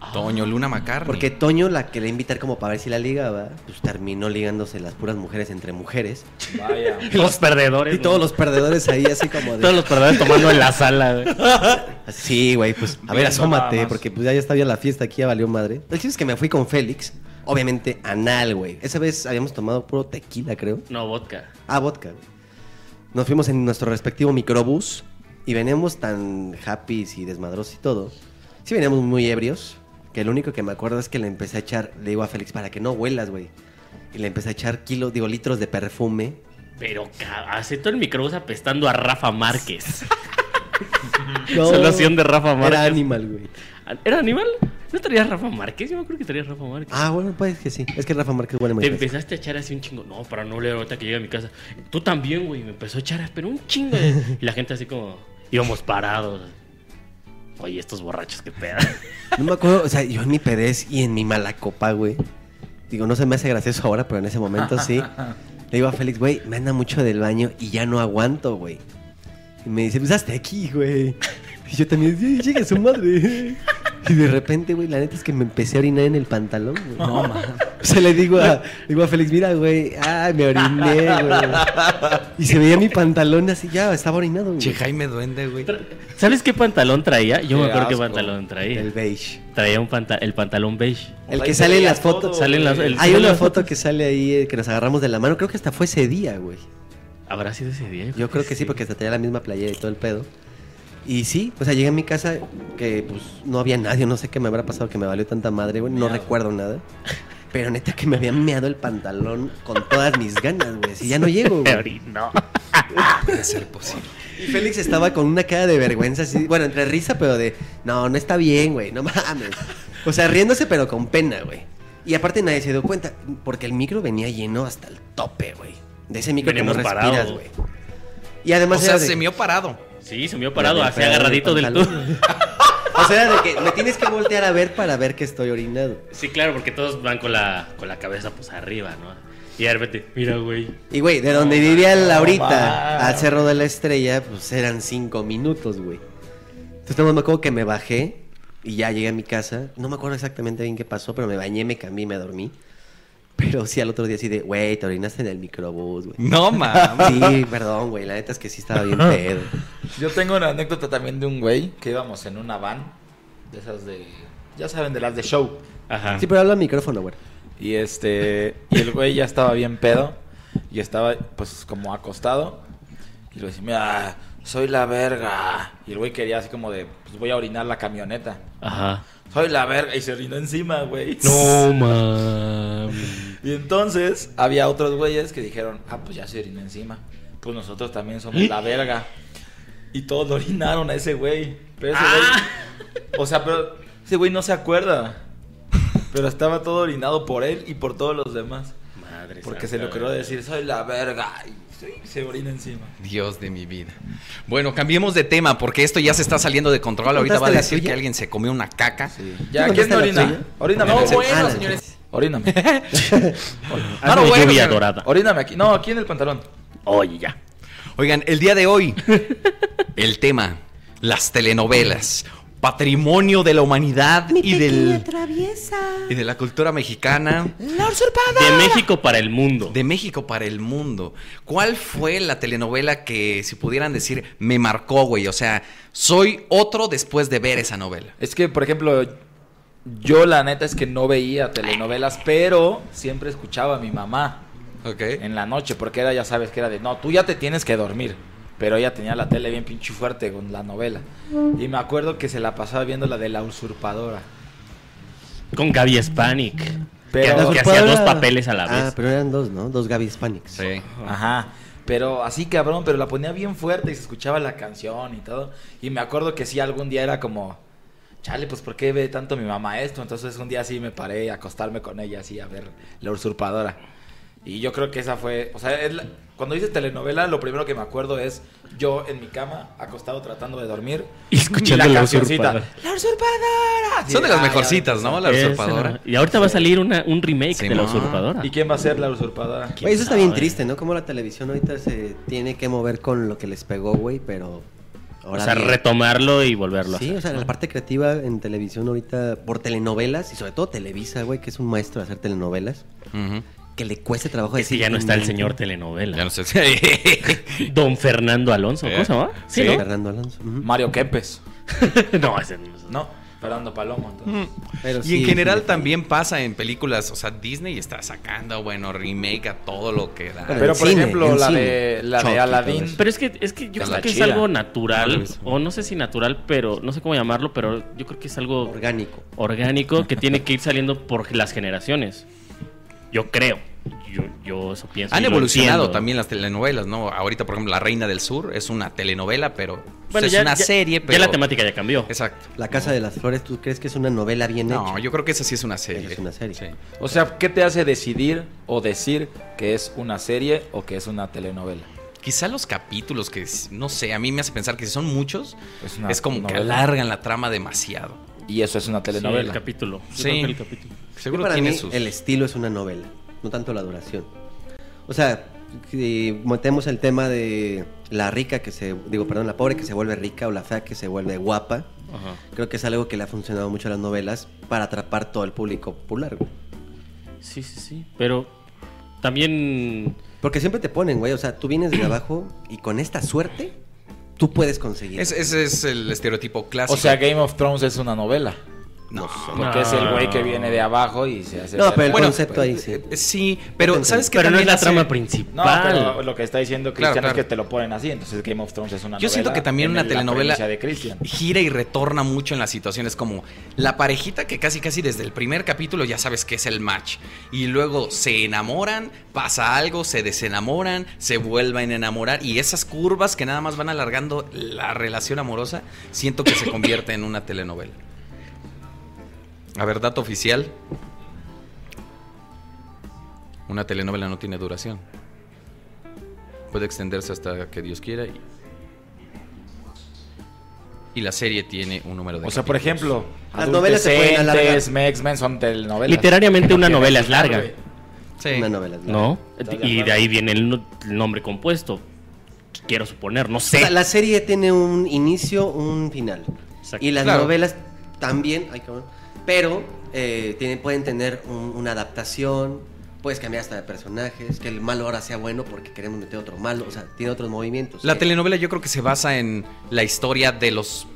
Ah.
Toño Luna Macarne.
Porque Toño, la que le invitar como para ver si la ligaba, pues terminó ligándose las puras mujeres entre mujeres.
Vaya.
Los perdedores.
Y todos los perdedores ahí, así como de-
Todos los perdedores tomando en la sala, güey.
Sí, güey, pues a ver,
Viendo nada
asómate,
más.
porque pues ya, ya estaba la fiesta aquí, ya valió madre. El chiste es que me fui con Félix, obviamente anal, güey. Esa vez habíamos tomado puro tequila, creo.
No, vodka.
Ah, vodka. Nos fuimos en nuestro respectivo microbús y veníamos tan happy y desmadrosos y todo. Sí, veníamos muy ebrios, que lo único que me acuerdo es que le empecé a echar, le digo a Félix, para que no huelas, güey. Y le empecé a echar kilos, digo, litros de perfume.
Pero ca- aceptó el microbús apestando a Rafa Márquez.
No,
Solución de Rafa Márquez.
Era animal, güey.
¿Era animal? ¿No estaría Rafa Márquez? Yo me creo que estaría Rafa Márquez.
Ah, bueno, pues que sí. Es que Rafa Márquez huele muy
Te
fresco.
empezaste a echar así un chingo. No, para no leer ahorita que llegue a mi casa. Tú también, güey. Me empezó a echar, pero un chingo. de- Y la gente así como. Íbamos parados. Oye, estos borrachos, qué pedo.
No me acuerdo, o sea, yo en mi pedez y en mi mala copa, güey. Digo, no se me hace gracioso ahora, pero en ese momento sí. Le digo a Félix, güey, me anda mucho del baño y ya no aguanto, güey. Y me dice, pues hasta aquí, güey. Y yo también, sí, llega su madre. Y de repente, güey, la neta es que me empecé a orinar en el pantalón, güey. No, man. O sea, le digo a, digo a Félix, mira, güey, ay, me oriné, güey. Y se veía mi pantalón así, ya estaba orinado, güey.
Che, Jaime Duende, güey.
¿Sabes qué pantalón traía? Yo
Qué
me acuerdo qué
asco.
pantalón traía. El
beige.
Traía un panta- el pantalón beige.
El que sale en las fotos.
Salen las, el-
Hay
salen
una
las
foto que sale ahí eh, que nos agarramos de la mano. Creo que hasta fue ese día, güey.
¿Habrá sido ese día?
Yo creo que sí, porque hasta tenía la misma playera y todo el pedo. Y sí, o sea, llegué a mi casa que pues no había nadie, no sé qué me habrá pasado que me valió tanta madre, güey. No
Meado.
recuerdo nada. Pero neta que me había meado el pantalón con todas mis ganas, güey. Si ya no llego,
Me
güey.
orinó.
Puede ser posible.
Y Félix estaba con una cara de vergüenza, así, bueno, entre risa, pero de, no, no está bien, güey, no mames. O sea, riéndose, pero con pena, güey. Y aparte nadie se dio cuenta, porque el micro venía lleno hasta el tope, güey. De ese micro
Veníamos
que no respiras,
parados.
güey. Y además
o sea,
era de-
se mió parado.
Sí, se mió parado,
Pero
así
del
agarradito del todo.
pantalón. O sea, era de que me tienes que voltear a ver para ver que estoy orinado.
Sí, claro, porque todos van con la, con la cabeza pues arriba, ¿no? Y de repente, mira, güey.
Y güey, de donde vivía Laurita
ma.
al Cerro de la Estrella, pues eran cinco minutos, güey. Entonces no me acuerdo que me bajé y ya llegué a mi casa. No me acuerdo exactamente bien qué pasó, pero me bañé, me cambié, me dormí. Pero sí al otro día así de, güey, te orinaste en el microbús, güey.
No mames.
Sí, perdón, güey, la neta es que sí estaba bien pedo.
Yo tengo una anécdota también de un güey que íbamos en una van. De esas de... Ya saben, de las de show.
Ajá.
Ah.
Sí, pero habla al micrófono, güey.
Y este. Y el güey ya estaba bien pedo. Y estaba, pues, como acostado. Y le decía, mira, soy la verga. Y el güey quería así como de, pues voy a orinar la camioneta.
Ajá.
Soy la verga. Y se orinó encima, güey.
No mames.
Y entonces había otros güeyes que dijeron, ah, pues ya se orinó encima. Pues nosotros también somos la verga. Y todos lo orinaron a ese güey. Pero ese güey
Ah.
O sea, pero ese güey no se acuerda. Pero estaba todo orinado por él y por todos los demás.
Madre
Porque
santa,
se lo quería
güey.
decir, soy la verga. Y se orina encima.
Dios de mi vida. Bueno, cambiemos de tema porque esto ya se está saliendo de control. Ahorita va a
¿Contaste la
decir
tuya?
que alguien se comió una caca.
Ya, ¿Tú ¿quién contaste la orina? tuya? Oríname. No,
En el
bueno,
centro.
señores. Oríname.
Ah, no, Ah, bueno, señor.
Oríname aquí. No, aquí en el pantalón.
Oye, ya. Oigan, el día de hoy, el tema, las telenovelas, patrimonio de la humanidad y, del,
traviesa.
y de la cultura mexicana.
La usurpada.
México para el mundo. De México para el mundo. ¿Cuál fue la telenovela que, si pudieran decir, me marcó, güey? O sea, soy otro después de ver esa novela.
Es que, por ejemplo, yo la neta es que no veía telenovelas, pero siempre escuchaba a mi mamá.
En
la noche, porque era, ya sabes, que era de, no, tú ya te tienes que dormir. Pero ella tenía la tele bien pinche fuerte con la novela. Y me acuerdo que se la pasaba viendo la de la usurpadora.
Con Gaby Spanik.
Pero-
que, que hacía dos papeles a la vez.
Ah, pero eran dos, ¿no? Dos Gaby Hispanics.
Sí.
Ajá. Pero así cabrón, pero la ponía bien fuerte y se escuchaba la canción y todo. Y me acuerdo que sí, algún día era como, chale, pues ¿por qué ve tanto mi mamá esto? Entonces un día sí me paré a acostarme con ella así a ver La Usurpadora. Y yo creo que esa fue, o sea, es la- cuando dices telenovela, lo primero que me acuerdo es yo en mi cama, acostado tratando de dormir. Y
escuchando La
cancioncita,
Usurpadora.
La Usurpadora.
Son de
Sí,
las
ah,
mejorcitas,
ya.
¿no? La usurpadora.
Y ahorita va a salir una, un remake de la
Simón.
usurpadora.
¿Y quién va a ser la usurpadora?
Güey, eso está bien triste, ¿no? Como la televisión ahorita se tiene que mover con lo que les pegó, güey, pero...
O sea, retomarlo y volverlo a
Sí,
hacer,
o sea,
¿no?
la parte creativa en televisión ahorita, por telenovelas, y sobre todo Televisa, güey, que es un maestro de hacer telenovelas, que le cueste trabajo
Es que
decir...
ya no está el
"Mm".
señor telenovela.
Ya no sé.
Don Fernando Alonso, ¿cómo se llama?
Sí,
¿no?
Fernando Alonso.
Mario Kempes.
no, ese no.
No, Fernando Palomo. Entonces.
y en general también pasa en películas, o sea, Disney está sacando, bueno, remake a todo lo que da.
Pero, por ejemplo, la de, la de Aladdin.
Pero es que, es que yo
De
creo
la
que es
chida. No
algo
lo he
natural,
visto.
o no sé si natural, pero no sé cómo llamarlo, pero yo creo que es algo
orgánico.
Orgánico que tiene que ir saliendo por las generaciones. Yo creo. Yo, yo eso pienso.
Han
y lo
evolucionado
entiendo.
también las telenovelas, ¿no? Ahorita, por ejemplo, La Reina del Sur es una telenovela, pero o sea,
Bueno,
es
ya-
una
ya-
serie,
ya
pero...
la temática ya cambió.
Exacto.
La Casa de las Flores, ¿tú crees que es una novela bien hecha?
No, yo creo que esa sí es una serie.
Es una serie.
O sea, ¿qué te hace decidir o decir que es una serie o que es una telenovela?
Quizá los capítulos que, s- no sé, a mí me hace pensar que si son muchos,
Es
es,
una
como que
novela.
alargan la trama demasiado.
Y eso es una telenovela.
el capítulo. Yo
Sí,
creo que el capítulo.
seguro
Yo para
tiene
mí,
sus...
El estilo es una novela, no tanto la duración. O sea, si metemos el tema de la rica que se, digo, perdón, la pobre que se vuelve rica o la fea que se vuelve guapa.
Ajá.
Creo que es algo que le ha funcionado mucho a las novelas para atrapar todo el público popular. güey.
Sí, sí, sí. Pero también.
Porque siempre te ponen, güey, o sea, tú vienes de abajo y con esta suerte tú puedes conseguir.
Es- ese es el estereotipo clásico.
O sea, Game of Thrones es una novela.
No.
Porque es el güey que viene de abajo y se hace.
No, pero el
Bueno,
concepto
eh,
ahí sí.
Sí, pero ¿sabes qué? también hace-
No, pero lo que está diciendo Cristian
Claro, claro.
es que te lo ponen así. Entonces Game of Thrones es una novela.
Yo siento que también
en
una
la
telenovela
premisa de Cristian.
gira y retorna mucho en las situaciones como la parejita que casi casi desde el primer capítulo ya sabes que es el match y luego se enamoran, pasa algo, se desenamoran, se vuelven a enamorar y esas curvas que nada más van alargando la relación amorosa, siento que se convierte en una telenovela. A ver, dato oficial. Una telenovela no tiene duración. Puede extenderse hasta que Dios quiera y y la serie tiene un número de
O sea, por ejemplo, Adultos Decentes, X-Men son telenovelas.
Literariamente una
Porque
novela es
no tiene
larga.
final, güey.
Una novela. es larga.
¿No? Y de ahí viene el no- el nombre compuesto. Quiero suponer, no
O
sé.
sea, la serie tiene un inicio, un final. Y las
Claro.
novelas también, ay, cabrón. pero eh, tienen- pueden tener un- una adaptación, puedes cambiar hasta de personajes, que el malo ahora sea bueno porque queremos meter otro malo, o sea, tiene otros movimientos.
La
Que-
telenovela yo creo que se basa en la historia de los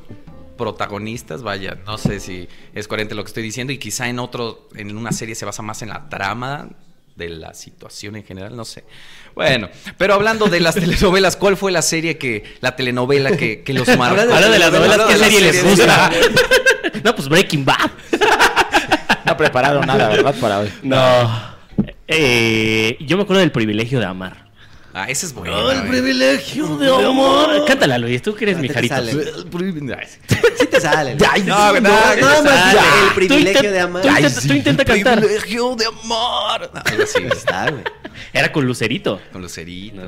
protagonistas, vaya, no sé si es coherente lo que estoy diciendo y quizá en otro en una serie se basa más en la trama de la situación en general, no sé. Bueno, pero hablando de las telenovelas, ¿cuál fue la serie que la telenovela que, que los marcó?
Hablando de Habla de las telenovelas,
Hablando
¿qué
de las
serie les
series,
gusta?
sí.
no, pues Breaking Bad.
No prepararon nada, ¿verdad? Para hoy.
No. Eh, yo me acuerdo del privilegio de amar.
Ah, ese es bueno.
El
privilegio
de amar. Cántala, Luis. Tú que eres mi
te
jarito.
sale.
El privilegio- Ay,
Sí te sale.
Ay,
Luis.
no, no,
nada
no
más
sale.
ya, el
Tú
privilegio
intenta-
de amar.
tú intenta- tú intenta cantar.
Privilegio de amar. Algo así.
Está, güey.
Era con Lucerito.
Con Lucerito.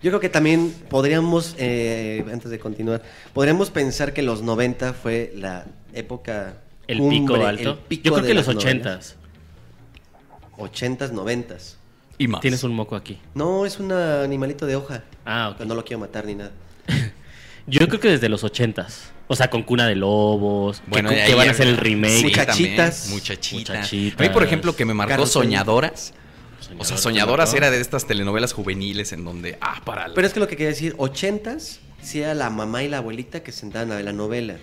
Yo creo que también podríamos, eh, antes de continuar, podríamos pensar que los 90 fue la época.
El
cumbre,
pico alto.
el pico
Yo creo
de
que
las
los
novelas.
ochentas.
80s, 90s.
Y más.
Tienes un moco aquí.
No, es un animalito de hoja.
Ah, ok.
No lo quiero matar ni nada.
Yo creo que desde los ochentas. O sea, con Cuna de Lobos. que-
Bueno,
que,
ahí
van a
ya-
hacer el remake.
Sí, también, Muchachitas.
Muchachitas.
A mí, por ejemplo, que me marcó
Carlos
Soñadoras. O sea,
Soñadoras,
Soñadoras
¿no?
era de estas telenovelas juveniles en donde, ah, para la-
Pero es que lo que quería decir, 80s sí era la mamá y la abuelita que sentaban a ver la novela.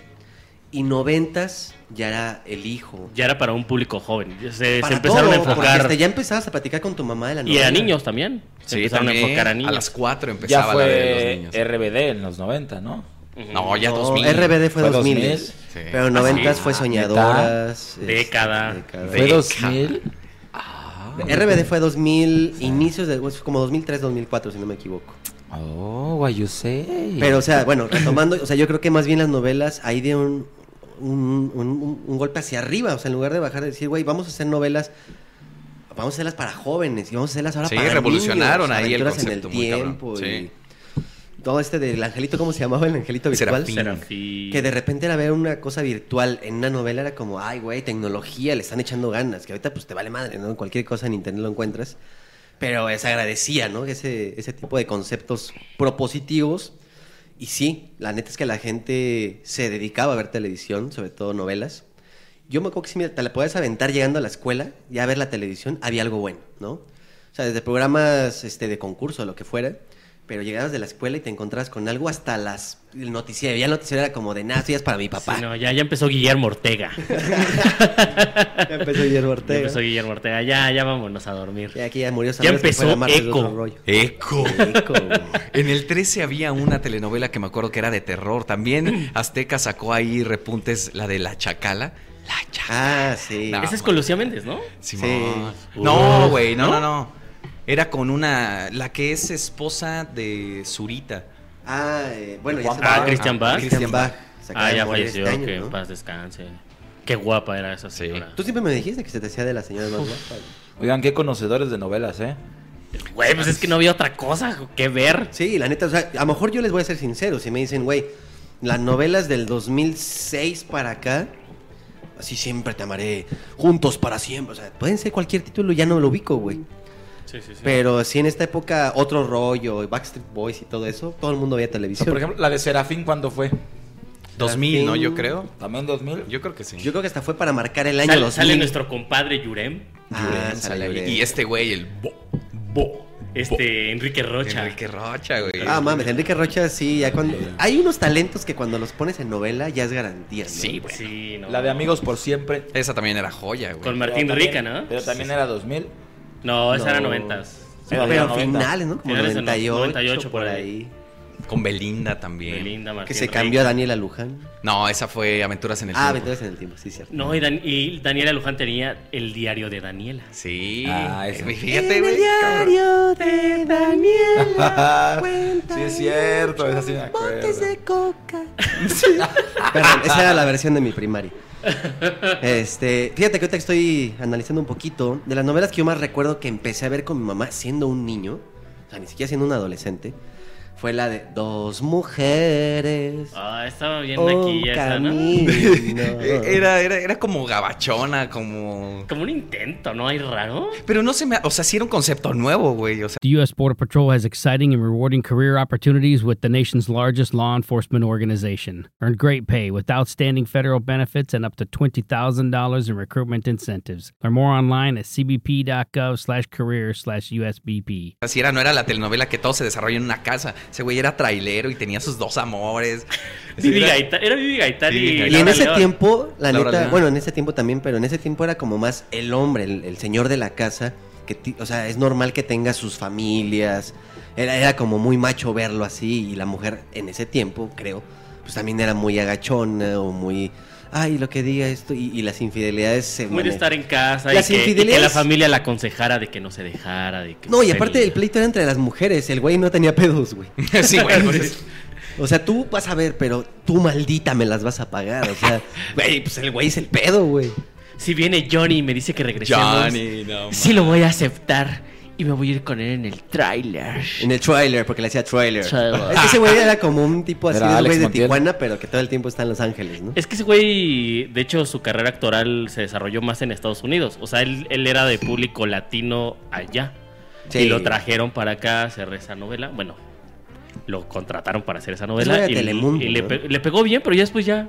Y 90s ya era el hijo.
Ya era para un público joven. Se- Se,
Para
empezaron
todo,
a
porque
enfocar.
hasta ya empezabas a platicar con tu mamá de la novela.
Y a niños también. Se
Sí,
empezaron
también.
a enfocar a niños.
A las 4
Ya
empezaba la de los
fue
niños.
RBD en los 90, ¿no?
No, ya
No,
2000.
RBD fue 2000.
Sí.
Pero
Ah,
90s fue
sí.
Soñadoras.
Neta. Década.
¿Fue
Década.
2000?
Ah. RBD fue 2000, inicios de, pues, como 2003, 2004, si no me equivoco.
Oh, what you say.
Pero, o sea, bueno, retomando, o sea, yo creo que más bien las novelas ahí de un, un, un- un golpe hacia arriba, o sea, en lugar de bajar, decir, güey, vamos a hacer novelas, vamos a hacerlas para jóvenes y vamos a hacerlas Pues ahora
Sí,
para
revolucionaron
niños,
ahí el
aventuras
concepto
en el
muy cabrón,
tiempo
sí.
y todo este del angelito, ¿cómo se llamaba el angelito virtual?
Serafín. Serafín.
Que de repente era ver una cosa virtual en una novela era como, ay, güey, tecnología, le están echando ganas, que ahorita pues te vale madre, ¿no? Cualquier cosa en internet lo encuentras. Pero se agradecía, ¿no? Ese, ese tipo de conceptos propositivos. Y sí, la neta es que la gente se dedicaba a ver televisión, sobre todo novelas. Yo me acuerdo que si me- te la podías aventar llegando a la escuela y a ver la televisión, había algo bueno, ¿no? O sea, desde programas este, de concurso, lo que fuera, pero llegabas de la escuela y te encontrabas con algo hasta las... El noticiero, ya el noticiero era como de nada, esto ya es para mi papá.
No, ya, ya empezó Guillermo Ortega.
Ya empezó Guillermo Ortega.
Ya empezó Guillermo Ortega. Ya, ya vámonos a dormir.
Y aquí ya murió
Ya
Sanders, que fue la
empezó
martes de otro
Eco.
rollo.
Eco.
Eco, güey.
En el 13 había una telenovela que me acuerdo que era de terror. También Azteca sacó ahí repuntes, la de La Chacala.
Ah, sí.
No,
Ese es con Lucía Méndez, ¿no?
Simón.
Sí.
No,
Uf,
güey, no,
¿no?
no, no. Era con una. La que es esposa de Zurita.
Ah, eh, bueno, ya
Juan
se
Bach.
murió.
Ah, Christian Bach.
Christian Bach. Se acaba
Ah,
de
ya
morir
falleció.
este año,
que
¿no?
en paz descanse. Qué guapa era esa señora.
Tú siempre me dijiste que se te hacía de las señoras más guapas.
Oigan, qué conocedores de novelas, ¿eh?
Güey, pues es que no había otra cosa que ver.
Sí, la neta, o sea, a lo mejor yo les voy a ser sincero. Si me dicen, güey, las novelas del 2006 para acá, así siempre te amaré, juntos para siempre. pues, O sea, pueden ser cualquier título, ya no lo ubico, güey.
Sí, sí, sí.
Pero sí, en esta época, otro rollo, Backstreet Boys y todo eso, todo el mundo veía televisión.
Por ejemplo, la de Serafín, ¿cuándo fue?
2000, ¿no? Yo creo.
¿También 2000?
Yo creo que sí.
yo creo que hasta fue para marcar el año
sale,
2000.
sale nuestro compadre Yurem.
Ah, sale
Yurem.
Yurem.
Y este güey, el bo. Bo.
Este, Enrique Rocha.
Enrique Rocha, güey.
Ah, mames, Enrique Rocha, sí, ya cuando... Hay unos talentos que cuando los pones en novela ya es garantía, ¿no?
Sí, güey.
Sí, no.
La de Amigos por Siempre.
Esa también era joya, güey.
Con Martín
Pero
Rica,
también-
¿no?
Pero también era 2000.
No, esa era
No.
noventas.
Pero
Pero
noventa.
finales, ¿no? Como
Finales de
98,
98
por
por
ahí.
ahí.
Con Belinda también.
Belinda, Martín
Que se
Rica.
cambió a Daniela Luján.
No, esa fue Aventuras en el
Ah,
Tiempo.
Aventuras en el Tiempo, sí, cierto.
No, y, Dan- y Daniela Luján tenía el diario de Daniela.
Sí.
Ah, esa.
Eh, Fíjate, güey. cabrón.
diario de Daniela
sí, es cierto, esa sí me acuerdo.
Coca.
Perdón, esa era la versión de mi primaria. Este, fíjate que ahorita que estoy analizando un poquito de las novelas que yo más recuerdo que empecé a ver con mi mamá siendo un niño, o sea, ni siquiera siendo un adolescente, fue la de Dos mujeres.
Ah, estaba bien
Un
aquí esa, ¿no?
Oh, camino.
Eh, Era, era, era como gabachona, como.
Como un intento, ¿no? Hay raro.
Pero no se me. O sea, sí era un concepto nuevo, güey. O sea,
The U.S. Border Patrol has exciting and rewarding career opportunities with the nation's largest law enforcement organization. Earn great pay with outstanding federal benefits and up to $20,000 in recruitment incentives. Learn more online at cbp.gov slash career slash USBP.
Así era, no era la telenovela que todo se desarrolla en una casa. Ese güey era trailero y tenía sus dos amores. Ese
Vivi
era-
Gaitán- era Vivi Gaitán
Vivi
y,
Gaitán.
Y en
Laura
ese
León.
tiempo, la
Laura
neta,
León.
bueno, en ese tiempo también, pero en ese tiempo era como más el hombre, el, el señor de la casa, que ti- o sea, es normal que tenga sus familias, era, era como muy macho verlo así, y la mujer en ese tiempo, creo, pues también era muy agachona o muy ay, lo que diga esto, y, y las infidelidades se
Muy de
manejan.
estar en casa y
Las
que, y que la
infidelidades-
familia la aconsejara de que no se dejara. De que
No, y
se-
aparte el pleito era entre las mujeres, el güey no tenía pedos, güey.
Sí, güey, pues,
Entonces, O sea, tú vas a ver, pero tú maldita me las vas a pagar, o sea, güey, pues el güey es el pedo, güey.
Si viene Johnny y me dice que regresemos,
Johnny, no,
sí lo voy a aceptar y me voy a ir con él en el tráiler.
En el trailer, porque le hacía trailer.
Trailer.
Es que ese güey era como un tipo así,
Era
un
Alex
güey de
Montiel.
Tijuana, pero que todo el tiempo está en Los Ángeles, ¿no?
Es que ese güey, de hecho, su carrera actoral se desarrolló más en Estados Unidos. O sea, él, él era de público latino allá.
Sí.
Y lo trajeron para acá a hacer esa novela. Bueno, lo contrataron para hacer esa
Eso
novela.
era
Y,
Telemundo,
y le,
¿no?
pe- le pegó bien, pero ya después ya.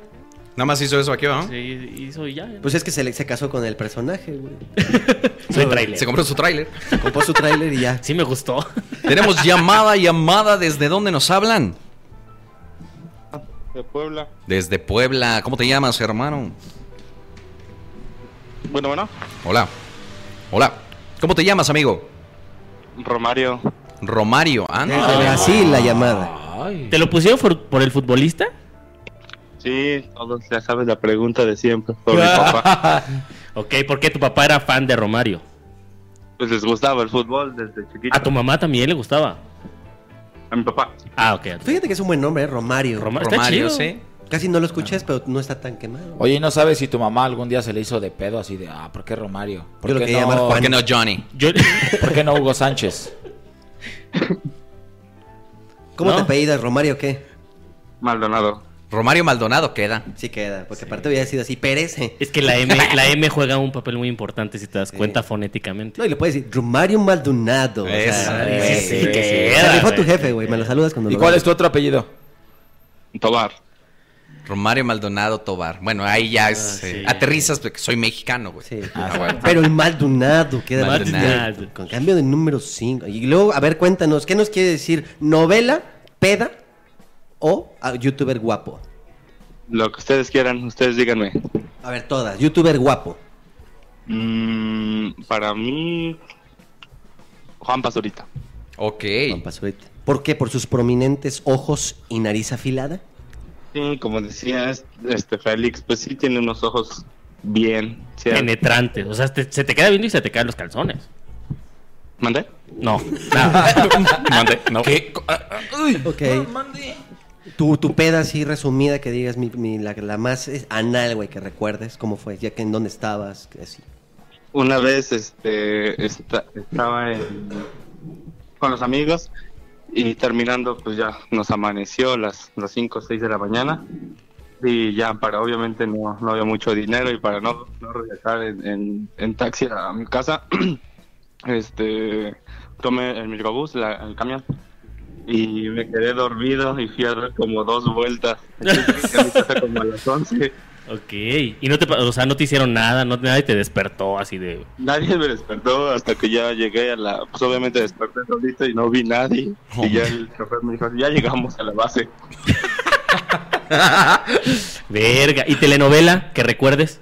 Nada más hizo eso aquí, ¿no?
Se hizo y ya.
Pues es que se, le- se casó con el personaje, güey.
Soy tráiler.
Se compró su tráiler.
Se compró su tráiler y ya.
Sí, me gustó.
Tenemos llamada, llamada. ¿Desde dónde nos hablan?
de Puebla.
Desde Puebla. ¿Cómo te llamas, hermano?
Bueno, bueno,
Hola. Hola. ¿Cómo te llamas, amigo?
Romario.
Romario. Ah, no.
Desde Brasil la llamada.
¿Te lo pusieron por, por el futbolista?
Sí, todos ya sabes la pregunta de siempre. Por mi papá.
Ok, ¿por qué tu papá era fan de Romario?
Pues les gustaba el fútbol desde chiquito.
¿A tu mamá también le gustaba?
A mi papá.
Ah, ok.
Fíjate que es un buen nombre, ¿eh? Romario.
Roma- está Romario, chido. sí.
Casi no lo escuchas, pero no está tan quemado.
Oye, ¿y no sabes si tu mamá algún día se le hizo de pedo así de, ah, ¿por qué Romario? ¿Por,
Yo lo
qué,
quería
no,
llamar Juan.
¿por qué
no Johnny?
¿Por qué no Hugo Sánchez?
¿Cómo
¿No?
te apellidas, Romario qué?
Maldonado.
Romario Maldonado queda.
Sí queda, porque aparte hubiera sido así, Pérez. eh.
Es que la M, la M juega un papel muy importante si te das cuenta fonéticamente.
No, y le puedes decir, Romario Maldonado. o sea,
Esa,
güey,
sí, sí,
güey,
que
sí.
era,
Se rifó
güey.
tu jefe, güey, me lo saludas cuando
¿Y
lo
cuál
veas.
es tu otro apellido?
Tobar.
Romario Maldonado Tobar. Bueno, ahí ya es,
Ah,
eh,
sí.
aterrizas porque soy mexicano, güey. Ah, bueno.
Pero el Maldonado queda
Maldonado.
bien. Con cambio de número 5. Y luego, a ver, cuéntanos, ¿qué nos quiere decir? ¿Novela, peda o ah, youtuber guapo?
Lo que ustedes quieran, ustedes díganme.
A ver, todas. Youtuber guapo.
Mm, para mí, Juan Pazurita.
Ok.
Juan Pazurita. ¿Por qué? ¿Por sus prominentes ojos y nariz afilada?
Sí, como decía es- este Félix, pues sí tiene unos ojos bien. ¿sí?
Penetrantes. O sea, te- se te queda viendo y se te caen los calzones.
¿Mandé?
No. nada.
Mandé, no.
¿Qué?
Ok. Tu, tu peda así resumida que digas, mi, mi- la, la más es- anal, güey, que recuerdes cómo fue, ya que en dónde estabas, que así.
Una vez este esta- estaba en- con los amigos y terminando pues ya nos amaneció las las 5 o 6 de la mañana y ya para obviamente no, no había mucho dinero y para no, no regresar en, en- en taxi a mi casa este tomé el microbús, la- el camión y me quedé dormido y fui a dar como dos vueltas Llegué a mi casa como a las 11
Ok. Y no te, pa- o sea, no te hicieron nada, no, nadie te despertó así de.
Nadie me despertó hasta que ya llegué a la... Pues obviamente desperté solito y no vi nadie. Y ya el chofer me dijo, ya llegamos a la base.
Verga. ¿Y telenovela que recuerdes?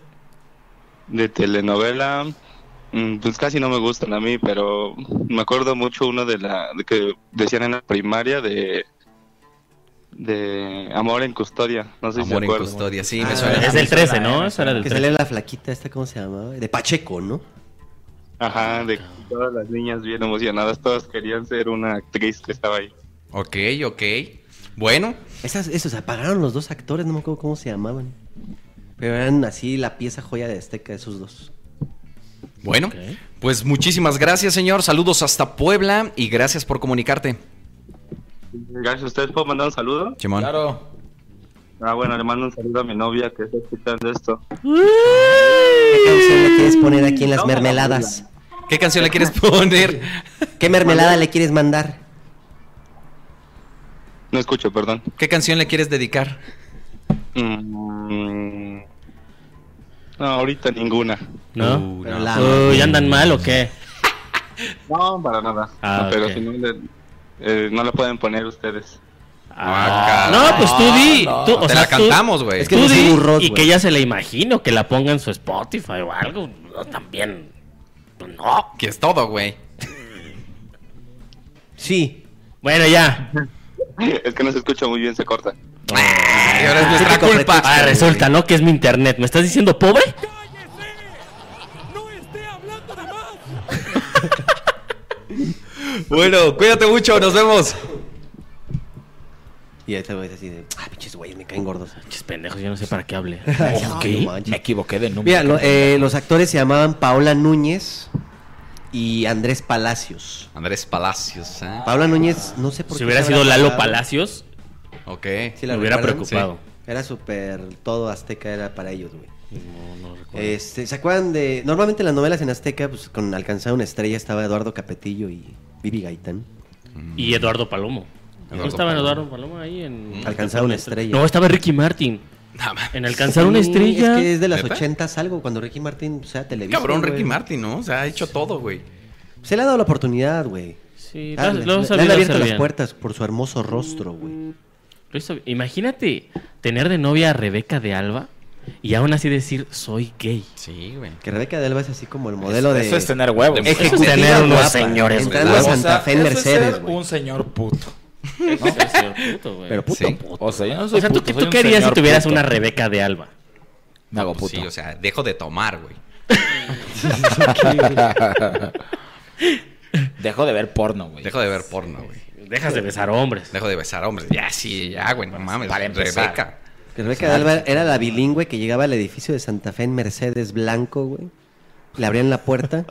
De telenovela, mm, pues casi no me gustan a mí, pero me acuerdo mucho uno de la... de que decían en la primaria de... De Amor en Custodia. No sé si
Amor
se
en
acuerdan.
Custodia, sí,
Ah,
me suena.
es del 13, ¿no? Esa era del
Que
13.
salía la flaquita esta, ¿cómo se llamaba? De Pacheco, ¿no?
Ah,
Ajá, de que todas las niñas bien emocionadas, todas querían ser una actriz que estaba ahí.
Ok, ok. Bueno.
Esas, esos apagaron los dos actores, no me acuerdo cómo se llamaban. Pero eran así la pieza joya de Azteca, esos dos.
Bueno, pues muchísimas gracias, señor. Saludos hasta Puebla y gracias por comunicarte.
Gracias a ustedes. ¿Puedo mandar un saludo?
Chimón.
Claro. Ah, bueno, le mando un saludo a mi novia que está escuchando esto.
¿Qué canción le quieres poner aquí en las mermeladas?
¿Qué canción le quieres poner?
¿Qué mermelada le quieres mandar?
No escucho, perdón.
¿Qué canción le quieres dedicar?
Mm. No, ahorita ninguna.
¿No?
Uh,
no.
Uy, ¿andan mal o qué?
No, para nada.
Ah,
No, pero
ok.
si no, le- eh, no la pueden poner ustedes.
Ah,
No, pues tú di. tú, o sea, tú- tú di y que
ya
ya se la imagino, que la ponga en su Spotify o algo. No, también. pues No.
Que es todo, güey.
Sí.
Bueno, ya.
es que no se escucha muy bien, se corta.
Ah, y ahora es nuestra
Típico
culpa.
pretexto, Ah, resulta, ¿no? Que es mi internet. ¿Me estás diciendo pobre?
Bueno, cuídate mucho, nos vemos.
Y ahí te ves así de, ah, pinches güeyes, me caen gordos.
Pinches pendejos, yo no sé para qué hable.
Ok.
Me equivoqué de número.
Mira, lo- eh, los actores se llamaban Paola Núñez y Andrés Palacios.
Andrés Palacios, ¿eh?
Paola Núñez, no sé por
Si
qué
hubiera
se
sido
habrá
Lalo
pasado.
Palacios,
Ok.
¿Sí la
me hubiera
recuerdan?
preocupado.
Sí. Era súper, todo Azteca era para ellos, güey. Este, ¿Se acuerdan de...? Normalmente las novelas en Azteca, pues con Alcanzar una estrella estaba Eduardo Capetillo y Vivi Gaitán.
Y Eduardo Palomo.
Eduardo
¿No estaba
Palomo.
Eduardo Palomo ahí en.
Alcanzar una estrella.
No, estaba Ricky Martin. En Alcanzar
Sí,
una estrella.
Es que es de las
¿Neta?
ochentas algo, cuando Ricky Martin, o sea, televisa.
Cabrón, Ricky Martin, ¿no? O sea, ha hecho todo, güey.
Se le ha dado la oportunidad, güey.
Sí,
Ah,
lo-
le,
lo
le- le
sabía,
han
lo
abierto las
sabía.
puertas por su hermoso rostro, güey.
Lo hizo- Imagínate tener de novia a Rebeca de Alba y aún así decir soy gay.
Sí, güey.
Que Rebeca de Alba es así como el modelo de...
Eso es tener huevos.
de ejecutiva
Eso es tener unos
guapa,
señores
Entrando a
huevos.
Santa Fe en
Eso es
Mercedes,
ser
güey.
un señor puto.
Pero puto,
Pues, Sí.
puto.
O sea, yo no soy
O sea, ¿tú,
puto,
qué-
soy
tú
un
qué harías si
señor
tuvieras
puto.
una Rebeca de Alba?
Me hago puto.
pues Sí, o sea, dejo de tomar, güey.
Dejo de ver porno, güey.
Dejo de ver porno, güey.
Dejas de besar hombres. Pues,
Dejo de besar hombres. Ya, sí, ya, güey. No mames.
Para empezar.
Rebeca.
Que Rebeca de Alba era la bilingüe que llegaba al edificio de Santa Fe en Mercedes Blanco, güey. Le abrían la puerta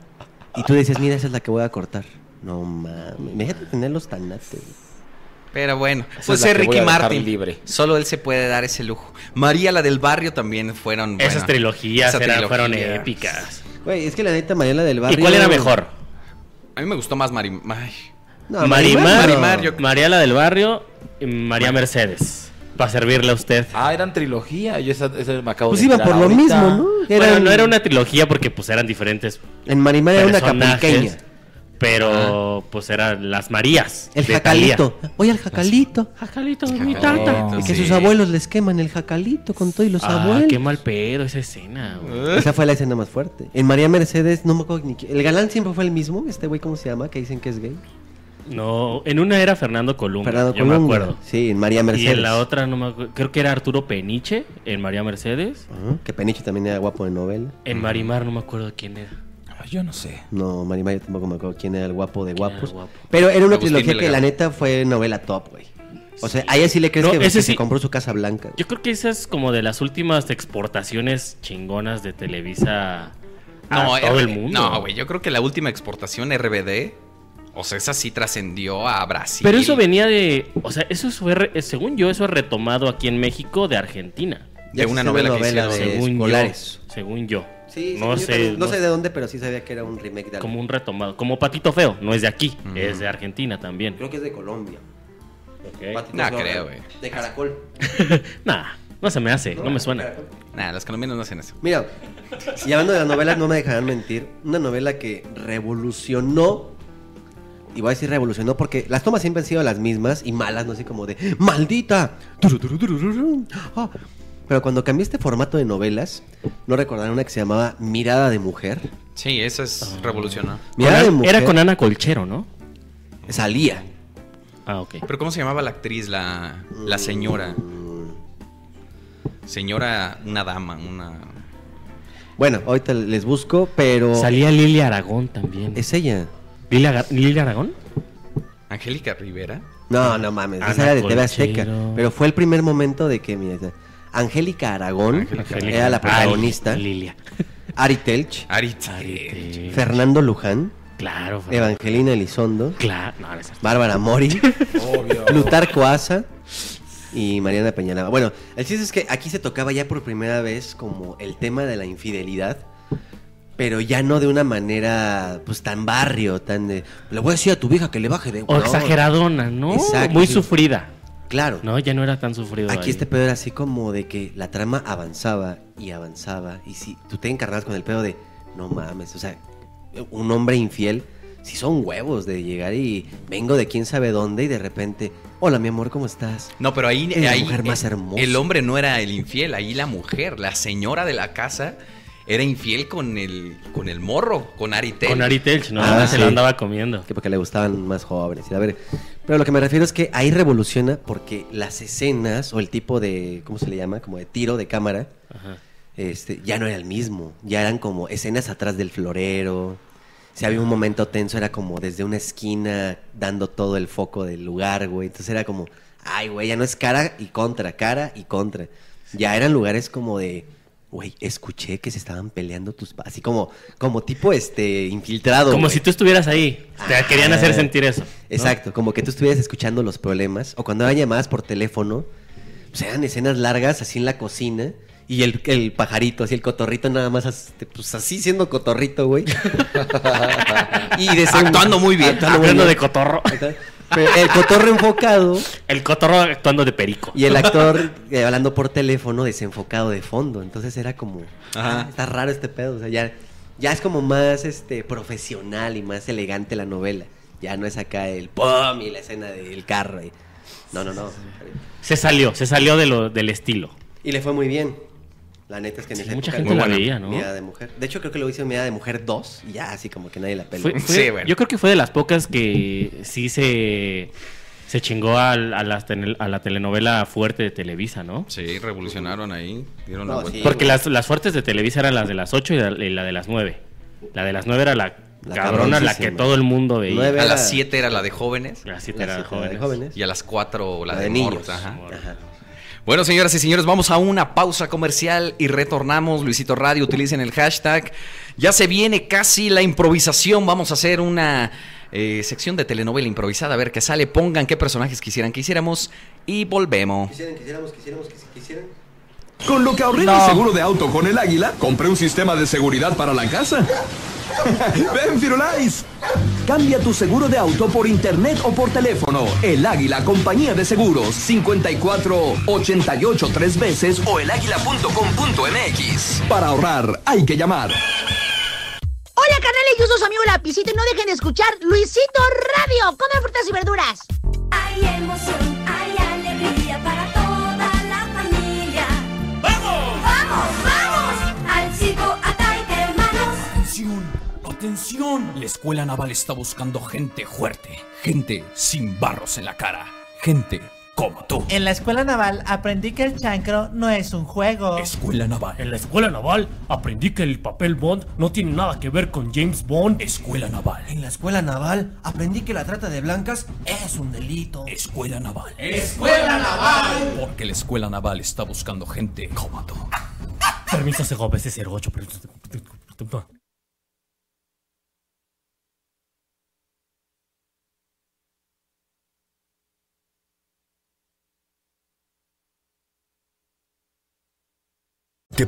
y tú decías, mira, esa es la que voy a cortar. No mames. Déjate tener los tanates, güey.
Pero bueno,
es
pues
la
es
que voy
Ricky
a dejar
Martin.
libre.
Solo él se puede dar ese lujo. María, la del barrio, también fueron.
Esas
bueno,
trilogías
esa
eran- fueron
trilogía.
épicas.
Güey, es que la neta, Mariela del Barrio...
¿Y cuál era mejor?
A mí me gustó más Marimar.
No,
Marimar,
Marimar, no.
Marimar, yo- María la del barrio y María Mercedes. Para servirle a usted.
Ah, eran trilogía. Yo esa, esa me acabo
Pues
de
iban
enterar
por lo
ahorita.
mismo, ¿no?
Bueno,
Eran-
no era una trilogía porque pues eran diferentes.
En Marimar era una
personajes,
acapulqueña.
Pero pues eran las Marías.
El
de
jacalito.
Thalía.
Oye, el jacalito.
Jacalito,
mi
tata.
Y que
sí.
sus abuelos les queman el jacalito con todo y los
Ah,
abuelos. ¿Eh?
qué mal pedo esa escena. güey.
Esa fue la escena más fuerte. En María Mercedes, no me acuerdo ni quién- El galán siempre fue el mismo, este güey, ¿cómo se llama? Que dicen que es gay.
No, en una era Fernando Columba.
Fernando
yo me
Colunga.
acuerdo.
Sí, en María
Y
Mercedes.
en la otra no me acuerdo. Creo que era Arturo Peniche en María Mercedes.
Ajá, Que Peniche también era guapo de novela.
En Marimar no me acuerdo quién era.
Yo no sé.
No, Marimar, yo tampoco me acuerdo quién era el guapo de
era
guapos.
el guapo?
Pero era una
Agustín
trilogía que
Melgar.
la neta fue novela top, güey. O sea, a ella sí le crees
No,
que,
ese
que
sí.
se compró su casa blanca.
Yo creo que esa es como de las últimas exportaciones chingonas de Televisa
No,
a todo
eh,
R-
el mundo.
No, güey. Yo creo que la última exportación RBD. O sea, esa sí trascendió a Brasil.
Pero eso venía de, o sea, eso fue, re- eh, según yo, eso es retomado aquí en México de Argentina.
De una novela que hicieron.
según
escolares.
yo, según yo.
Sí, sí,
no
yo
sé,
también- no sé de dónde, pero sí sabía que era un remake de algo.
como un retomado, como Patito Feo, no es de aquí, es de Argentina también.
Creo que es de Colombia.
Ok.
Patito
Nah,
Flores,
creo, güey.
De Caracol.
Nah, no se me hace, no, me suena.
Nah, los colombianos no hacen eso.
Mira, y hablando de las novelas, no me dejarán mentir. Una novela que revolucionó. Y voy a decir revolucionó porque las tomas siempre han sido las mismas y malas, no sé, como de ¡Maldita! Turu, turu, turu, turu. Ah. Pero cuando cambié este formato de novelas, no recordarán una que se llamaba Mirada de Mujer.
Sí, eso es revolucionar.
Mirada
Con
de
Ana-
Mujer.
Ah. era con Ana Colchero, ¿no?
Salía.
Ah, ok.
Pero ¿cómo se llamaba la actriz, la, la señora? Señora, una dama, una...
Bueno, ahorita les busco, pero.
Salía Lilia Aragón también.
Es ella.
¿Lilia, Gar- Lilia Aragón?
Angélica Rivera.
No, no mames.
Ah, Ana
esa era de TV Azteca.
Colchero.
Pero fue el primer momento de que, mira, esa- Angélica Aragón
Angélica.
era la
Ari
protagonista.
Lilia.
Ari Telch.
Ari
Fernando Luján.
Claro, Fernando.
Evangelina Elizondo.
Claro, no, no es cierto.
Bárbara Mori.
Obvio.
Plutarco Asa. Y Mariana Peñalaba. Bueno, el chiste es que aquí se tocaba ya por primera vez como el tema de la infidelidad. Pero ya no de una manera pues tan barrio, tan de... Le voy a decir a tu vieja que le baje de...
O
No.
exageradona, ¿no?
Exacto,
Muy
sí.
sufrida.
Claro.
No, ya no era tan sufrido.
Aquí
ahí.
este pedo era así como de que la trama avanzaba y avanzaba. Y si tú te encarnabas con el pedo de, no mames, o sea, un hombre infiel, si son huevos de llegar y vengo de quién sabe dónde y de repente, hola mi amor, ¿cómo estás?
No, pero ahí,
Es la
ahí-
mujer más
eh,
hermosa.
el hombre no era el infiel, ahí la mujer, la señora de la casa, era infiel con el, con el morro, con Aritel.
Con Ari Telch, ¿no?
Ah,
se lo
sí.
andaba comiendo.
Que porque le gustaban más jóvenes. Y a ver, Pero lo que me refiero es que ahí revoluciona porque las escenas o el tipo de, ¿cómo se le llama? Como de tiro de cámara, este, ya no era el mismo. Ya eran como escenas atrás del florero. Si había un momento tenso, era como desde una esquina dando todo el foco del lugar, güey. Entonces era como, ay, güey, ya no es cara y contra, cara y contra. Ya eran lugares como de, güey, escuché que se estaban peleando tus... pa-". Así como, como tipo, este, infiltrado.
Como
güey.
si tú estuvieras ahí. Te querían hacer sentir eso. ¿no?
Exacto, como que tú estuvieras escuchando los problemas. O cuando eran llamadas por teléfono, pues eran escenas largas así en la cocina. Y el, el pajarito, así el cotorrito, nada más, as- pues así siendo cotorrito, güey. y desem-
Actuando muy bien.
muy
Hablando de
cotorro.
Pero el cotorro enfocado.
El cotorro actuando de perico.
Y el actor eh, hablando por teléfono desenfocado de fondo. Entonces era como, "Ah, está raro este pedo. O sea, ya, ya es como más este profesional y más elegante la novela. Ya no es acá el pum y la escena del carro. y- No, no, no.
Se salió, se salió de lo, del estilo.
Y le fue muy bien. La neta es que en esa
mucha
época
gente
no
la
era
veía, ¿no?
Mirada de mujer. De hecho, creo que lo hizo en Mirada de Mujer 2 y ya así como que nadie la peló.
Fue- fue- Yo creo que fue de las pocas que sí se, se chingó al- a, las tele- a la telenovela fuerte de Televisa, ¿no?
Sí, revolucionaron ahí. Dieron
No,
la vuelta.
sí,
Porque las, las fuertes de Televisa eran las de las 8 y la, y la de las 9. La de las 9 era la, cabrona, la que
cabroncísima.
todo el mundo veía.
a las 7 era la de jóvenes.
Las siete era de jóvenes.
Y a las 4 la,
La
de,
de
niños.
niños.
ajá.
Morros.
Bueno, señoras y señores, vamos a una pausa comercial y retornamos. Luisito Radio, utilicen el hashtag. Ya se viene casi la improvisación. Vamos a hacer una eh, sección de telenovela improvisada. A ver qué sale. Pongan qué personajes quisieran que hiciéramos. Y volvemos.
Quisieran, quisiéramos, quisiéramos, quisi- quisieran.
Con lo que ahorré
No.
mi seguro de auto con el águila, compré un sistema de seguridad para la casa. Ven, Firulais. Cambia tu seguro de auto por internet o por teléfono. El Águila Compañía de Seguros 54 88 tres veces o elaguila.com.mx. Para ahorrar hay que llamar.
Hola, canales, yo soy su amigo Lapicito y no dejen de escuchar Luisito Radio. Come frutas y verduras. Hay emoción, hay alegría para toda la familia. ¡Vamos! ¡Vamos, vamos! Al circo ataque, hermanos.
Atención, atención. La escuela naval está buscando gente fuerte, gente sin barros en la cara, gente como tú.
En la escuela naval aprendí que el chancro no es un juego.
Escuela naval.
En la escuela naval aprendí que el papel Bond no tiene nada que ver con James Bond.
Escuela naval.
En la escuela naval aprendí que la trata de blancas
Es un delito. Escuela naval.
Escuela Naval.
Porque la escuela naval está buscando gente como tú.
Permiso, Segovia, ese 08. pero-
¿Te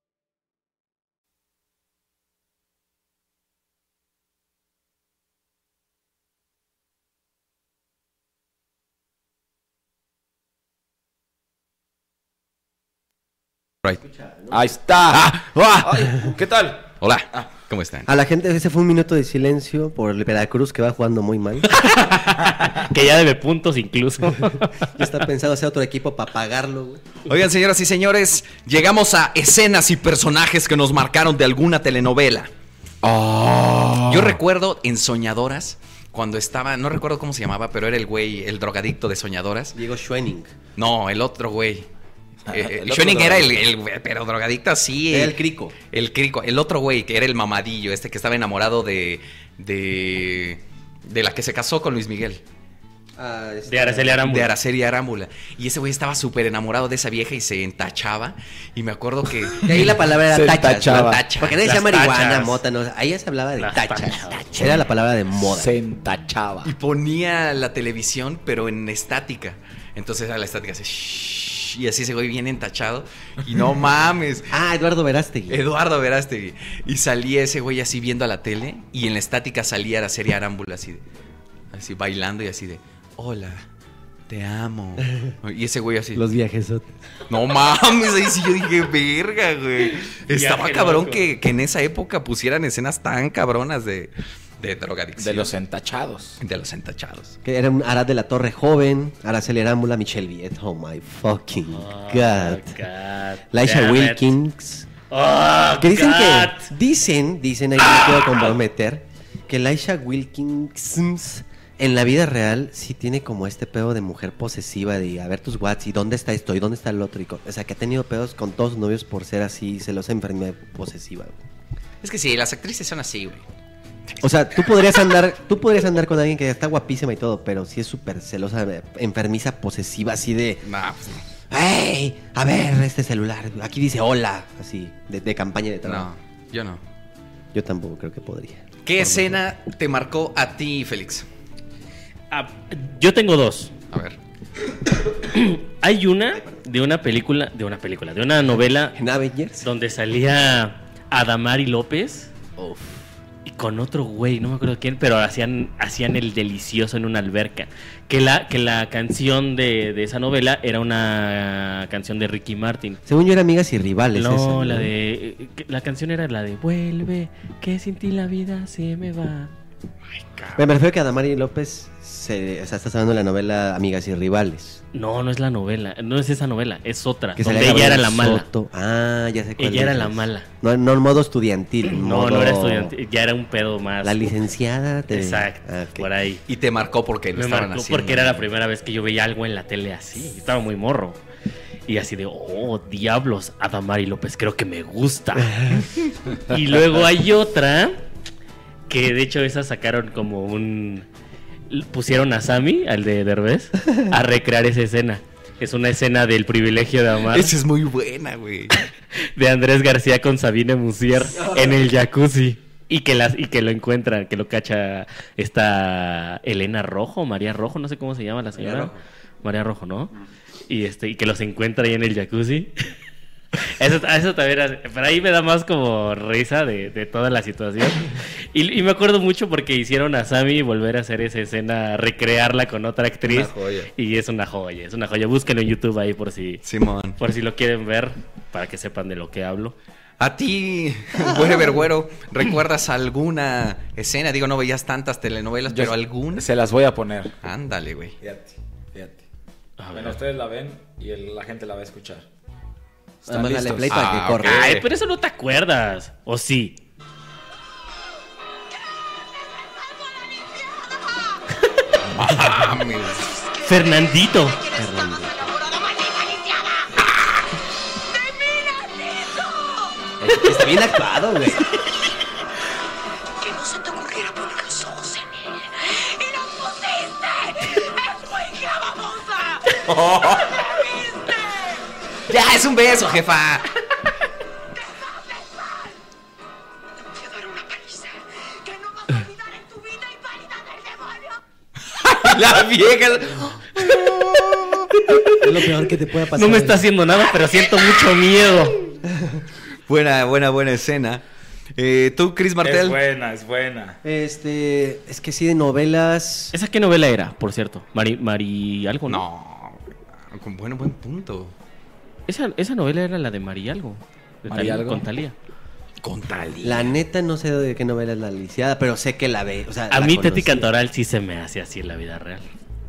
Ahí está. ¿Qué tal? Hola. ¿Cómo están?
A la gente, ese fue un minuto de silencio por el Veracruz que va jugando muy mal.
que ya debe puntos incluso.
Ya está pensado hacer otro equipo para pagarlo, güey.
Oigan, señoras y señores, llegamos a escenas y personajes que nos marcaron de alguna telenovela. Yo recuerdo en Soñadoras, cuando estaba, no recuerdo cómo se llamaba, pero era el güey, el drogadicto de Soñadoras.
Diego Schwenning.
No, el otro güey.
Ah,
Eh, eh,
el otro
Schwenning era el,
drogadicto.
el güey, pero drogadicto así.
Era el crico.
El crico, el otro güey, que era el mamadillo, este que estaba enamorado de. de. de la que se casó con Luis Miguel.
Ah, este-
De Araceli Arámbula.
De Araceli Arámbula. Y ese güey estaba súper enamorado de esa vieja y se entachaba. Y me acuerdo que.
De ahí la palabra
Se
era tachas,
entachaba.
la tacha. Porque nadie
Las
decía marihuana,
tachas.
mota, no. Ahí se hablaba de
Las
tacha.
tachas.
Tacha. Era la palabra de moda.
Se
entachaba.
Y ponía la televisión, pero en estática. Entonces a la estática se. Y así ese güey bien entachado. Y no mames.
Ah, Eduardo Verástegui.
Eduardo Verástegui. Y salía ese güey así viendo a la tele. Y en la estática salía Araceli Arámbula así. de- así bailando y así de. Hola. Te amo. Y ese güey así.
Los viajes.
No mames, ahí sí yo dije, verga, güey. Estaba
Viaje
cabrón
loco.
que, que en esa época pusieran escenas tan cabronas de, de drogadicción. De los entachados. De los entachados.
Que era un Arad de la Torre joven, Araceli Arámbula, Michelle Viet. Oh my fucking God. Laisha
damn it.
Wilkins. Ah.
Oh,
que dicen
God.
que. Dicen, dicen, ahí no quiero comprometer. Que Laisha Wilkins en la vida real sí tiene como este pedo de mujer posesiva de a ver tus watts y dónde está esto y dónde está el otro. y co- o sea, que ha tenido pedos con todos sus novios por ser así, celosa, enfermedad posesiva.
Es que sí, las actrices son así, güey.
O sea, tú podrías andar, tú podrías andar con alguien que está guapísima y todo, pero sí es súper celosa, enfermiza, posesiva, así de. ¡Ey! A ver, este celular. Aquí dice hola. Así, de, de campaña de trabajo.
Yo no.
Yo tampoco creo que podría.
¿Qué escena te marcó a ti, Félix?
Ah, Yo tengo dos.
A ver.
Hay una de una película, de una película, de una novela. Donde salía Adamari López. Y con otro güey, no me acuerdo quién, pero hacían, hacían el delicioso en una alberca. Que la, que la canción de, de esa novela era una canción de Ricky Martin.
Según yo era amigas y rivales.
no,
esa,
la de. eh, que- La canción era la de Vuelve, que sin ti la vida se me va.
Me refiero que Adamari López se, o sea, estás hablando de la novela Amigas y Rivales.
No, no es la novela, no es esa novela, es otra.
Que
donde
salía
ella era la
Gabriel
mala.
Soto. Ah, ya sé cuál
Ella era la
dices.
mala.
No, no en modo estudiantil. en
No,
modo-
no era estudiante, ya era un pedo más.
La licenciada. te- Ah,
Exacto, por ahí.
Y te marcó porque lo
Me
estaban
marcó
haciendo.
porque era la primera vez que yo veía algo en la tele así. Yo Estaba muy morro. Y así de, oh, diablos, Adamari López, creo que me gusta. y luego hay otra que de hecho esa sacaron como un... Pusieron a Sammy, al de Derbez, a recrear esa escena. Es una escena del privilegio de amar
Esa es muy buena, güey.
de Andrés García con Sabine Musier en el jacuzzi. Y que, las, y que lo encuentran, que lo cacha esta Elena Rojo, María Rojo, no sé cómo se llama la señora. María
Rojo.
Rojo, ¿no? Y, este, y que los encuentra ahí en el jacuzzi. Eso, eso también, hace- pero ahí me da más como risa de, de toda la situación. Y, y me acuerdo mucho porque hicieron a Sammy volver a hacer esa escena, recrearla con otra actriz.
Una joya.
Y es una joya, es una joya. Búsquenlo en YouTube ahí por si,
Simón.
por si lo quieren ver, para que sepan de lo que hablo.
A ti, güero vergüero, ¿recuerdas alguna escena? Digo, no veías tantas telenovelas, pero alguna. Se las voy a poner. Ándale, güey.
Fíjate, fíjate.
ver.
Bueno, ustedes la ven y el- la gente la va a escuchar. ¿Están
Además, dale
listos?
play para
Ah,
que corra.
Ay, pero eso no te acuerdas. ¿O sí? Fernandito.
Está bien actuado, güey.
Que no se te ocurriera poner los ojos en ella. ¡Y lo pusiste! ¡Es muy gravamosa!
Ah, oh. ya, es un beso, jefa. La vieja.
Es lo peor que te pueda pasar.
No me está haciendo nada, pero siento mucho miedo.
Buena, buena, buena escena. Eh, Tú, Chris
Es
Martel.
buena, es buena.
Este, es que sí, de novelas.
¿Esa qué novela era, por cierto? Mari, Mari algo, ¿no?
con buen, buen punto.
Esa, esa novela era la de Mari algo. de
¿Mari
Thalía-
algo?
Con Talía.
Con Talía.
La neta no sé de qué novela es la lisiada, pero sé que la ve. O sea,
A
la
mí Teti
conocí.
Cantoral sí se me hace así en la vida real.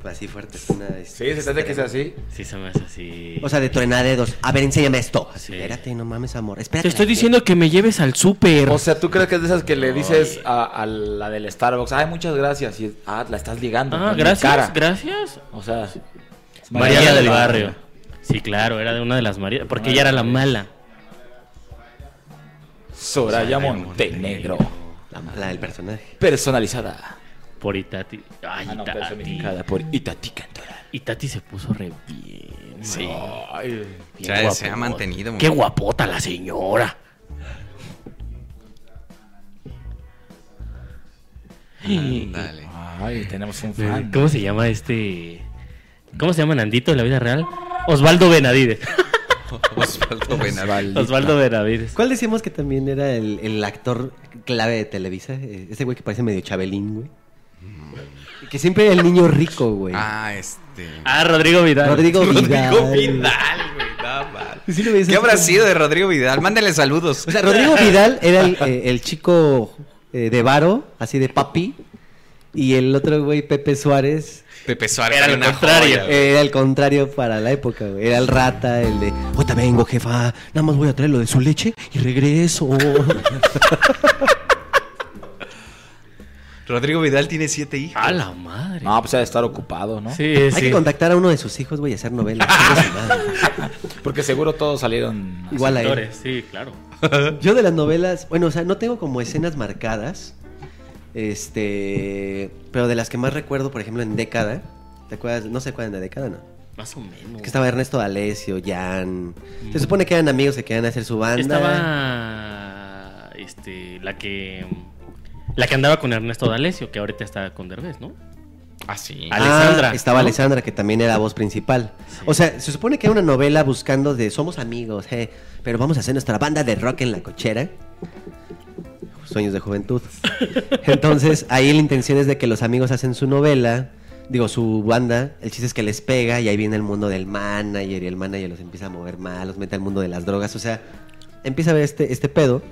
Así fuerte. es Una,
Sí, se trata que es así.
Sí se me hace así.
O sea, de truena dedos. A ver, enséñame esto. Así, Espérate, no mames, amor. Espérate.
Te estoy diciendo que me lleves al súper.
O sea, ¿tú crees que es de esas que le dices a, a la del Starbucks? Ay, muchas gracias. Y, ah, la estás ligando.
Ah,
en mi
gracias,
cara.
gracias.
O sea,
María, del barrio. Sí, claro, era de una de las Marías. Porque ella era la mala.
Soraya Montenegro.
La del personaje.
Personalizada.
Por Itati. Ay,
Ah, no, pero eso
Itati.
significaba por Itati
Itati se puso re bien. Sí.
O sea, se ha mantenido.
Qué guapota la señora.
Ándale.
Ay, tenemos un fan.
¿Cómo se llama este? ¿Cómo se llama Nandito en la vida real? Osvaldo Benavides.
Osvaldo Benavides.
Osvaldo Benavides.
¿Cuál decíamos que también era el, el actor clave de Televisa? Eh, Ese güey que parece medio Chabelín, güey. Que siempre era el niño rico, güey.
Mm. Ah, este.
Ah, Rodrigo Vidal.
Rodrigo Vidal.
Rodrigo Vidal, güey. nada más.
Sí lo ves
¿Qué
así
habrá
como-
sido de Rodrigo Vidal? Mándale saludos.
O sea, Rodrigo Vidal era el, eh, el chico eh, de varo, así de papi. Y el otro güey, Pepe Suárez,
Pepe Suárez
Era
era
al
una
contrario.
Eh,
joya, güey.
Era el contrario para la época, güey. Era el rata, el de, ahorita vengo, jefa, nada más voy a traer lo de su leche y regreso.
Rodrigo Vidal tiene siete hijos.
A la madre.
No, pues ha de estar ocupado, ¿no?
Hay que contactar a uno de sus hijos, güey, y hacer novelas. Chinga su madre.
Porque seguro todos salieron.
Igual a él.
Actores, Sí, claro.
Yo de las novelas, bueno, o sea, no tengo como escenas marcadas. Este, pero de las que más recuerdo, por ejemplo, en década. ¿Te acuerdas? No se acuerdan de década, ¿no?
Más o menos.
Que estaba Ernesto D'Alessio, Jan. Se supone que eran amigos que querían hacer su banda.
Estaba este la que la que andaba con Ernesto D'Alessio, que ahorita está con Derbez, ¿no?
Ah, sí.
Ah,
Alessandra.
estaba
¿no?
Alessandra, que también era voz principal. O sea, se supone que era una novela buscando de somos amigos, eh, pero vamos a hacer nuestra banda de rock en la cochera. Sueños de juventud. Entonces, ahí la intención es de que los amigos hacen su novela, digo, su banda. El chiste es que les pega y ahí viene el mundo del manager y el manager los empieza a mover mal, los mete al mundo de las drogas. O sea, empieza a ver este, este pedo.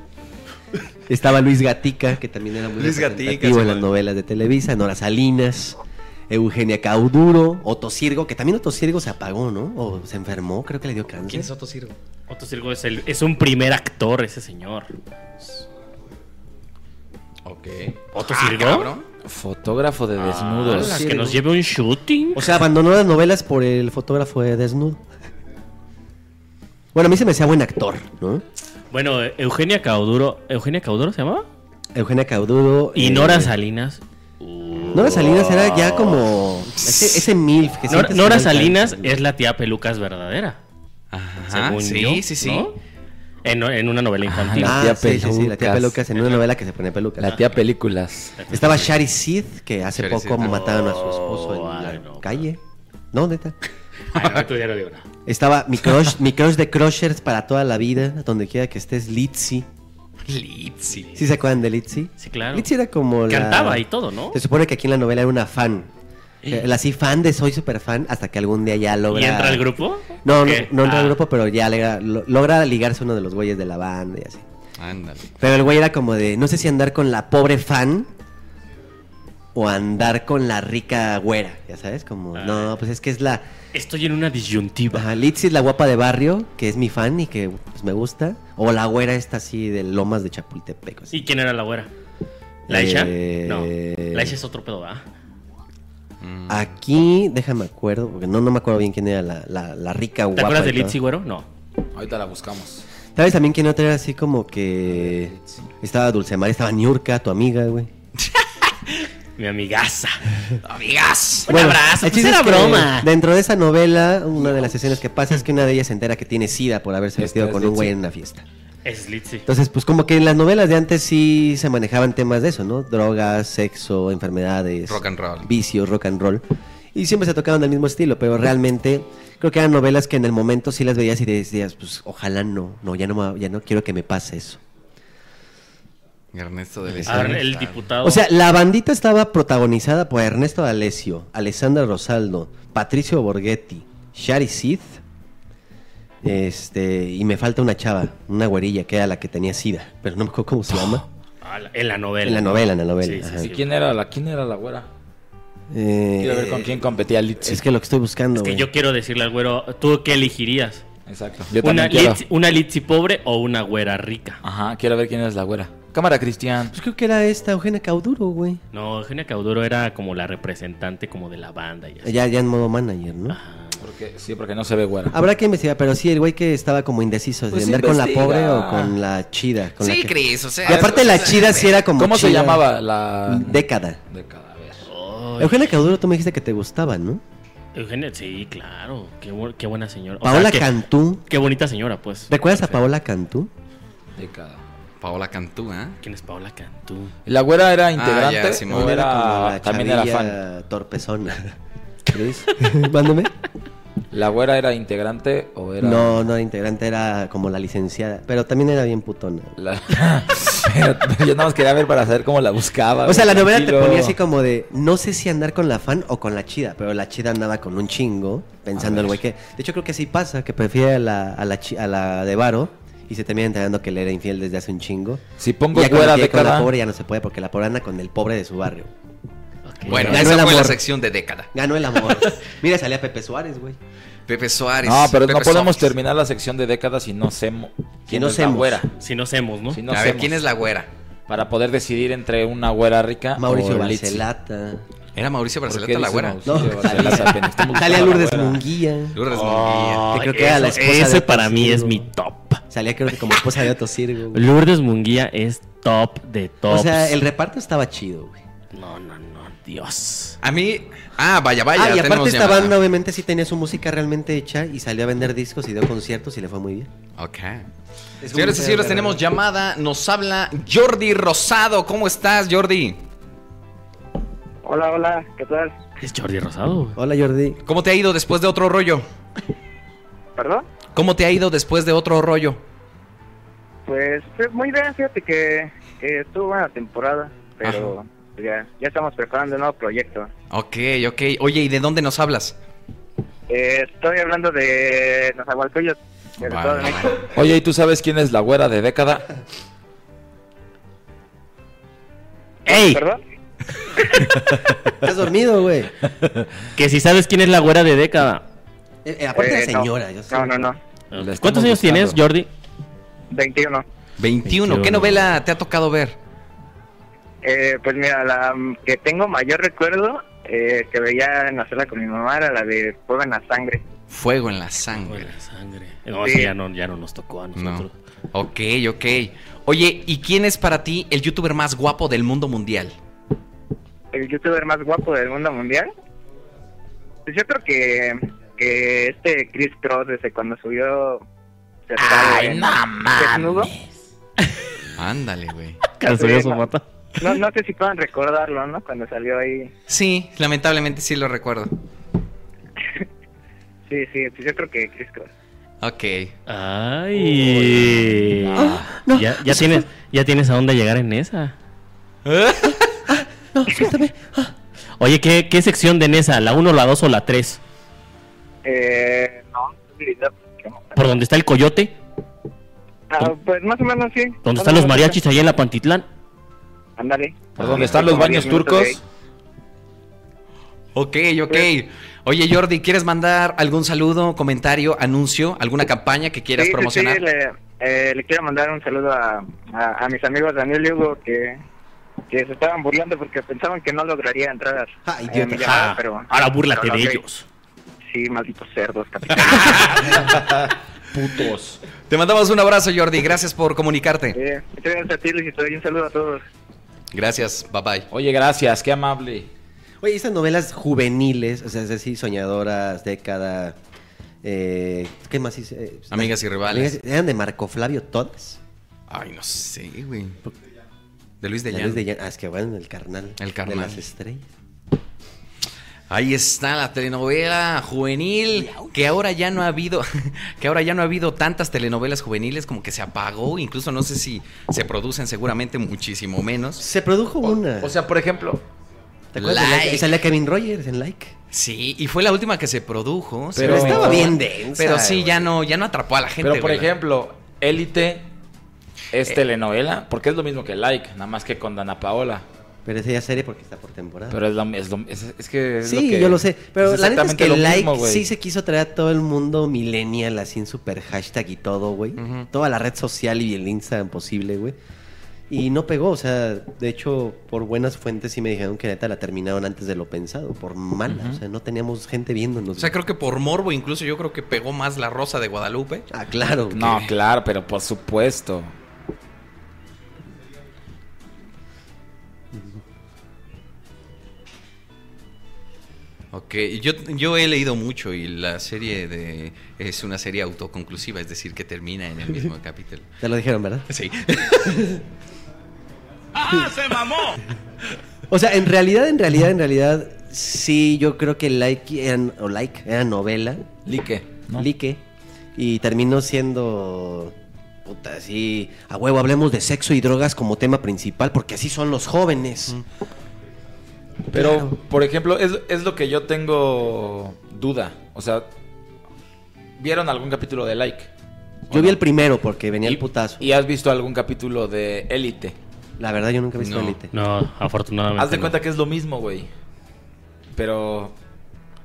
Estaba Luis Gatica, que también era muy
Luis
representativo
Gatica, sí,
en las
man.
novelas de Televisa, Nora Salinas, Eugenia Cauduro, Otto Sirgo, que también Otto Sirgo se apagó, ¿no? O se enfermó, creo que le dio cáncer.
¿Quién es Otto Sirgo?
Otto Sirgo es, el- es un primer actor ese señor.
Ok.
Otto
Ah,
Sirgo.
cabrón.
Fotógrafo de desnudos.
Ah, que nos lleve un shooting.
O sea, abandonó las novelas por el fotógrafo de desnudo. Bueno, a mí se me hacía buen actor, ¿no?
Bueno, eh, Eugenia Cauduro, Eugenia Cauduro se llamaba?
Eugenia Cauduro.
Y
eh,
Nora Salinas.
Nora Salinas era ya como. Ese, ese MILF que
Nora,
sientes
Nora
que va al
Salinas
cáncer.
es la tía Pelucas verdadera.
Ajá, sí, sí, sí.
¿no? En, en una novela infantil.
Ah,
tía
sí, sí, sí, la tía
Pelucas.
Pelucas en una novela que se pone pelucas.
La tía películas.
Estaba Shari Sid, que hace
Shari
poco
Sid, no.
mataron a su esposo en la calle. No, neta.
Ay, no, tú ya no digo nada.
Estaba mi crush, mi crush de crushers para toda la vida, donde quiera que estés, Litzy.
Litzy.
¿Sí se acuerdan de Litzy?
Sí, claro.
Litzy era como la-
Cantaba y todo, ¿no?
Se supone que aquí en la novela era una fan.
¿Eh?
La sí fan de soy super fan hasta que algún día ya logra...
¿Y entra al grupo?
No, no,
¿Qué?
no entra al
Ah.
grupo, pero ya logra, lo- logra ligarse uno de los güeyes de la banda y así.
Ándale.
Pero el güey era como de, no sé si andar con la pobre fan o andar con la rica güera, ya sabes, como, no, pues es que es la...
Ah. Estoy en una disyuntiva.
Ajá, Litzy es la guapa de barrio, que es mi fan y que pues, me gusta. O la güera esta así de Lomas de Chapultepec. así.
¿Y Pues quién era la güera? ¿La Isha?
Eh,
No. La Isha es otro pedo, ¿ah? ¿verdad? Mm.
Aquí, déjame acuerdo, porque no, no me acuerdo bien quién era la, la- la rica guapa.
¿Te acuerdas de
y todo.
Litzy, güero? No.
Ahorita la buscamos.
¿Sabes también quién otra era así como que... Estaba Dulcemar, estaba Niurka, tu amiga, güey.
Mi amigaza.
Amigas.
Un abrazo.
el
Pues
chiste
era
es que
broma.
Dentro de esa novela, una de las escenas que pasa es que una de ellas se entera que tiene sida por haberse vestido
es
con un
Litzy.
güey en una fiesta.
Es Litzy.
Entonces, pues como que en las novelas de antes sí se manejaban temas de eso, ¿no? Drogas, sexo, enfermedades.
Rock and roll.
Vicios, rock and roll. Y siempre se tocaban del mismo estilo, pero realmente creo que eran novelas que en el momento sí las veías y decías, pues ojalá no, no, ya no, me- ya no quiero que me pase eso.
Pues, Ernesto de
Ah, el diputado.
O sea, la bandita estaba protagonizada por Ernesto D'Alessio, Alessandra Rosaldo, Patricio Borghetti, Shari Sid, este, y me falta una chava, una güerilla que era la que tenía sida, pero no me acuerdo cómo se llama.
Ah, la- en la novela.
En la novela, en la novela,
Sí, sí,
ajá.
sí.
¿Y quién era la, quién era la güera?
Eh,
Quiero ver con quién competía Litzy.
Es que lo que estoy buscando,
Es que
güey.
yo quiero decirle al güero, ¿tú qué elegirías?
Exacto.
¿Una Litzy, ¿Una Litzy pobre o una güera rica?
Ajá, quiero ver quién es la güera. Cámara, Cristian.
Pues creo que era esta Eugenia Cauduro, güey.
No, Eugenia Cauduro era como la representante como de la banda y así.
Ya, ya en modo manager, ¿no?
Porque, sí, porque no se ve güera.
Habrá que investigar, pero sí, el güey que estaba como indeciso de
Pues
andar con la
investiga.
pobre o con la chida. con la
Sí,
que-
Cris, o sea.
Y aparte
es-
la chida sí era como
¿Cómo se
chida.
llamaba la
Década.
de cada vez?
güey.
Eugenia Cauduro, tú me dijiste que te gustaba, ¿no?
Eugenia, sí, claro. Qué, bu- qué buena señora. O
Paola
sea, qué-
Cantú.
Qué bonita señora, pues.
¿Recuerdas a Paola Cantú?
Paola Cantú, ¿eh?
¿Quién es Paola Cantú?
¿La güera era
Ah,
integrante
ya, Simón.
o era-
como la
también era
chavilla Torpezona. Luis, mándame.
¿La güera era integrante o era.?
No, no era integrante, era como la licenciada. Pero también era bien putona.
La- Pero- pero yo nada más quería ver para saber cómo la buscaba.
O sea, la novela te ponía así como de, no sé si andar con la fan o con la chida, pero la chida andaba con un chingo, pensando el güey que... De hecho, creo que sí pasa, que prefiere a la, a la, chi- a la de Varo y se termina enterando que le era infiel desde hace un chingo.
Si pongo
Y ya cuando
fuera
quiere con
década-
la pobre ya no se puede, porque la pobre anda con el pobre de su barrio.
Bueno,
Ganó
esa
el
fue la
amor.
sección de década.
Ganó el amor. Mira, salía Pepe Suárez, güey.
Pepe Suárez.
No, pero no
Pepe
podemos
Suárez.
terminar la sección de décadas si no semo.
no
es la
semos.
güera?
Si no hacemos, ¿no?
Si no
A ver,
semos.
¿quién es la güera?
Para poder decidir entre una güera rica
Mauricio
o Litzy.
Barcelata.
¿Era Mauricio
¿Por qué
Barcelata la
dice
güera?
Mauricio
No,
Barcelata
salía-
apenas? Está muy
salía
guapa la
Lourdes
güera.
Munguía.
Lourdes
Oh,
Que creo que era la
eso-
esposa de
Ese
Otto
para mí es
Sirgo.
mi top.
Salía creo que como esposa de Otto Sirgo. güey.
Lourdes Munguía es top de
O
tops.
sea, el reparto estaba chido, güey.
No, no, no, Dios.
A mí. Ah, vaya, vaya.
ah, y aparte
tenemos
esta
llamada.
banda obviamente sí tenía su música realmente hecha y salió a vender discos y dio conciertos y le fue muy bien.
Ok.
Es
Señores y
un-
señores, tenemos llamada. Nos habla Jordi Rosado. ¿Cómo estás, Jordi?
Hola, hola, ¿qué tal?
Es Jordi Rosado.
Hola, Jordi.
¿Cómo te ha ido después de otro rollo?
¿Perdón?
¿Cómo te ha ido después de otro rollo?
Pues fue muy bien, fíjate que eh, estuvo buena temporada, pero ya, ya estamos preparando un nuevo proyecto.
Ah. Ok, ok. Oye, ¿y de dónde nos hablas?
Eh, estoy hablando de Nazahualcoyot, del Estado de México.
Oye, ¿y tú sabes quién es la güera de década?
¡Ey!
¿Perdón?
Estás dormido, güey.
Que si sabes quién es la güera de década.
Eh, eh, aparte de
Eh, no.
señora, yo sé.
No, no, no,
¿Cuántos años tienes, Jordi?
21.
21. ¿Qué
21.
novela te ha tocado ver?
Eh, pues mira, la mm, que tengo mayor recuerdo eh, que veía en la sala con mi mamá era la de Fuego en la Sangre.
Fuego en la sangre.
La sangre. No,
Sí.
ese ya no, ya no nos tocó a nosotros.
Ok, ok. Oye, ¿y quién es para ti el youtuber más guapo del mundo mundial?
el youtuber más guapo del mundo mundial? Pues yo creo que, que este Chris Cross desde cuando subió... se
Ay,
estaba en-
no
desnudo.
Ándale, güey.
Calzones o mata.
No, no sé si puedan recordarlo, ¿no? Cuando salió ahí.
Sí, lamentablemente sí lo recuerdo.
Sí, sí, pues yo creo que Chris Cross.
Ok.
Ay. Ah, ya, ya tienes, ya tienes a dónde llegar en esa.
No, suéltame.
Oye, ¿qué, qué sección de Nesa? ¿La 1, la 2 o la 3?
Eh, no,
¿Por donde está el coyote?
ah, pues más o menos sí.
¿Dónde están los mariachis allá en la Pantitlán?
Ándale.
¿Por dónde están los baños turcos?
Ok, ok.
Pues,
Oye, Jordi, ¿quieres mandar algún saludo, comentario, anuncio, alguna campaña que quieras
Sí, sí,
promocionar?
sí, le, eh, le quiero mandar un saludo a, a, a mis amigos Daniel y Hugo que, que se estaban burlando porque pensaban que no lograría entrar a,
Ay,
a
idiota.
mi llamada,
Ah,
pero...
ahora búrlate
pero
de
logré.
ellos.
Sí, malditos cerdos, capitán.
Putos.
Te mandamos un abrazo, Jordi. Gracias por comunicarte.
Eh, muchas gracias a ti, Luisito, y un saludo a todos.
Gracias. Bye bye.
Oye, gracias, qué amable.
Oye, esas novelas juveniles, o sea, es decir, soñadoras, década. Eh, ¿Qué más hice? Eh,
Amigas y rivales.
Amigas- ¿Eran de Marco Flavio todas?
Ay, no sé, güey. De Luis de
De
Llano.
Luis de Llano. Ah, es que bueno, el carnal.
El
De
carnal.
las estrellas.
Ahí está la telenovela juvenil que ahora ya no ha habido que ahora ya no ha habido tantas telenovelas juveniles como que se apagó, incluso no sé si se producen seguramente muchísimo menos.
Se produjo una.
O sea, por ejemplo,
¿Te acuerdas?
Like.
Like. Salía Kevin Rogers en Like.
Sí, y fue la última que se produjo.
Pero-
sí,
Estaba bien densa.
Pero sí,
güey.
ya no, ya no atrapó a la gente.
pero por
güey.
ejemplo, Élite es
Eh.
telenovela, porque es lo mismo que Like, nada más que con Dana Paola.
Pero esa ya serie porque está por temporada.
Pero es, lo- es lo- es- es que. es
sí,
que-
yo lo sé. Pero la neta es
exactamente
que
lo
Like
mismo, güey.
sí se quiso traer a todo el mundo millennial, así en super hashtag y todo, güey.
Ujú.
Toda la red social y el Instagram posible, güey. Y no pegó, o sea, de hecho, por buenas fuentes sí me dijeron que neta la terminaron antes de lo pensado, por mala, o sea, no teníamos gente viéndonos.
O sea,
güey.
creo que por morbo incluso yo creo que pegó más la Rosa de Guadalupe.
Ah, claro. güey.
No, claro, pero por supuesto.
Ok, yo, yo he leído mucho y la serie de es una serie autoconclusiva, es decir, que termina en el mismo capítulo.
Te lo dijeron, ¿verdad?
Sí.
¡Ah, se mamó!
O sea, en realidad, en realidad, en realidad, sí, yo creo que Like era- o like era novela.
Like, ¿no?
Like. Y terminó siendo. Puta, así. A huevo, hablemos de sexo y drogas como tema principal, porque así son los jóvenes.
Pero, por ejemplo, es, es lo que yo tengo duda. O sea, ¿vieron algún capítulo de Like?
Yo vi el primero porque venía el putazo.
¿Y has visto algún capítulo de Élite?
La verdad, yo nunca he visto
No.
Elite.
No, afortunadamente.
Haz de
no.
cuenta que es lo mismo, güey. Pero,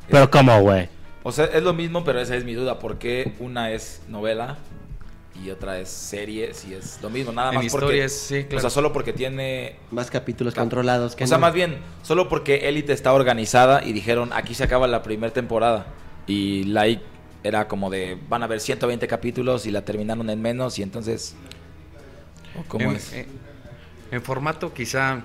Pero cómo, güey.
o sea, es lo mismo, pero esa es mi duda. ¿Por qué una es novela y otra es serie? Si es lo mismo, nada
En
más porque...
historias, sí, claro.
O sea, solo porque tiene
Más capítulos controlados que
O sea,
no.
más bien, solo porque Elite está organizada y dijeron, aquí se acaba la primera temporada. Y Like era como de, van a haber 120 capítulos y la terminaron en menos y entonces... ¿o ¿Cómo
en,
es?
en- en formato quizá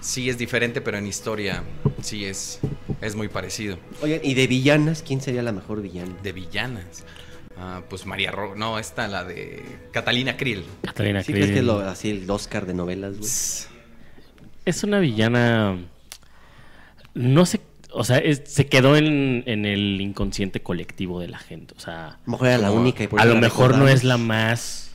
sí es diferente, pero en historia sí es, es muy parecido.
Oigan, ¿y de villanas? ¿Quién sería la mejor villana?
De villanas. Ah, pues María Ro... No, esta la de Catalina Krill.
Catalina
¿Sí
Krill.
crees que es lo- así el Oscar de novelas, güey?
Es una villana. No sé. O sea, es- se quedó en, en el inconsciente colectivo de la gente. O sea.
A lo mejor era la única y por
A
eso
lo
la
mejor no
recordamos.
es la más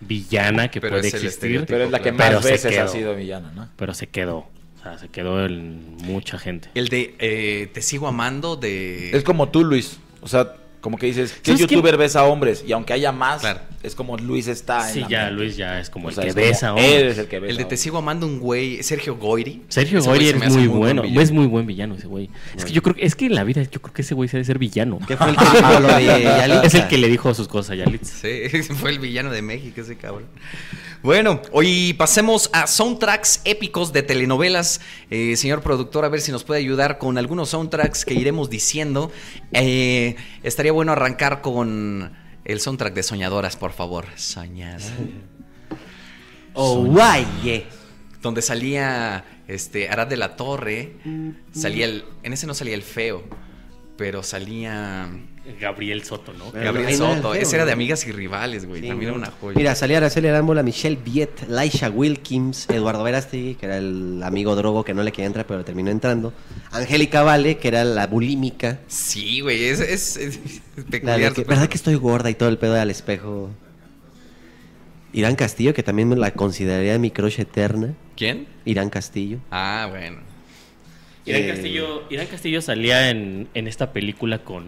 villana que
Pero
puede
es el
existir.
estereotipo, Pero es la que claro. más
se
veces ha
quedó.
sido villana, ¿no?
Pero se quedó. O sea, se quedó en mucha gente.
El de eh, Te sigo amando de...
Es como tú, Luis. O sea, como que dices, ¿qué
¿Sabes qué?
youtuber ves a hombres? Y aunque haya más, es como Luis está... en
Sí,
la
ya,
mente.
Luis ya es como
O
el
sea,
que
es
ves
como
a hombres.
Él es el que ves
El de Te sigo amando un güey, Sergio Goyri.
Sergio
Ese güey
Goyri
se me
es
hace
muy
buen
bueno.
villano.
es muy buen villano ese güey. Es que yo creo que es que en la vida yo creo que ese güey se debe ser villano.
¿Qué fue el que dijo lo de Yalitza?
Es el que le dijo sus cosas a Yalitza.
Sí, fue el villano de México ese cabrón. Bueno, hoy pasemos a soundtracks épicos de telenovelas. Eh, señor productor, a ver si nos puede ayudar con algunos soundtracks que iremos diciendo. Eh, estaría bueno arrancar con el soundtrack de Soñadoras, por favor. Soñas.
Oh,
Soñadoras. Donde salía este Arad de la Torre. Salía el. En ese no salía el feo. Pero salía.
Gabriel Soto, ¿no?
Gabriel
Ahí no era el
Soto.
feo,
Ese era de
¿no?
amigas y rivales, güey. También era una joya.
Mira, salía Araceli Arámbula, Michelle Viet, Laisha Wilkins, Eduardo Verástegui, que era el amigo drogo que no le quería entrar, pero terminó entrando. Angélica Vale, que era la bulímica.
Sí, güey, es, es- es
la de
peculiar.
que, ¿Verdad que estoy gorda y todo el pedo al espejo? Irán Castillo, que también me la consideraría mi crush eterna.
¿Quién?
Irán Castillo.
Ah, bueno.
Irán,
Eh,
Castillo, Irán Castillo salía en, en esta película con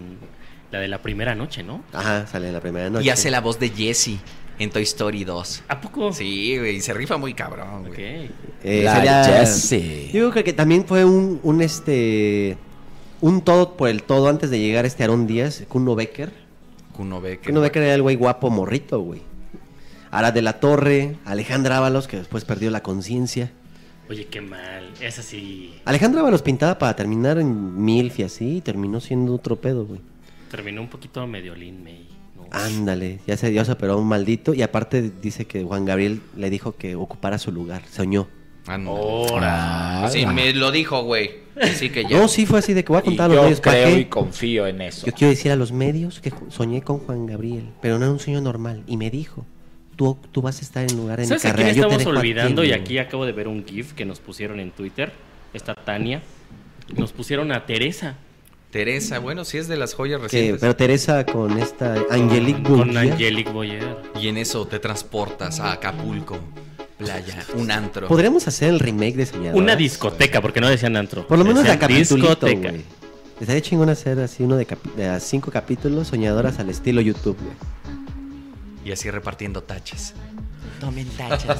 la de la primera noche, ¿no?
Ajá, sale en la primera noche.
Y hace la voz de Jesse en Toy Story 2.
¿A poco?
Sí, güey, y se rifa muy cabrón, güey.
Eh, sería- Yo creo que también fue un, un este un todo por el todo antes de llegar este Aaron Díaz, Kuno Becker.
Kuno Becker.
Kuno Becker era el güey guapo morrito, güey. Ara de la Torre, Alejandra Ábalos, que después perdió la conciencia.
Oye, qué mal. Es así.
Alejandra Ábalos pintaba para terminar en Milf y así, y terminó siendo otro pedo, güey.
Terminó un poquito medio Lin May. ¿no?
Ándale, ya se, ya se operó un maldito. Y aparte dice que Juan Gabriel le dijo que ocupara su lugar, soñó.
Ah, Ahora. Sí, me lo dijo, güey. Así que ya.
No, sí fue así de que voy a contar a los
yo
medios. ¿pa'
creo
qué?
y confío en eso.
Yo quiero decir a los medios que ju- soñé con Juan Gabriel, pero no era un sueño normal. Y me dijo, tú, tú vas a estar en lugar en mi
¿Sabes a quién
carrera. Yo te
estamos
dejo a ti,
olvidando? Y
güey".
aquí acabo de ver un GIF que nos pusieron en Twitter. Está Tania. Nos pusieron a Teresa.
Teresa, bueno, sí es de las joyas
Que-
recientes.
pero Teresa con esta Angelique
Con
Bourdieu.
Angelique Boyer.
Y en eso te transportas a Acapulco, playa, un antro.
Podríamos hacer el remake de Soñadoras.
Una discoteca, porque no decían antro.
Por lo menos de
Decían
capitulito,
discoteca.
güey. Estaría chingón hacer así uno de, capi- de a cinco capítulos soñadoras al estilo YouTube, güey.
Y así repartiendo tachas.
Tomen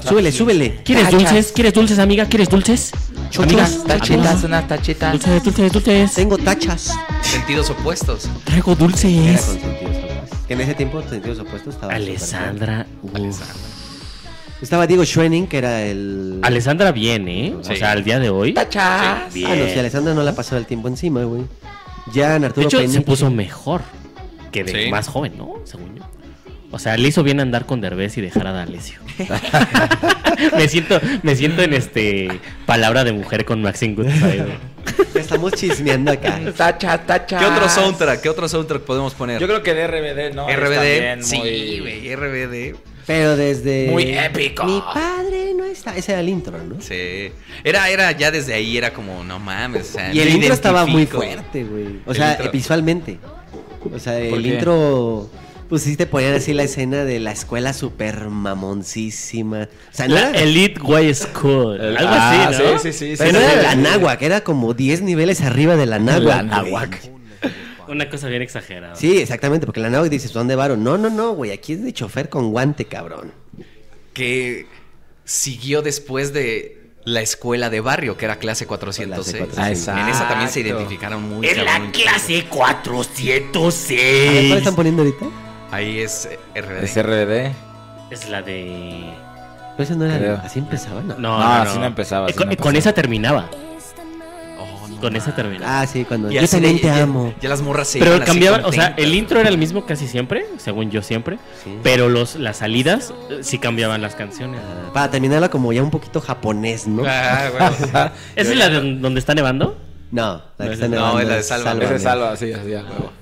Súbele, súbele.
¿Quieres dulces? ¿Quieres dulces, amiga? ¿Quieres dulces?
Chochas, tachitas,
unas tachitas. Dulces, dulces, dulces.
Tengo tachas.
Sentidos opuestos.
Traigo
Era
dulces.
con sentidos opuestos. Que en ese tiempo sentidos opuestos estaba.
Alessandra.
superfan. Estaba Diego Schwenning, que era el.
Alessandra bien, ¿eh? O sea, al día de hoy.
¡Tachas!
Sí,
Ah, no,
bien.
si Alessandra no la pasó el tiempo encima, güey. Ya en Arturo
de hecho, se
Peniche-
puso mejor que de
Sí.
más joven, ¿no? Según yo. O sea, le hizo bien andar con Derbez y dejar a D'Alessio. me siento, me siento en este palabra de mujer con Maxine Goodside. güey.
Estamos chismeando acá.
Tacha, tacha.
Ah.
¿Qué otro soundtrack? ¿Qué otro soundtrack podemos poner?
Yo creo que de RBD, ¿no? Está
RBD.
bien,
Sí,
muy-
güey, RBD.
Pero desde.
Muy épico.
Eh, Mi padre no está. Ese era el intro, ¿no?
Sí. Era, era, ya desde ahí era como, no mames. o sea,
Y el
me
intro estaba muy
identifico.
fuerte, güey. O
El
sea,
intro.
visualmente. O sea, el
qué?
intro. Pues sí te ponían así la escena de la escuela super mamoncísima. O sea, no
La
era.
Elite Way School. Algo
Ah,
así, ¿no?
sí, sí, sí, Pero no era la náhuac, era como 10 niveles arriba de la náhuac.
La
güey.
náhuac. Una cosa bien exagerada.
Sí, exactamente, porque la náhuac dices, ¿dónde varo? No, no, no, güey, aquí es de chofer con guante, cabrón.
Que siguió después de la escuela de barrio, que era clase 406.
Ah,
En esa también se
exacto.
identificaron muy
Es la
cabrón.
clase
A ver, ¿Cuál
406.
están poniendo ahorita?
Ahí es eh, RBD.
Es RBD.
Es la de.
Pues esa no era.
Creo.
Así empezaba, ¿no?
No,
No,
no,
así no empezaba,
Eh,
así
con,
no
eh, con
empezaba.
esa terminaba. con esa terminaba.
Ah, sí, cuando.
Y
Yo
así
también
de-
te
ya-
amo.
Ya las morras se
Pero
iban así
cambiaban, o sea,
contentas.
el intro era el mismo casi siempre, según yo siempre. Pero los, las salidas eh, sí cambiaban las canciones.
Ah, Para terminarla como ya un poquito japonés, ¿no?
Ah, ¿Esa es la de donde está nevando?
No, la que
No,
está
es- no,
nevando
es la de Sálvame.
Ese salva, sí, así, a huevo.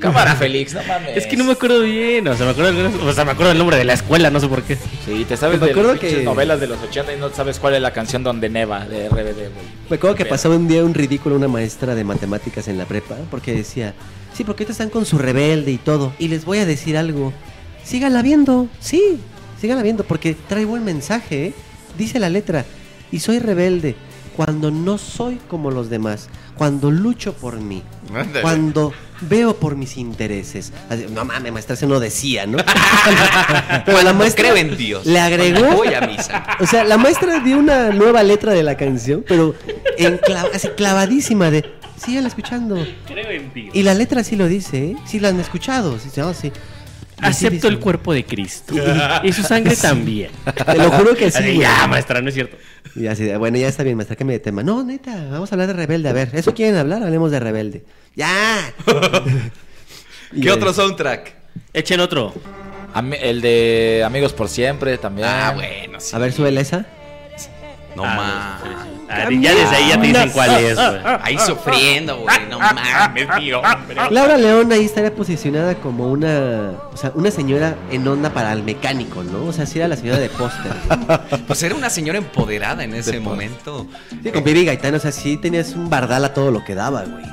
Cámara, Félix, no mames.
Es que no me acuerdo bien, o sea, me acuerdo, algunas- o sea, me acuerdo el nombre de la escuela, no sé por qué.
Sí, te sabes
Me
de
acuerdo
las pinches
que-
novelas de los 80 y no sabes cuál es la canción donde neva de RBD, güey.
Me acuerdo que
Pero-
pasó un día un ridículo una maestra de matemáticas en la prepa porque decía, sí, porque ahorita están con su rebelde y todo. Y les voy a decir algo. Síganla viendo, sí, síganla viendo porque trae buen mensaje, ¿eh? Dice la letra, y soy rebelde cuando no soy como los demás, cuando lucho por mí,
Ándale.
cuando veo por mis intereses. Así, no mames, maestra, se no decía, ¿no? Pero la
Cuando
maestra
creo en Dios.
Le agregó.
Cuando voy a misa.
O sea, la maestra dio una nueva letra de la canción, pero encla- así clavadísima de síganla escuchando.
Creo en ti.
Y la letra sí lo dice, ¿eh? Sí la han escuchado. Sí, sí, no, sí. Y sí
Acepto
dice-
el cuerpo de Cristo. y su sangre
Sí.
también.
Te lo juro que sí,
Así,
güey.
ya, maestra, no es cierto.
Y así de, bueno, ya está bien, maestra, cambia de tema. No, neta, vamos a hablar de rebelde. A ver, ¿eso quieren hablar? Hablemos de rebelde. ¡Ya!
¿Qué otro soundtrack?
Echen otro.
Ami- el de Amigos por Siempre también.
Ah, bueno, sí.
A ver, súbele esa.
No mames.
Ah, ya desde ahí ya te dicen cuál es, güey.
Ahí sufriendo, güey. No mames, mi hombre.
Laura León ahí estaría posicionada como una, o sea, una señora en onda para el mecánico, ¿no? O sea, sí era la señora de póster.
Pues era una señora empoderada en ese momento. Eh,
Sí, con Vivi Gaitán, o sea, sí tenías un bardal a todo lo que daba, güey.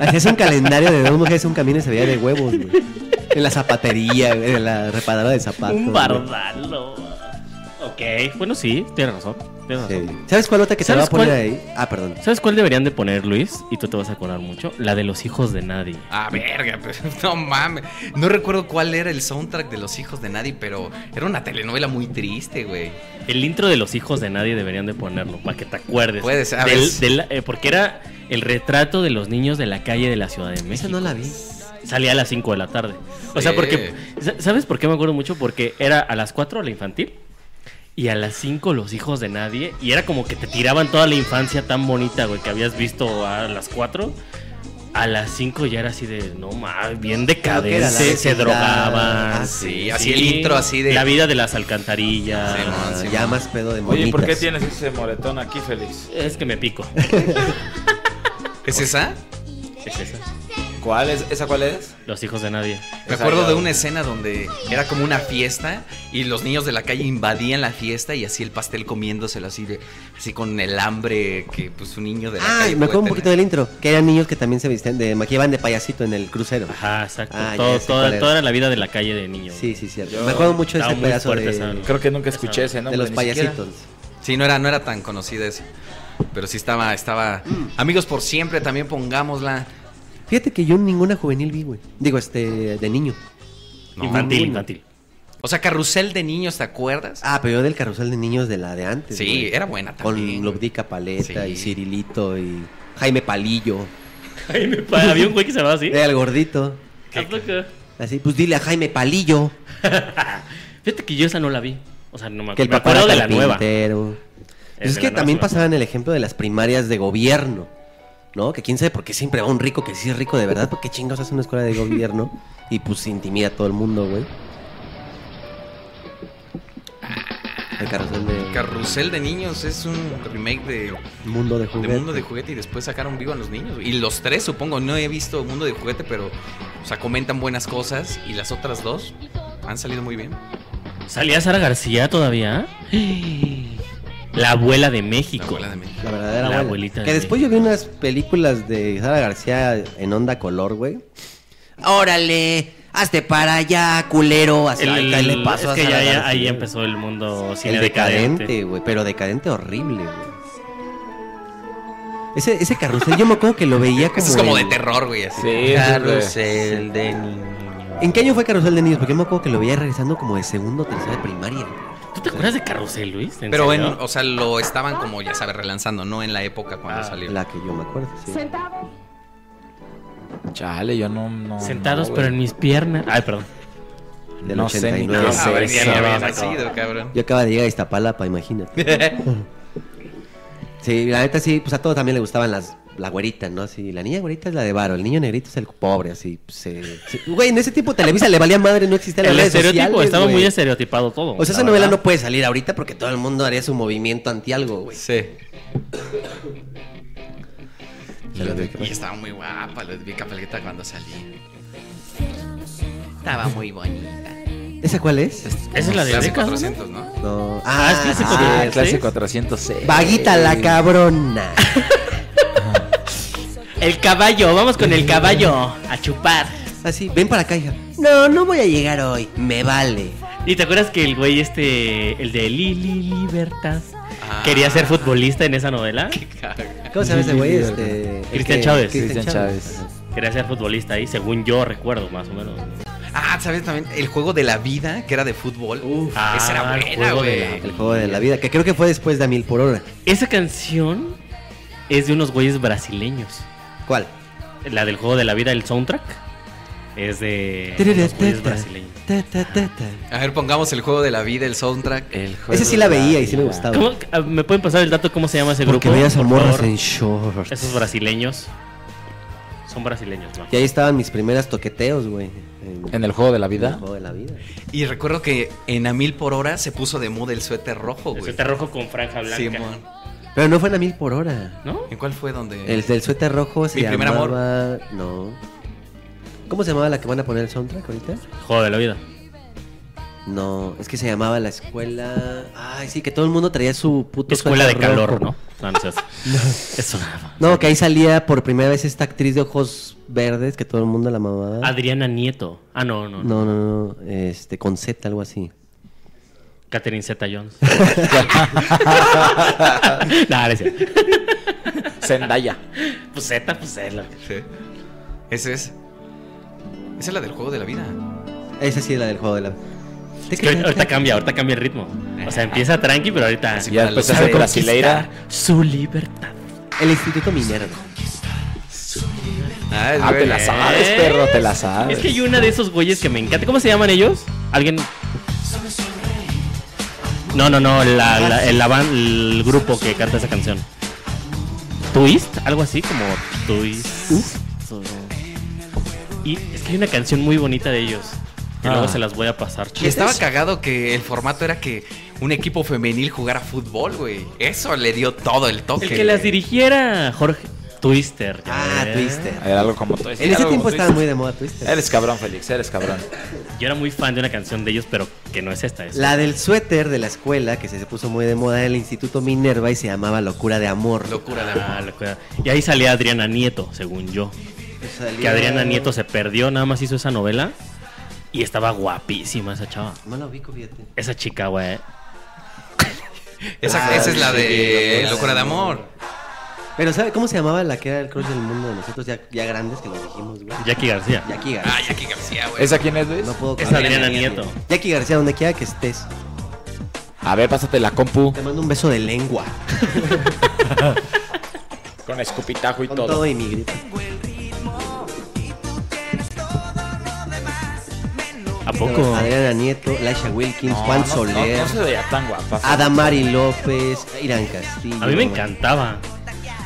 Hacías un calendario de dos mujeres, un camino y se veía de huevos, güey. En la zapatería, güey, en la reparadora de zapatos.
Un
güey.
bardalo. Ok, bueno, sí, tienes razón. Tienes razón.
¿Sabes cuál otra que se va a
¿Sabes
poner
cuál?
ahí? Ah, perdón.
¿Sabes cuál deberían de poner, Luis? Y tú te vas a acordar mucho. La de los hijos de nadie.
Ah, verga, pues, no mames. No recuerdo cuál era el soundtrack de Los Hijos de Nadie, pero era una telenovela muy triste, güey.
El intro de los hijos de nadie deberían de ponerlo, para que te acuerdes.
Puede ser, a
Del-
veces.
del- eh, porque era el retrato de los niños de la calle de la Ciudad de México.
Esa no la vi.
Salía a las 5 de la tarde. O sea,
Sí.
porque... sa- ¿Sabes por qué me acuerdo mucho? Porque era a las 4 la infantil y a las 5 los hijos de nadie. Y era como que te tiraban toda la infancia tan bonita, güey, que habías visto a las 4. A las 5 ya era así de, no mames, bien
que era la
decadente, se
vecindad.
drogaban.
Ah,
sí, así el intro, así de-
La vida de las alcantarillas.
Ah, ya más pedo de
Oye,
monitas.
¿y ¿por qué tienes ese moretón aquí, Félix?
Es que me pico.
¿Es esa?
Es esa.
¿Cuál es? ¿Esa cuál es?
Los hijos de nadie.
Me acuerdo de una escena donde era como una fiesta y los niños de la calle invadían la fiesta y así el pastel comiéndoselo así de, así con el hambre que pues un niño de la
Ah,
calle.
me acuerdo un
puede
poquito del intro, que eran niños que también se visten de maquillaban de payasito en el crucero.
Ajá, exacto.
Ah, ya
Todo-
sé cuál
toda,
era.
toda era la vida de la calle de niño.
Sí, sí, cierto.
Yo-
me acuerdo mucho de
Estaba
ese
muy
pedazo
fuerte
de,
esa-
Creo que nunca escuché ese
de
nombre.
los
ni siquiera.
payasitos.
tener. Sí, no era, no era tan conocida esa. Pero sí estaba, estaba.
Mm.
Amigos por siempre, también pongámosla.
Fíjate que yo ninguna juvenil vi, güey. Digo, este, de niño.
No.
Infantil,
Ninguna.
infantil.
O sea, carrusel de niños, ¿te acuerdas?
Ah, pero yo del carrusel de niños de la de antes.
Sí,
güey.
era buena también,
Con Lobdica Paleta
Sí.
y Cirilito y Jaime Palillo.
Ay, me pa- Había un güey que se llamaba así.
Era el gordito.
¿A poco?
Así, pues dile a Jaime Palillo
Fíjate que yo esa no la vi. O sea, no me,
que el
me
papá
acuerdo
era
de la nueva.
carpintero. Pues
de
es
la
que
nueva
también
escuela.
pasaban el ejemplo de las primarias de gobierno, ¿no? Que quién sabe por qué siempre va un rico que sí es rico de verdad, porque chingados hace una escuela de gobierno y pues intimida a todo el mundo, güey. El carrusel de.
Ah. Carrusel de niños es un remake de,
Mundo de
de
juguete.
Mundo de Juguete y después sacaron vivo a los niños. Y los tres, supongo, no he visto Mundo de Juguete, pero o sea, comentan buenas cosas y las otras dos han salido muy bien.
¿Salía Sara García todavía? La abuela de México. La
La verdadera abuela.
abuelita.
Que
de
después yo vi unas películas de Sara García en onda color, güey.
Órale, hazte para allá, culero. Así
El-
ay, ¿qué le pasó
es
a
que ya,
Sara
ya-
García?
ahí empezó el mundo cine
el decadente,
decadente.
güey. Pero decadente horrible, güey. Ese, ese carrusel, yo me acuerdo que lo veía como.
Eso es como de
en-
terror, güey. así.
Carrusel de
¿En qué año fue Carrusel de Niños? Porque yo me acuerdo que lo veía regresando como de segundo o tercera de primaria.
¿Tú te acuerdas de Carrusel, Luis? ¿En
Pero en,
serio?
o sea, lo estaban como, ya sabes, relanzando, no en la época
Ah,
cuando salió.
La que yo me acuerdo,
Chale, yo no. no
Sentados,
no, güey.
pero en mis piernas. Ay, perdón.
Del
No sé ni
89.
qué es
Ah, venía
eso.
bien
No,
nacido, cabrón.
Yo acaba de llegar a Iztapalapa, imagínate. sí, la neta sí, pues a todos también le gustaban las la güerita, ¿no? Sí, la niña güerita es la de varo, el niño negrito es el pobre, así. pues, eh, sí. Güey, en ese tiempo Televisa le valía madre, no existía la
El
redes
estereotipo,
sociales,
estaba
güey.
muy estereotipado todo.
O sea, esa
la
novela
verdad.
no puede salir ahorita porque todo el mundo haría su movimiento anti algo, güey.
Sí.
La Ludwika.
Y estaba muy guapa Ludwika Palgueta cuando salía. Estaba muy bonita.
¿Esa cuál es?
Esa es la de Clase Década, 400, ¿no?
No.
Ah, es Clase
ah,
406.
Clase
406.
Vaguita la cabrona.
El caballo, vamos con el caballo a chupar.
Así, Ah, ven para acá, hija. No, no voy a llegar hoy. Me vale.
¿Y te acuerdas que el güey este, el de Lili Libertad, quería ser futbolista en esa novela?
¿Cómo se llama ese güey? Este, el
Cristian
que-
Chávez.
Cristian Cristian Chávez.
Quería ser futbolista ahí, según yo recuerdo, más o menos.
Ah, ¿sabes también? El juego de la vida, que era de fútbol. Uf, esa era
Ah, el
buena,
juego de
güey.
la
El juego de la vida, que creo que fue después de A Mil por Hora.
Esa canción es de unos güeyes brasileños.
¿Cuál?
La del juego de la vida, el soundtrack. Es de
Tiriri,
unos güeyes
teta,
brasileños.
teta, teta.
A ver, pongamos el juego de la vida, el soundtrack.
Ese sí la veía y sí me gustaba.
¿Cómo- ah, ¿Me pueden pasar el dato cómo se llama ese
Porque
grupo?
veías a
por
morras
favor?
en shorts.
Esos brasileños. Son brasileños, ¿no?
Y ahí estaban mis primeras toqueteos, güey. En,
¿En el juego de la vida?
En el juego de la vida.
Y recuerdo que en A Mil por Hora se puso de moda el suéter rojo, güey. El
suéter rojo con franja blanca.
Simón.
Pero no fue en A Mil por Hora.
¿No?
¿En cuál fue donde?
El del suéter rojo se
Mi primer amor.
llamaba... No. ¿Cómo se llamaba la que van a poner el soundtrack ahorita?
Juego de la vida.
No, es que se llamaba la escuela... Ay, sí, que todo el mundo traía su puto
Escuela de
suéter rojo.
calor, ¿no? No, no es eso. Eso nada.
No, que ahí salía por primera vez esta actriz de ojos verdes que todo el mundo la mamaba.
Adriana Nieto. Ah, no, no.
No, no, no, este, con Z, algo así.
Catherine Zeta Jones.
Nah, no es cierto.
Zendaya.
Pues Zeta, pues es la-
Sí. Ese es. Esa es la del juego de la vida.
Esa sí es la del juego de la...
Es que ahorita- ahorita cambia, ahorita cambia el ritmo. O sea, empieza tranqui, pero ahorita.
Ya después se hace
Sabe
brasileira.
conquistar Su libertad.
El Instituto Minero.
Ah,
Ah, te la sabes, perro, te la sabes.
¿Eh? Es que hay una de esos güeyes que me encanta. ¿Cómo se llaman ellos? ¿Alguien? No, no, no, la, la- el, la ban- el grupo que canta esa canción. ¿Twist? Algo así como Twist. o- Y es que hay una canción muy bonita de ellos. Y
Ah.
luego se las voy a pasar.
Y estaba cagado que el formato era que un equipo femenil jugara fútbol, güey. Eso le dio todo el toque.
El que las dirigiera Jorge Twister. Ah,
Twister.
Era algo como tú.
En ese tiempo estaba muy de moda Twister.
Eres cabrón, Félix, eres cabrón.
Yo era muy fan de una canción de ellos, pero que no es esta. Es
La del suéter de la escuela que se puso muy de moda en el Instituto Minerva y se llamaba Locura de Amor.
Locura
de Y ahí salía Adriana Nieto, según yo. Que Adriana Nieto se perdió, nada más hizo esa novela. Y estaba guapísima esa chava.
No la ubico, fíjate.
Esa chica, güey.
Esa,
Ah,
esa es la
sí,
de
Locura de
Locura de
Amor.
Amor.
Pero ¿sabe cómo se llamaba la que era el crush del mundo de nosotros ya, ya grandes que lo dijimos, güey?
Jackie García.
Jackie García.
Ah, Jackie García, güey.
¿Esa quién es, Luis?
No puedo
Es
creer.
Adriana Nieto.
Jackie García, donde quiera que estés.
A ver, pásate la compu.
Te mando un beso de lengua.
Con escupitajo y
Con
todo.
todo, y mi grito.
¿A poco?
Adriana Nieto, Laisha Wilkins,
No,
Juan
no,
Soler,
no, no se veía tan guapa.
Adamari López, Irán Castillo.
A mí me encantaba.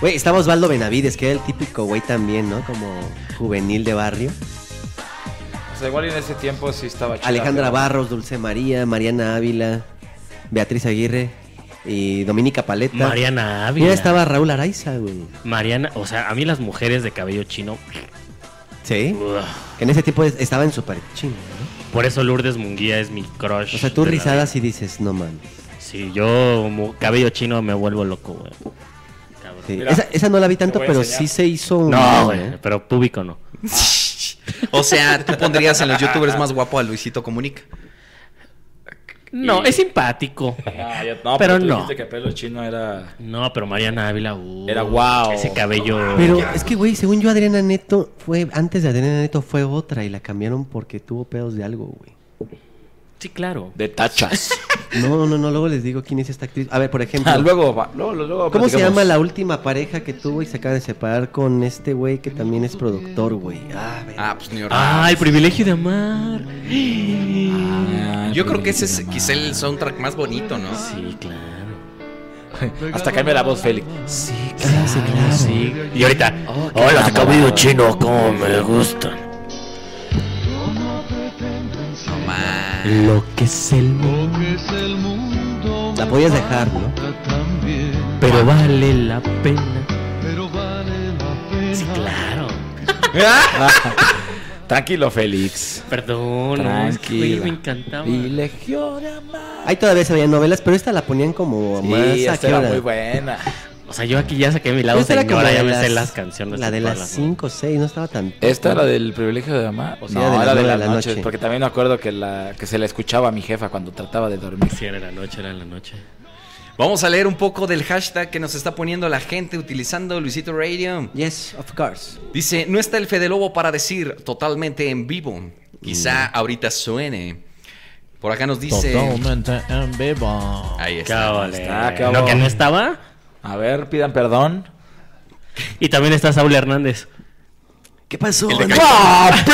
Güey, estaba Osvaldo Benavides, que era el típico güey también, ¿no? Como juvenil de barrio.
O sea, igual en ese tiempo sí estaba chida.
Alejandra
pero-
Barros, Dulce María, Mariana Ávila. Beatriz Aguirre y Dominica Paleta.
Mariana Ávila.
Mira, estaba Raúl Araiza, güey.
Mariana, o sea, a mí las mujeres de cabello chino.
Sí. En ese tiempo es- estaba en super chino.
Por eso Lourdes Munguía es mi crush.
O sea, tú
de la
rizadas y dices, no man.
vida. Sí, yo mu- cabello chino me vuelvo loco, güey.
Sí. esa, esa no la vi tanto, pero sí se hizo un. ¿eh?
No, güey, pero púbico no.
O sea, tú pondrías en los youtubers más guapo a Luisito Comunica.
No,
Y-
es simpático.
Ah, yo-
Pero
no, pero, tú
no.
dijiste que pelo chino era...
No, pero Mariana Ávila, uh,
Era guau.
Ese cabello.
Pero es que, güey, según yo, Adriana Neto fue. Antes de Adriana Neto fue otra y la cambiaron porque tuvo pedos de algo, güey.
Sí, claro.
De tachas.
No, no, no, luego les digo quién es esta actriz. A ver, por ejemplo.
Ah, luego va- luego- luego
¿Cómo se
platicamos.
llama la última pareja que tuvo y se acaba de separar con este güey que también es productor, güey? Ah,
Ah, pues New York.
Ah, el privilegio de amar.
Yo creo que ese es quizá el soundtrack más bonito, ¿no?
Sí, claro.
Hasta cambia la voz, Félix.
Sí,
claro, sí, claro. Oh,
Y ahorita, hola,
qué
cabello
mamada.
chino, cómo me gustan. Lo que es el mundo.
La podías dejar, ¿no?
Pero vale la pena. Sí, claro.
Tranquilo, Félix.
Perdón, no, es que güey, me encantaba.
Privilegio de
Ahí todavía se veían novelas, pero esta la ponían como más.
Sí,
¿a
esta
qué
era
hora?
muy buena.
O sea, yo aquí ya saqué mi lado
Esta era como
señora,
la
ya
de
me sé
las-
las canciones.
La de
todas
las 5 o 6, no estaba tan.
¿Esta era del privilegio de amar?
O
O
sea,
sea,
de las
era de
nueve
la,
de la
noche,
noche.
Porque también me acuerdo que, la, que se la escuchaba a mi jefa cuando trataba de dormir.
Sí, era la noche, era la noche.
Vamos a leer un poco del hashtag que nos está poniendo la gente utilizando Luisito Radio.
Yes, of course.
Dice, no está el Fede Lobo para decir totalmente en vivo. Quizá
Mm.
ahorita suene. Por acá nos dice...
Totalmente en vivo.
Ahí
Cábale.
está.
Está,
Lo
cabrón.
que no estaba.
A ver, pidan perdón.
Y también está Saúl Hernández.
¿Qué pasó?
El de
Ana?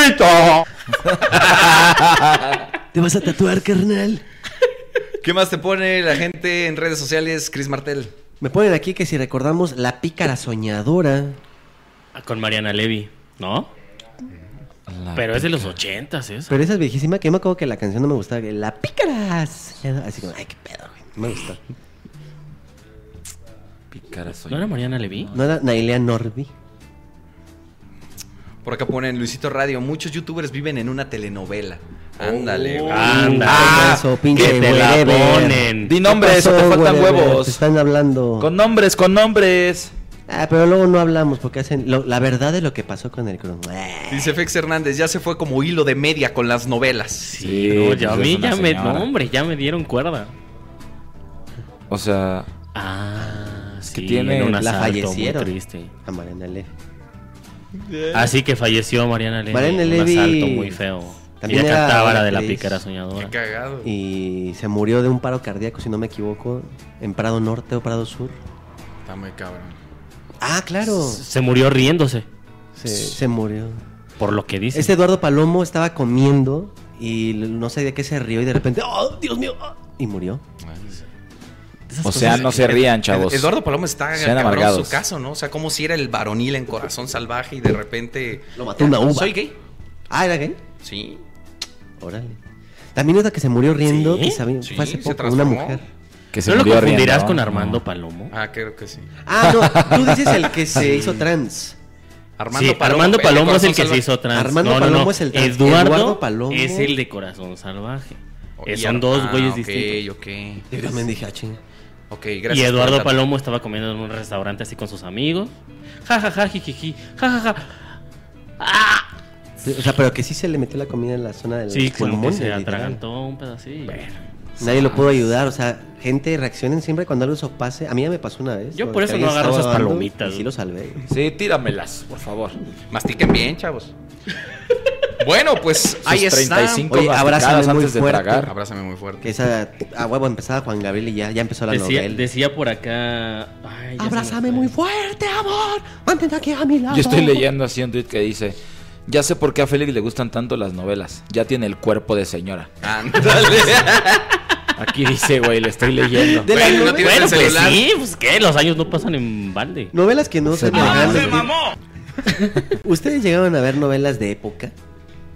¿Te vas a tatuar, carnal?
¿Qué más te pone la gente en redes sociales, Chris Martel?
Me ponen aquí que si recordamos La Pícara Soñadora.
Con Mariana Levy, ¿no? Pero es de los ochentas eso.
Pero esa es viejísima que yo me acuerdo que la canción no me gustaba. que La Pícara Soñadora. Así que, ay, qué pedo, güey. No Me gusta.
¿No era Mariana Levy?
No era Nailea Norby.
Por acá ponen Luisito Radio. Muchos youtubers viven en una telenovela.
Oh.
Ándale. güey.
Ándale.
Ah,
Eso, pinche
que te la
wherever.
ponen.
Di
¿Qué
nombres, o te faltan
wherever?
huevos.
Te están hablando.
Con nombres, con nombres.
Ah, pero luego no hablamos porque hacen lo- la verdad de lo que pasó con el Ah. crono.
Dice Fex Hernández, ya se fue como hilo de media con las novelas.
Sí, no,
pues,
ya a mí ya me. No, hombre, ya me dieron cuerda.
O sea,
Ah, sí,
que tiene
en un
la
asalto
fallecieron.
muy triste.
A Mariana Levy.
Así que falleció Mariana Levy.
Mariana
en
Levy
Un asalto muy feo.
también
También Ella
era
cantaba la de la
actriz.
pícara soñadora.
cagado.
Y se murió de un paro cardíaco, si no me equivoco, en Prado Norte o Prado Sur.
Está muy cabrón.
Ah, claro.
Se murió riéndose,
Se, se murió.
por lo que dice.
Este Eduardo Palomo estaba comiendo y l- no sé de qué se rió y de repente, ¡oh, Dios mío! ah", Y murió.
O sea, no se rían, chavos.
Eduardo Palomo está
Sean
cabrón en
amargados.
su caso, ¿no? O sea, como si era el varonil en corazón salvaje y de repente.
Lo mató una uva.
Soy gay.
Ah, ¿era gay?
Sí.
Órale. También otra que se murió riendo, que sabe-
Sí,
fue hace
se
poco, una
transformó.
mujer.
Que
¿No lo
murió
confundirás
riendo,
con
¿no?
Armando Palomo?
Ah, creo que sí.
Ah, no, tú dices el que se
Sí.
hizo trans.
Sí, Armando Palomo es el que se hizo trans.
Armando
No, no,
Palomo
no.
es el trans.
Eduardo,
Eduardo Palomo-
es el de Corazón Salvaje.
Y
Eh, son
Ar-
dos
ah,
güeyes
ok,
distintos.
Ok,
Yo también dije, ah, chinga.
Ok, gracias.
y
por
Eduardo
el dato.
Palomo estaba comiendo en un restaurante así con sus amigos. Ja, ja, ja, jijiji. Ja, ja, ja.
Sí, O sea, pero que sí se le metió la comida en la zona del
Sí, como que
pulmón,
se
literal. pues
atragantó un pedacillo.
Nadie lo pudo ayudar, o sea, gente, reaccionen siempre cuando algo eso pase. A mí ya me pasó una vez.
Yo
porque
por eso
alguien
no agarro
estaba
esas
grabando
palomitas.
Y sí lo salvé.
Sí, tíramelas, por favor.
Mastiquen bien, chavos. Bueno, pues ahí está.
35
Oye, abrázame
masticadas
muy
antes de
fuerte.
tragar.
Abrázame muy fuerte.
Que esa, a huevo empezaba Juan Gabriel y ya, ya empezó la
Decía,
novela.
decía por acá. ay, ya se me
Abrázame
fue.
muy fuerte, amor. Mantente aquí a mi lado.
Yo estoy leyendo así un tweet que dice: Ya sé por qué a Félix le gustan tanto las novelas. Ya tiene el cuerpo de señora.
Ándale.
Aquí dice, güey, le estoy leyendo.
Ah, De las
Güey, no
novelas-
tienes
Bueno,
el
pues
celular.
sí, pues qué, los años no pasan en balde.
Novelas que no Ah, se,
mamó,
dejaron de- ¿Ustedes llegaron a ver novelas de época?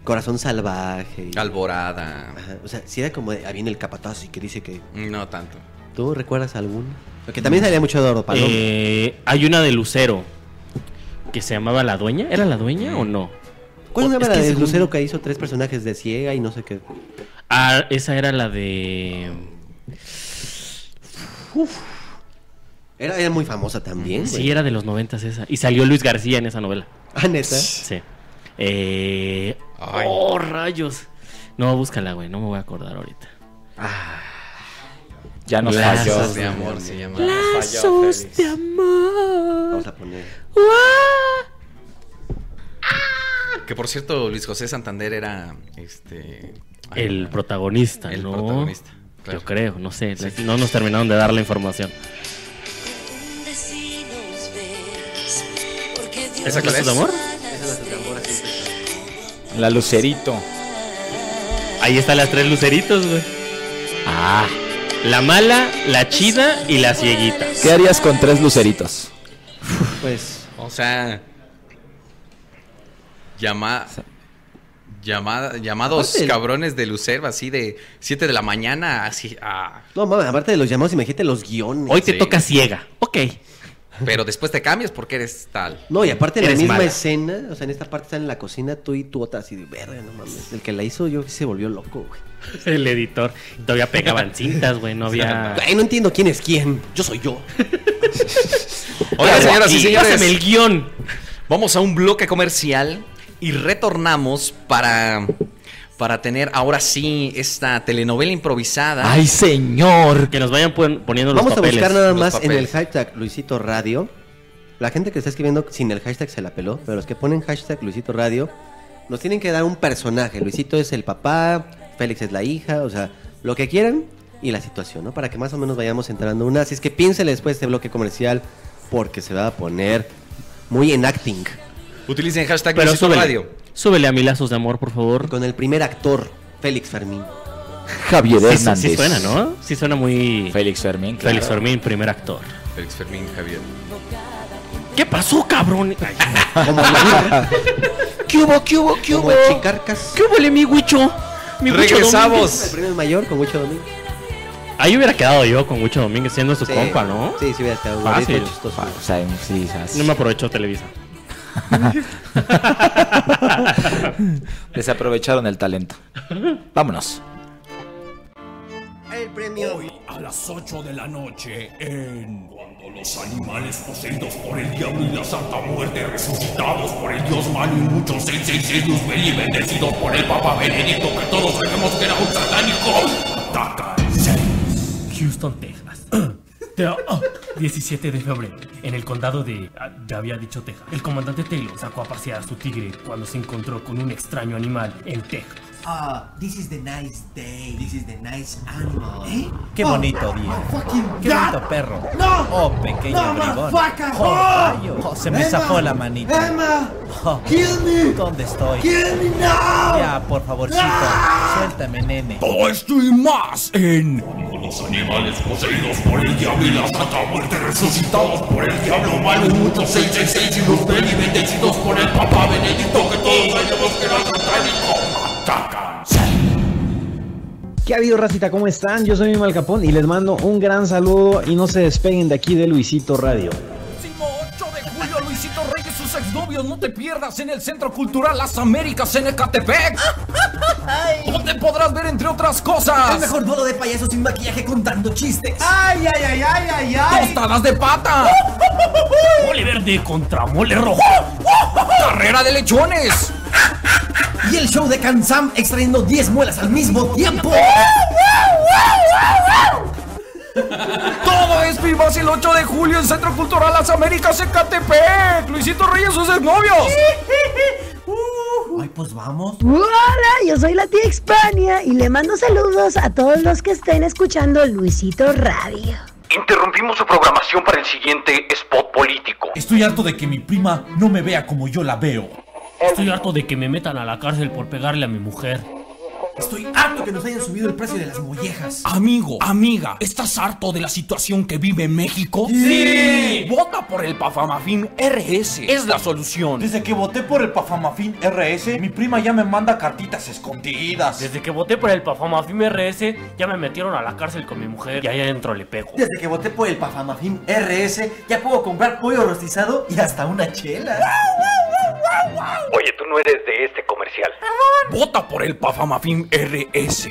Corazón salvaje. y-
Alborada.
Ajá, O sea, si era como de, ah, viene el capataz y que dice que.
No tanto.
¿Tú recuerdas alguno? Porque también salía mucho de Oro Paloma.
Eh, hay una de Lucero que se llamaba La Dueña. ¿Era La Dueña o no?
¿Cuál
O-
es la
es que
de
según-
Lucero que hizo tres personajes de ciega y no sé qué?
Ah, esa era la de.
Era, era muy famosa también.
Sí,
güey.
era de los noventas esa. Y salió Luis García en esa novela.
Ah, neta.
Sí. Eh, Oh, rayos. No, búscala, güey. No me voy a acordar ahorita.
Ya nos
Lazos
falló.
de amor se llama.
Ya nos falló, Félix.
de amor.
Vamos a poner.
Ah, Que por cierto, Luis José Santander era este
El protagonista,
El
¿no?
protagonista, claro.
Yo creo, no sé.
Sí.
No nos terminaron de dar la información.
¿Esa cuál
¿Lazos
es?
de amor?
La Lucerito.
Ahí están las tres luceritos, güey. Ah. La mala, la chida y la cieguita.
¿Qué harías con tres luceritos?
Pues.
O sea. Llama, llama- llamados
Aparte-
cabrones de Lucero, así de 7 de la mañana, así. ah,
No, mames, aparte de los llamados, imagínate los guiones.
Hoy te Sí. toca
ciega. Ok.
pero después te cambias porque eres tal.
No, y aparte en la
Eres
misma
mala.
escena, o sea, en esta parte están en la cocina tú y tu otra así de verga, no mames. El que la hizo yo se volvió loco, güey.
El editor. Todavía pegaban cintas, güey. No había.
Ay, no entiendo quién es quién. Yo soy yo.
Oigan,
Pero
señoras y
aquí,
señores.
pásame el guión.
Vamos a un bloque comercial y retornamos para, para tener ahora sí esta telenovela improvisada.
Ay, señor.
Que nos vayan pon- poniendo los
Vamos a
papeles.
buscar nada
los
más en el
papeles.
hashtag Luisito Radio. La gente que está escribiendo sin el hashtag se la peló, pero los que ponen hashtag Luisito Radio nos tienen que dar un personaje. Luisito es el papá, Félix es la hija, o sea, lo que quieran y la situación, ¿no? Para que más o menos vayamos entrando una. Así es que piénsele después de este bloque comercial porque se va a poner muy en acting.
Utilicen hashtag
Pero
Luisito
súbele.
Radio.
Súbele a mi lazos de amor, por favor.
Con el primer actor, Félix Fermín.
Sí,
Javier
sí,
Hernández.
Sí, suena, ¿no? Sí suena muy.
Félix Fermín. claro.
Félix Fermín, primer actor.
Félix Fermín, Javier.
¿Qué pasó, cabrón? Ay,
Como la-
¿Qué hubo, qué hubo, qué
como
hubo?
Chicarcas.
¿Qué hubo, mi huicho? Mi huicho
El
Domínguez.
premio mayor con Huicho Domínguez.
Ahí hubiera quedado yo con Mucho Domínguez siendo su
Sí.
compa, ¿no?
Sí, sí, hubiera estado
Fácil.
bonito, chistoso.
O sea, sí, o sea,
No me aprovechó Televisa.
Desaprovecharon el talento. Vámonos.
El premio.
Hoy a las 8 de la noche en Cuando los animales poseídos por el diablo y la santa muerte resucitados por el dios malo y muchos 666 Luzbel y bendecidos por el papa Benedicto que todos sabemos que era un satánico ataca el
Houston, Texas. Te- oh, 17 de febrero, en el condado de... ah, Ya había dicho Texas. El comandante Taylor sacó a pasear a su tigre cuando se encontró con un extraño animal en Texas.
Ah, this is the nice day. This is the nice animal. Oh,
Qué bonito día. Qué bonito perro.
No.
Oh, pequeño
No,
bribón.
motherfucker.
Oh,
Oh. Eh,
rayo. Oh, se me
Emma.
zafó la manita.
Emma.
Oh,
Kill me.
¿Dónde estoy?
Kill me now. Ah.
Ya, por favorcito. Suéltame, nene.
Todo esto y más en Cuando los animales poseídos por el diablo y la santa muerte resucitados por el diablo malo y muchos 666 y Luzbel y bendecidos por el papa Benedicto que todos sabemos que era un satánico atacan
¿Qué ha habido, racita? ¿Cómo están? Yo soy Mimo Capón y les mando un gran saludo y no se despeguen de aquí de Luisito Radio.
Próximo 8 de julio, Luisito Reyes y sus exnovios, no te pierdas en el Centro Cultural Las Américas en Ecatepec. Donde podrás ver, entre otras cosas,
El mejor modo de payaso sin maquillaje contando chistes.
Ay, ay, ay, ay, ay, ay. Tostadas de pata.
Mole verde contra mole rojo.
carrera de lechones.
Y el show de Kansam extrayendo 10 muelas al mismo tiempo.
Todo es vivas el 8 de julio en Centro Cultural Las Américas en Ecatepec. Luisito Reyes y sus exnovios.
Ay, pues vamos.
Hola, yo soy la tía Hispania y le mando saludos a todos los que estén escuchando Luisito Radio.
Interrumpimos su programación para el siguiente spot político.
Estoy harto de que mi prima no me vea como yo la veo.
Estoy harto de que me metan a la cárcel por pegarle a mi mujer.
Estoy harto que nos hayan subido el precio de las mollejas.
Amigo, amiga, ¿estás harto de la situación que vive México?
¡Sí!
Vota por el Pafamafín RS. Es la solución.
Desde que voté por el Pafamafín RS, mi prima ya me manda cartitas escondidas.
Desde que voté por el Pafamafim RS, ya me metieron a la cárcel con mi mujer y allá adentro le pego.
Desde que voté por el Pafamafín RS, ya puedo comprar pollo rostizado y hasta una chela.
Oye, tú no eres de este comercial.
Vota por el Pafamafín RS.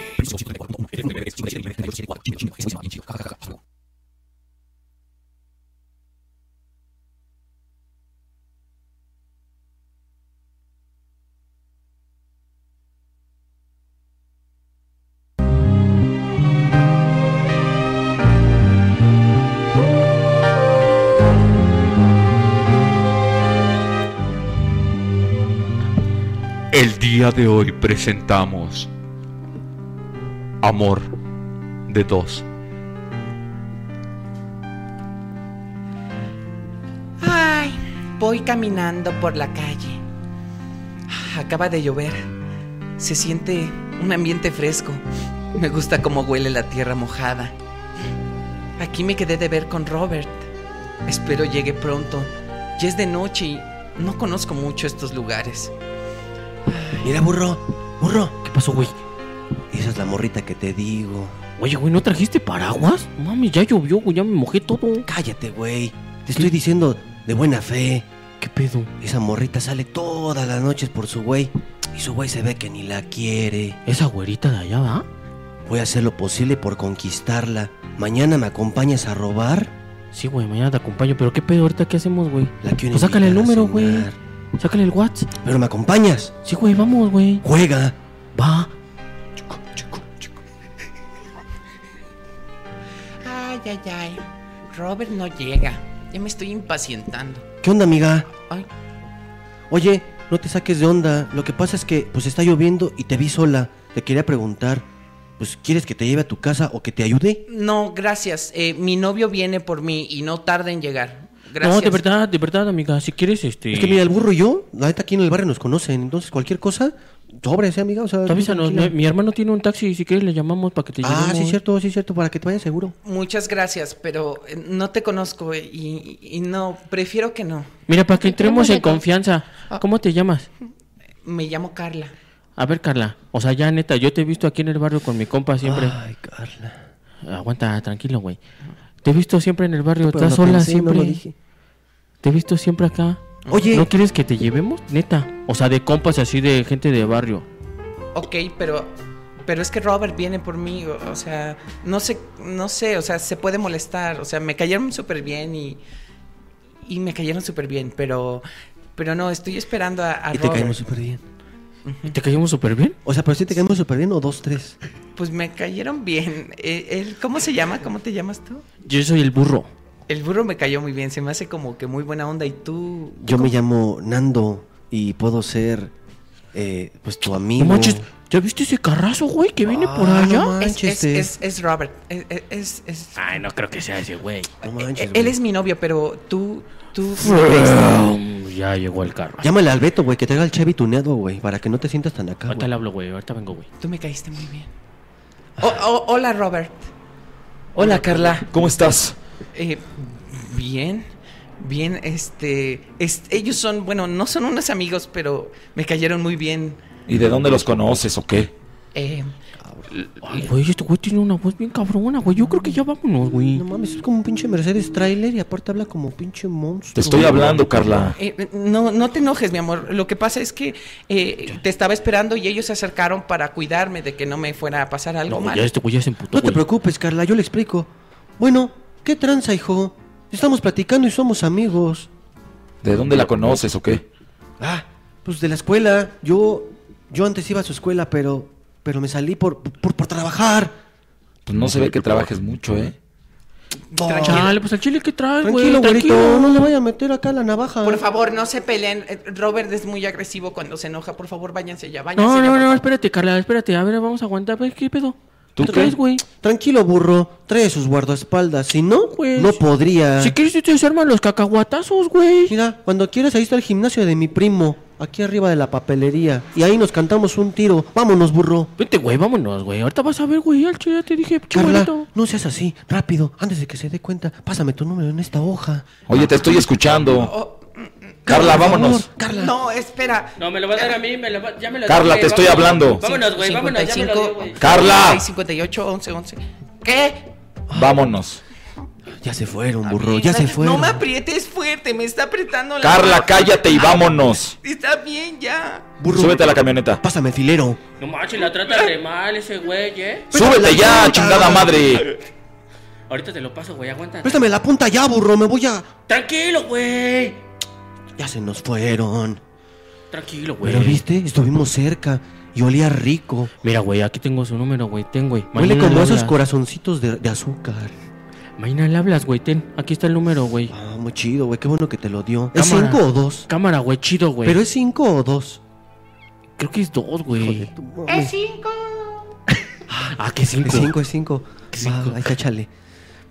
El día de hoy presentamos Amor de dos.
Ay, voy caminando por la calle. Acaba de llover. Se siente un ambiente fresco. Me gusta cómo huele la tierra mojada. Aquí me quedé de ver con Robert. Espero llegue pronto. Ya es de noche y no conozco mucho estos lugares.
Mira, burro, burro.
¿Qué pasó, güey?
Esa es la morrita que te digo.
Oye, güey, ¿no trajiste paraguas? Mami, ya llovió, güey, ya me mojé todo.
Cállate, güey. Te estoy diciendo de buena fe.
¿Qué pedo?
Esa morrita sale todas las noches por su güey. Y su güey se ve que ni la quiere.
Esa güerita de allá, ¿va?
Voy a hacer lo posible por conquistarla. ¿Mañana me acompañas a robar?
Sí, güey, mañana te acompaño, pero ¿qué pedo ahorita qué hacemos, güey?
La quiero
Pues sácale el
invitar a
número, güey.
cenar.
Sácale el WhatsApp.
¿Pero me acompañas?
Sí, güey, vamos, güey.
Juega.
Va.
Ay, ay, ay. Robert no llega. Ya me estoy impacientando.
¿Qué onda, amiga?
Ay.
Oye, no te saques de onda. Lo que pasa es que pues está lloviendo y te vi sola. Te quería preguntar, pues ¿quieres que te lleve a tu casa o que te ayude?
No, gracias. Eh, mi novio viene por mí y no tarda en llegar. Gracias.
No, de verdad, de verdad, amiga. Si quieres, este.
Es que mira, el burro y yo, la neta aquí en el barrio nos conocen, entonces cualquier cosa, sobres, ¿eh, amiga, o sea,
Tú avísanos,
tú
mi,
tranquila.
mi hermano tiene un taxi. Si quieres, le llamamos para que te
Ah,
llevemos.
sí, cierto, sí, cierto, para que te vayas seguro.
Muchas gracias, pero eh, no te conozco eh, y, y- y no, prefiero que no.
Mira, para que entremos en confianza.
Ah.
¿Cómo te llamas?
Me llamo Carla.
A ver, Carla. O sea, ya neta, yo te he visto aquí en el barrio con mi compa siempre.
Ay, Carla.
Aguanta, tranquilo, güey. Te he visto siempre en el barrio,
Pero
estás
lo
sola
pensé, no
siempre.
lo dije.
Te he visto siempre acá.
Oye.
¿No quieres que te llevemos? Neta. O sea, de compas así de gente de barrio.
Ok, pero, pero es que Robert viene por mí, o, o sea, no sé, no sé, o sea, se puede molestar, o sea, me cayeron súper bien y, y me cayeron súper bien, pero, pero no, estoy esperando a, a
Y te
Robert.
caímos súper bien.
¿Y ¿Te caímos súper bien?
O sea, pero si te caímos súper bien o dos, tres.
Pues me cayeron bien. Eh, él- ¿Cómo se llama? ¿Cómo te llamas tú?
Yo soy el burro.
El burro me cayó muy bien, se me hace como que muy buena onda y tú...
Yo me llamo Nando y puedo ser, eh, pues, tu amigo.
No manches, ¿ya viste ese carrazo, güey, que viene por
Ah,
allá?
no
Es-
manches,
es,
eh.
es- es Robert. Es, es- es- Eh,
Ay, no creo que sea ese, güey.
No manches,
él
güey.
es mi novio, pero tú... tú
ya llegó el carro.
Llámale al Beto, güey, que traiga el Chevy tuneado, güey, para que no te sientas tan acá,
Ahorita
güey.
le hablo, güey. Ahorita vengo, güey.
Tú me caíste muy bien. O- o- hola, Robert.
Hola Carla, ¿cómo estás?
Eh, bien, bien, este, es- Ellos son, bueno, no son unos amigos, pero me cayeron muy bien.
¿Y de dónde los conoces o qué?
Eh,
Ay, güey, este güey tiene una voz bien cabrona, güey. Yo creo que ya vámonos, güey.
No mames, es como un pinche Mercedes trailer y aparte habla como pinche monstruo.
Te estoy hablando, Carla.
eh, no, no te enojes, mi amor. Lo que pasa es que eh, te estaba esperando y ellos se acercaron para cuidarme de que no me fuera a pasar algo
No, güey,
mal.
ya este güey ya se emputó,
No te
güey.
preocupes, Carla, yo le explico. Bueno, ¿qué tranza, hijo? Estamos platicando y somos amigos.
¿De dónde la conoces o qué?
Ah, pues de la escuela. Yo yo antes iba a su escuela, pero pero me salí por por, por trabajar.
Pues no se ve que trabajes mucho, ¿eh?
Chale, pues al chile que traes, güey.
Tranquilo, güerito, no le vaya a meter acá la navaja. ¿eh?
Por favor, no se peleen. Eh, Robert es muy agresivo cuando se enoja. Por favor, váyanse ya, váyanse
No,
ya,
no,
por
no,
favor.
espérate, Carla, espérate. A ver, vamos a aguantar. güey, ¿Qué pedo?
¿Tú
¿Qué traes, güey?
Tranquilo, burro. Trae sus guardaespaldas. Si no,
Pues,
no podría.
Si quieres, te desarman los cacahuatazos, güey.
Mira, cuando quieras, ahí está el gimnasio de mi primo. aquí arriba de la papelería. Y ahí nos cantamos un tiro. Vámonos, burro.
Vente, güey, vámonos, güey. Ahorita vas a ver, güey. Al chile ya te dije,
Carla,
chimuelito.
no seas así. Rápido, antes de que se dé cuenta, pásame tu número en este. esta hoja.
Oye, te estoy escuchando.
Oh,
Carla,
por favor,
vámonos.
Carla.
No, espera.
No, me lo va a dar a mí, me lo va, ya me lo
Carla,
dio,
te estoy
vámonos.
hablando.
Vámonos, güey, vámonos, ya me lo dio, güey.
55,
Carla.
58, 11, 11. ¿Qué?
Vámonos.
Ya se fueron, burro, ya se
No
fueron.
me aprietes fuerte, me está apretando la
Carla,
mano.
cállate y vámonos.
Está bien, ya.
Burro.
Súbete a la camioneta.
Pásame el filero.
No manches, la trata re mal ese güey, ¿eh?
Súbete ya, chingada madre.
Ahorita te lo paso, güey, aguanta.
Préstame la punta ya, burro, me voy a...
Tranquilo, güey.
Ya se nos fueron.
Tranquilo, güey.
Pero viste, estuvimos cerca y olía rico.
Mira, güey, aquí tengo su número, güey. Ten, güey.
Huele
Mañana
como
le
esos
hablas.
corazoncitos de, de azúcar.
Mañana le hablas, güey. Ten, aquí está el número, güey.
Ah, muy chido, güey, qué bueno que te lo dio. ¿Es
Cámara.
5 o 2?
Cámara, güey, chido, güey.
Pero es 5 o 2.
Creo que es dos, güey.
Es cinco.
Ah, que cinco.
Es 5, es 5. Va, ahí está, chale.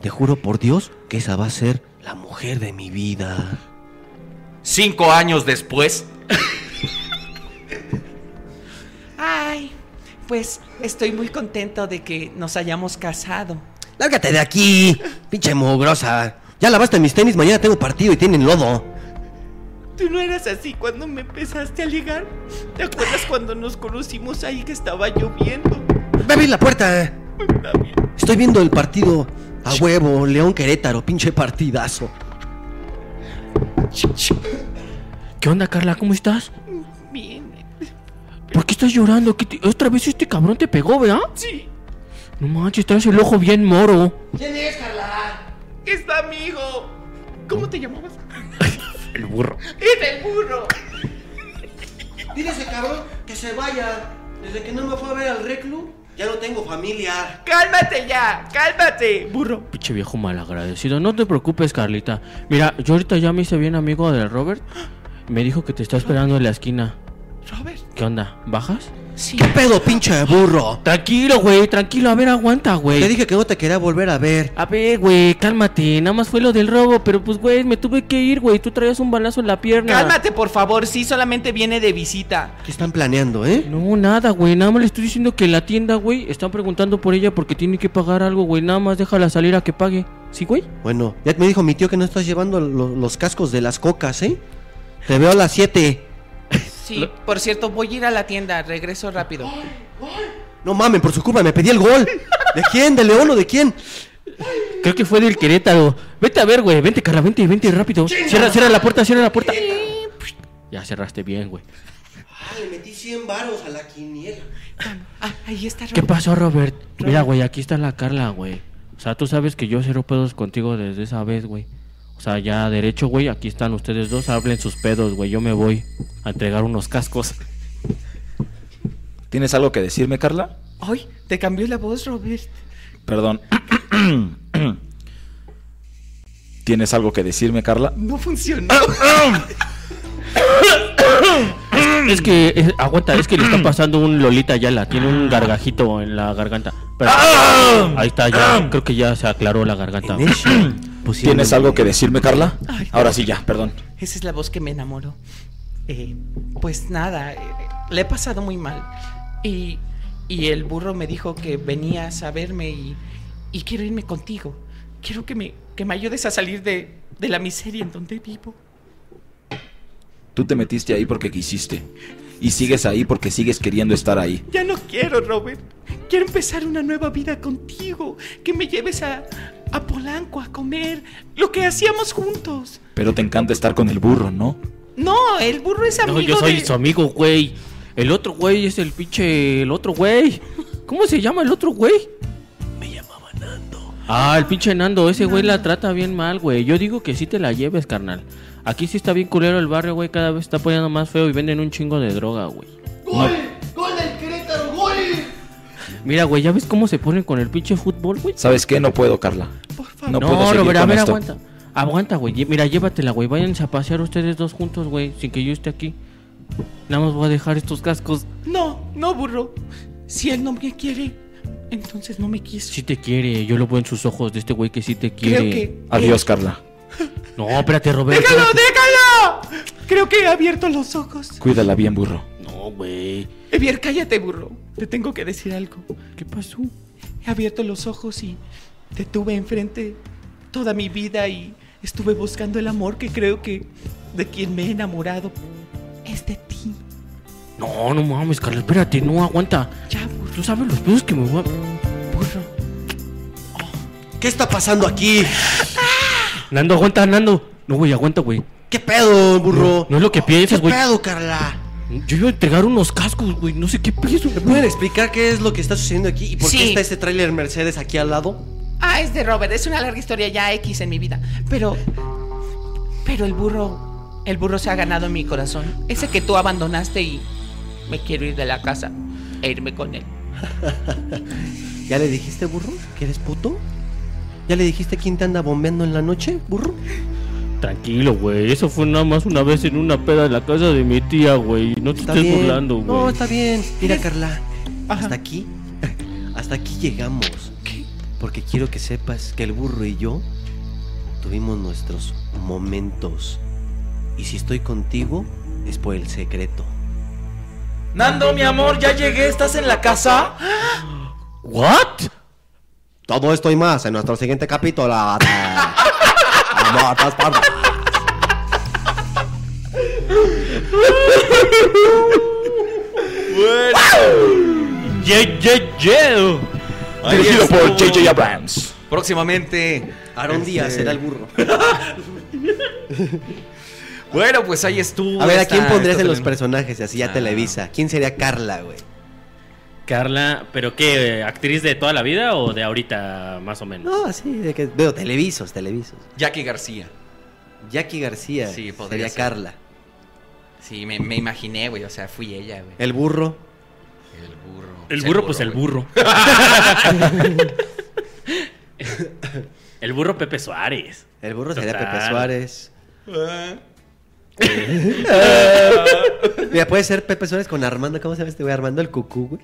Te juro por Dios que esa va a ser la mujer de mi vida.
Cinco años después.
Ay, pues estoy muy contento de que nos hayamos casado.
¡Lárgate de aquí! ¡Pinche mugrosa! Ya lavaste mis tenis, mañana tengo partido y tienen lodo.
Tú no eras así cuando me empezaste a ligar. ¿Te acuerdas cuando nos conocimos ahí que estaba lloviendo?
¡Va a abrir la puerta! Estoy viendo el partido a huevo, León Querétaro, pinche partidazo.
¿Qué onda, Carla? ¿Cómo estás?
Bien.
¿Por qué estás llorando? ¿Qué te- ¿Otra vez este cabrón te pegó, verdad?
Sí.
No manches, traes el ojo bien moro.
¿Quién es, Carla? Es tu amigo. ¿Cómo te llamabas?
El burro.
Es el burro.
Dile a ese cabrón que se vaya. Desde que no me fue a ver al reclu, ya no tengo familia.
Cálmate ya, cálmate, burro.
Pinche viejo malagradecido. No te preocupes, Carlita. Mira, yo ahorita ya me hice bien amigo de Robert. Me dijo que te está esperando en la esquina.
¿Robert?
¿Qué onda? ¿Bajas?
¿Qué pedo, pinche burro?
Tranquilo, güey, tranquilo. A ver, aguanta, güey.
Te dije que no te quería volver a ver.
A ver, güey, cálmate. Nada más fue lo del robo, pero pues, güey, me tuve que ir, güey. Tú traías un balazo en la pierna.
Cálmate, por favor, sí, solamente viene de visita.
¿Qué están planeando, eh?
No, nada, güey. Nada más le estoy diciendo que en la tienda, güey, están preguntando por ella porque tiene que pagar algo, güey. Nada más déjala salir a que pague. ¿Sí, güey?
Bueno, ya me dijo mi tío que no estás llevando lo- los cascos de las cocas, ¿eh? Te veo a las 7.
Sí, por cierto, voy a ir a la tienda, regreso rápido.
No mames, por su culpa me pedí el gol. ¿De quién? ¿De León o de quién?
Creo que fue del Querétaro. Vete a ver, güey. Vente, Carla, vente, vente rápido. Cierra, cierra la puerta, cierra la puerta. Ya cerraste bien, güey.
Ah, le metí 100 varos a la quiniela.
Ah, ahí está
¿Qué
Robert.
pasó, Robert? Mira, güey, aquí está la Carla, güey. O sea, tú sabes que yo cero pedos contigo desde esa vez, güey. O sea, ya derecho, güey, aquí están ustedes dos, hablen sus pedos, güey. Yo me voy a entregar unos cascos.
¿Tienes algo que decirme, Carla?
Ay, te cambió la voz, Robert.
Perdón. ¿Tienes algo que decirme, Carla?
No funcionó.
Es que, es- aguanta, es que le está pasando un Lolita Yala. Tiene un gargajito en la garganta. Pero- ahí está, ya. Creo que ya se aclaró la garganta.
Pues
¿Tienes algo que decirme, Carla? Ahora sí, ya, perdón.
Esa es la voz que me enamoró. Eh, pues nada, eh, le he pasado muy mal. Y, y el burro me dijo que venías a verme y, y quiero irme contigo. Quiero que me, que me ayudes a salir de, de la miseria en donde vivo.
Tú te metiste ahí porque quisiste. Y sigues ahí porque sigues queriendo estar ahí.
Ya no quiero, Robert. Quiero empezar una nueva vida contigo. Que me lleves a, a Polanco a comer. Lo que hacíamos juntos.
Pero te encanta estar con el burro, ¿no?
No, el burro es amigo
No, yo soy
de-
su amigo, güey. El otro güey es el pinche. El otro güey. ¿Cómo se llama el otro güey? Me llamaba Nando. Ah, el pinche Nando. Ese güey la trata bien mal, güey. Yo digo que sí te la lleves, carnal. Aquí sí está bien culero el barrio, güey. Cada vez está poniendo más feo y venden un chingo de droga, güey.
¡Gol del Querétaro, gol!
Mira, güey, ¿ya ves cómo se ponen con el pinche fútbol, güey?
¿Sabes qué? No puedo, Carla. No, puedo seguir
Robert, a
con
ver,
esto.
aguanta. Aguanta, güey. Lle- Mira, llévatela, güey. Váyanse a pasear ustedes dos juntos, güey. Sin que yo esté aquí. Nada más voy a dejar estos cascos.
No, no, burro. Si él no me quiere, entonces no me quiso.
Sí te quiere. Yo lo veo en sus ojos de este güey que sí te
Creo
quiere.
que-
Adiós, Carla.
No, espérate, Robert.
¡Déjalo,
espérate.
déjalo! Creo que he abierto los ojos.
Cuídala bien, burro.
No, güey.
Evier, cállate, burro. Te tengo que decir algo. ¿Qué pasó? He abierto los ojos y te tuve enfrente toda mi vida y estuve buscando el amor que creo que de quien me he enamorado es de ti.
No, no mames, Carla, espérate, no aguanta.
Ya,
Tú sabes los pedos que me voy a...
burro.
¿Qué está pasando aquí?
Nando, aguanta, Nando. No, güey, aguanta, güey.
¿Qué pedo, burro?
No, no es lo que piensas,
¿Qué
güey.
pedo, Carla?
Yo iba a entregar unos cascos, güey. No sé qué pienso.
¿Me pueden explicar qué es lo que está sucediendo aquí y por
Sí.
qué está este tráiler Mercedes aquí al lado?
Ah, es de Robert, es una larga historia ya X en mi vida. Pero. Pero el burro. El burro se ha ganado mi corazón. Ese que tú abandonaste y. Me quiero ir de la casa e irme con él.
¿Ya le dijiste, burro, que eres puto? ¿Ya le dijiste quién te anda bombeando en la noche, burro?
Tranquilo, güey. Eso fue nada más una vez en una peda en la casa de mi tía, güey. No te estés burlando, güey.
no, está bien. Mira, Carla, hasta aquí, hasta aquí llegamos. Porque quiero que sepas que el burro y yo tuvimos nuestros momentos. Y si estoy contigo, es por el secreto.
Nando, mi amor, ya llegué, ¿estás en la casa?
¿What? Todo esto y más en nuestro siguiente capítulo. Vamos a todas partes. Pues,
Bueno. Yeah, yeah, yeah.
Ahí
Dirigido por
estuvo.
J.J. Abrams.
Próximamente.
Aarón Díaz será el burro.
Bueno, pues ahí estuvo.
A ver, ¿a
esta-
quién pondrías
esta
en los
teleno-
personajes? Así ya Televisa. ¿Quién sería Carla, güey?
Carla, ¿pero qué? eh, ¿Actriz de toda la vida o de ahorita, más o menos?
No, así, de que veo televisos, televisos.
Jackie García.
Jackie García
Sí, podría
sería
ser.
Carla.
Sí, me, me imaginé, güey. O sea, fui ella, güey.
El burro.
El burro.
El burro, pues el
güey.
burro. El burro Pepe Suárez.
El burro sería
Total.
Pepe Suárez. Mira, puede ser Pepe Suárez con Armando. ¿Cómo se llama este güey? Armando el cucú, güey.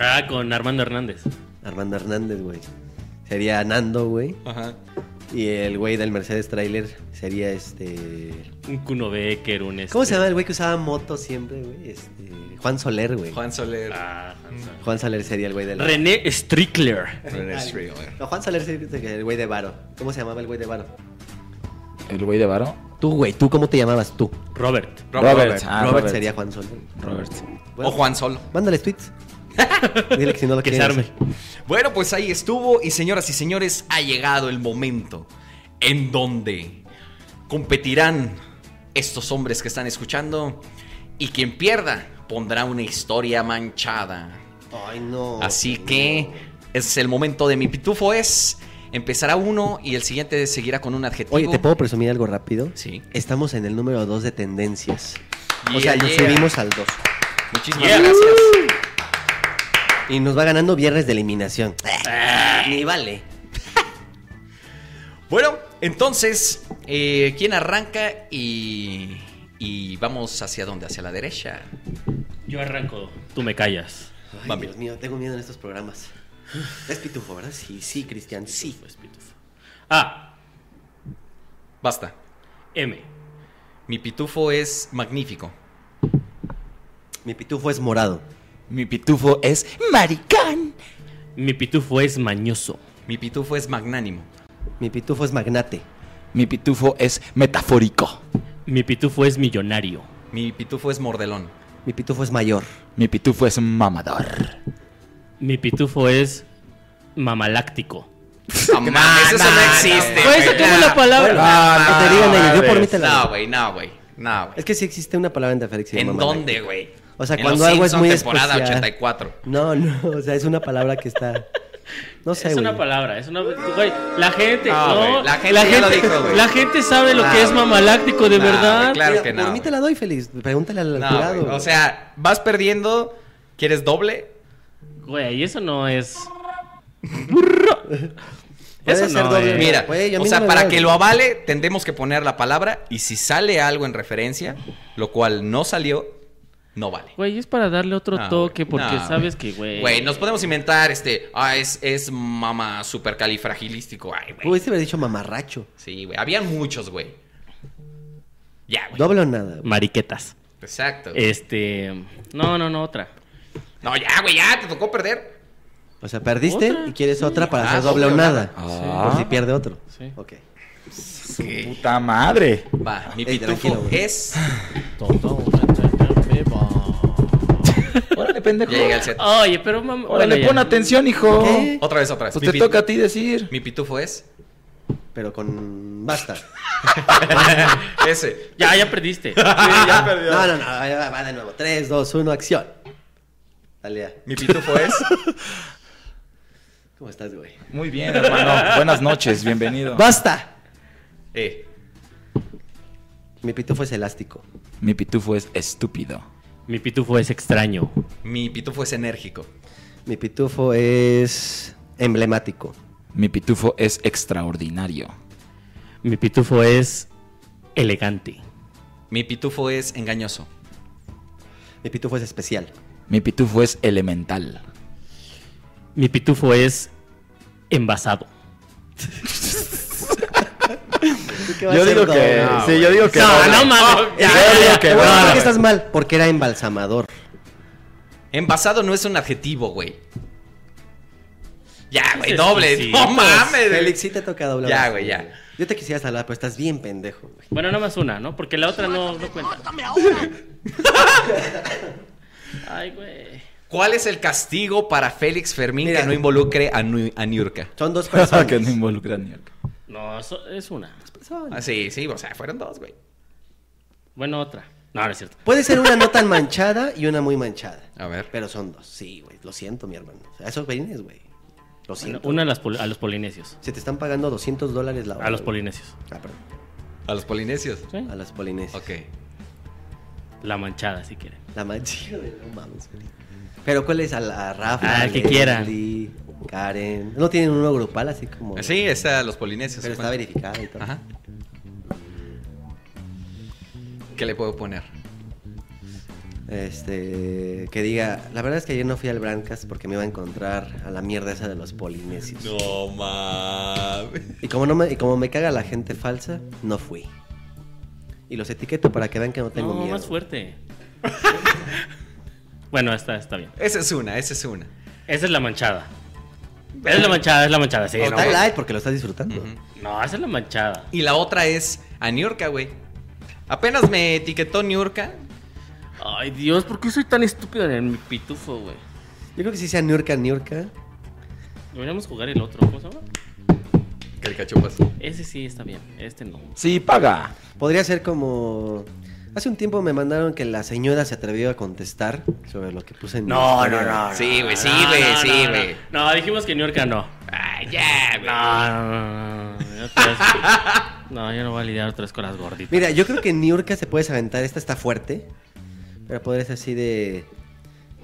Ah, con Armando Hernández.
Armando Hernández, güey. Sería Nando, güey.
Ajá.
Y el güey del Mercedes Trailer sería este.
Un Kuno Becker, un este-
¿Cómo se llama el güey que usaba moto siempre, güey? Este, Juan Soler, güey.
Juan Soler.
Ah, Juan Soler.
Juan Soler sería el güey del.
René Strickler.
René Strickler. No, Juan Soler sería el güey de Varo. ¿Cómo se llamaba el güey de Varo?
¿El güey de varo?
Tú, güey. ¿Tú cómo te llamabas tú?
Robert.
Robert. Ah,
Robert
Robert.
sería Juan Soler.
Robert.
O Juan Solo.
Mándales tweets. Dile que si no lo
Que
quieren
se arme.
hacer.
Bueno, pues ahí estuvo. Y señoras y señores, ha llegado el momento en donde competirán estos hombres que están escuchando. Y quien pierda pondrá una historia manchada.
Ay, no.
Así que es el momento de mi pitufo es. Empezará uno y el siguiente seguirá con un adjetivo.
Oye, ¿te puedo presumir algo rápido?
Sí.
Estamos en el número 2 de tendencias. o
Yeah,
sea, nos
yeah.
subimos al 2.
Muchísimas gracias.
Y nos va ganando viernes de eliminación. Ah, Ni vale.
Bueno, entonces, eh, ¿quién arranca y, y vamos hacia dónde? Hacia la derecha.
Yo arranco. Tú me callas.
Ay, Dios mío, tengo miedo en estos programas. Es pitufo, ¿verdad? Sí, sí, Cristian, sí.
Ah,
Basta.
M.
Mi pitufo es magnífico.
Mi pitufo es morado.
Mi pitufo es
Maricán.
Mi pitufo es mañoso.
Mi pitufo es magnánimo.
Mi pitufo es magnate.
Mi pitufo es metafórico.
Mi pitufo es millonario.
Mi pitufo es mordelón.
Mi pitufo es mayor.
Mi pitufo es mamador.
Mi pitufo es mamaláctico.
Mamá, eso no existe.
Güey,
Pues,
se acabó la palabra.
Ah, que te digan ellos, yo por mí te la
No,
doy.
güey, no, güey. No, güey.
Es que sí existe una palabra en Tafélix.
¿En dónde, güey?
O sea,
En
cuando
Los
algo es
Simpson,
muy
temporada
especial.
84.
No, no, o sea, es una palabra que está... No sé,
Es
güey.
una palabra, es una. Güey, la gente.
No,
No,
Ah, güey, la gente ya lo dijo, güey.
la gente sabe lo
No,
que es
güey.
mamaláctico, de
No,
verdad.
güey, claro que
Por
no.
mí te la doy, Félix. Pregúntale al
No,
jurado.
güey.
güey.
O sea, vas perdiendo, ¿quieres doble?
Güey, eso no es.
Puede
Eso
ser
no
doble,
es.
güey.
Mira,
Güey, a
o
mí
sea,
no me
para
vale.
que lo avale, tendremos que poner la palabra y si sale algo en referencia, lo cual no salió, no vale.
Güey, es para darle otro
No,
toque
Ah, güey,
porque
no,
sabes que, güey.
Güey, nos podemos inventar este, ah, es, es mamá supercalifragilístico. Ay, güey.
Pudiste haber dicho mamarracho.
Sí, güey. Habían muchos, güey. Ya, güey.
Doble o nada.
Mariquetas.
Exacto.
Este. No, no, no, otra.
No, ya, güey, ya, te tocó perder.
O sea, perdiste y quieres otra para
Ah,
hacer doble o
doble o
nada.
nada. Ah.
Por
Sí.
si pierde otro.
Sí.
Ok.
Puta madre. Ah,
Va, mi
Ey, tranquilo,
pitufo
güey.
es.
Órale, pendejo.
Ya llega el set.
Oye, pero mamá.
Órale,
bueno,
pon
ya.
atención, hijo.
¿Qué? Otra vez, otra vez.
Pues
Mi
te
pito.
toca a ti decir.
Mi pitufo es.
Pero con. Mm, Basta.
Ese.
Ya, ya perdiste.
ya perdió.
Ah, No, no, no. ahí Va, va de nuevo. 3, 2, 1, acción. Dale ya.
Mi pitufo es.
¿Cómo estás, güey?
Muy bien, hermano. Buenas noches, bienvenido.
¡Basta!
Eh.
Mi pitufo es elástico.
Mi pitufo es estúpido.
Mi pitufo es extraño.
Mi pitufo es enérgico.
Mi pitufo es. emblemático.
Mi pitufo es extraordinario.
Mi pitufo es elegante.
Mi pitufo es engañoso.
Mi pitufo es especial.
Mi pitufo es elemental.
Mi pitufo es envasado.
Yo digo que. sí, yo digo que.
No, no mames.
Yo digo que
Te
no.
voy a decir que estás mal porque era embalsamador.
Envasado no es un adjetivo, güey. Ya, güey,
Sí,
doble.
sí,
no
sí.
mames.
Félix, sí te toca doble.
Ya,
ahora sí,
güey, ya.
Yo te quisiera saludar, pero estás bien pendejo, güey.
Bueno, nada más una, ¿no? Porque la otra no, no cuenta. Ay, güey.
¿Cuál es el castigo para Félix Fermín que no involucre a, Nu- a Niurka?
Son dos personas.
que no involucra ni al-
No, eso es una.
Ah, sí, sí, o sea, fueron dos, güey.
Bueno, otra. No, no es cierto.
Puede ser una no tan manchada y una muy manchada.
A ver.
Pero son dos. Sí, güey. Lo siento, mi hermano. O sea, esos veines, güey. Lo
Bueno,
siento.
una a, las pol- a los polinesios.
Se te están pagando 200 dólares la hora.
A los
güey.
polinesios.
Ah, perdón.
¿A los polinesios?
A las polinesias.
Ok.
La manchada, si quieren.
La manchada, güey. No mames, güey. Pero ¿cuál es? A, la, a Rafa.
Al que quiera.
Leslie, Karen. No tienen uno grupal así como.
Sí, es a los polinesios.
Pero está verificada y todo.
Ajá. ¿Qué le puedo poner?
Este, que diga, la verdad es que ayer no fui al Brancas porque me iba a encontrar a la mierda esa de los polinesios.
No mames.
Y como no me, y como me caga la gente falsa, no fui. Y los etiqueto para que vean que no tengo
no,
miedo.
más fuerte. bueno, está, está bien.
Esa es una, esa es una.
Esa es la manchada. Es la manchada, es la manchada, sí.
Pero
no,
está
güey.
light porque lo estás disfrutando.
No, esa es la manchada.
Y la otra es a Niurka, güey. Apenas me etiquetó Niurka.
Ay, Dios, ¿por qué soy tan estúpido en el mi pitufo, güey?
Yo creo que si sea Niurka, Niurka.
Deberíamos jugar el otro, ¿cómo se llama?
Caricachupas.
Ese sí está bien, este no.
Sí, paga.
Podría ser como. Hace un tiempo me mandaron que la señora se atrevió a contestar sobre lo que puse en mi historia.
Sí, güey, sí,
No,
güey,
no,
sí,
no,
güey.
No. No, dijimos que New York no.
Ah,
Ay, ya, güey.
Ah, No, no, no, no, no. otra vez. No, yo no voy a lidiar tres con las gorditas.
Mira, yo creo que Niurka se puedes aventar. Esta está fuerte. Pero podría ser así de.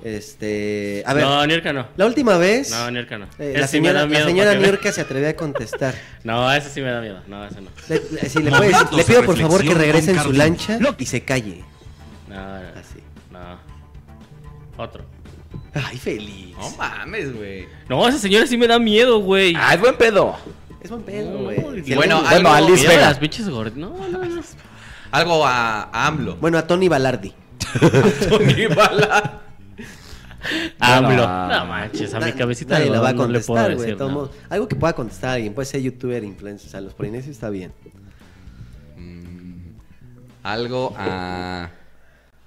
Este. A ver.
No, New York no.
La última vez.
No, New York no.
eh,
Ese
la
sí me
señora,
da
la
miedo
señora
porque-
Niurka se atrevió a contestar.
No, ese sí me da miedo. No, ese no.
Le, le- si le, puedes- le pido por favor que regrese en su lancha Ah, y se calle.
No, no, no.
Así.
No. Otro.
Ay, feliz.
No mames, güey.
No, esa señora sí me da miedo, güey.
Ah, es buen pedo.
Es buen pedo, güey. Si
Bueno,
algún-
algo-
Bueno, Alice
Miedo a
Vega.
Ah, las pinches gorditas. No, no, no.
Algo a, a AMLO.
bueno, a Tony Balardi.
Tony Bala.
AMLO.
Ah.
No manches, a mi
Nadie-
cabecita
nadie
de
la va a
algodón no le puedo
contestar, güey.
decir
de todos
nada.
modos. Algo que pueda contestar alguien. Puede ser youtuber, influencer. O sea, los polinesios está bien.
Mm. Algo a.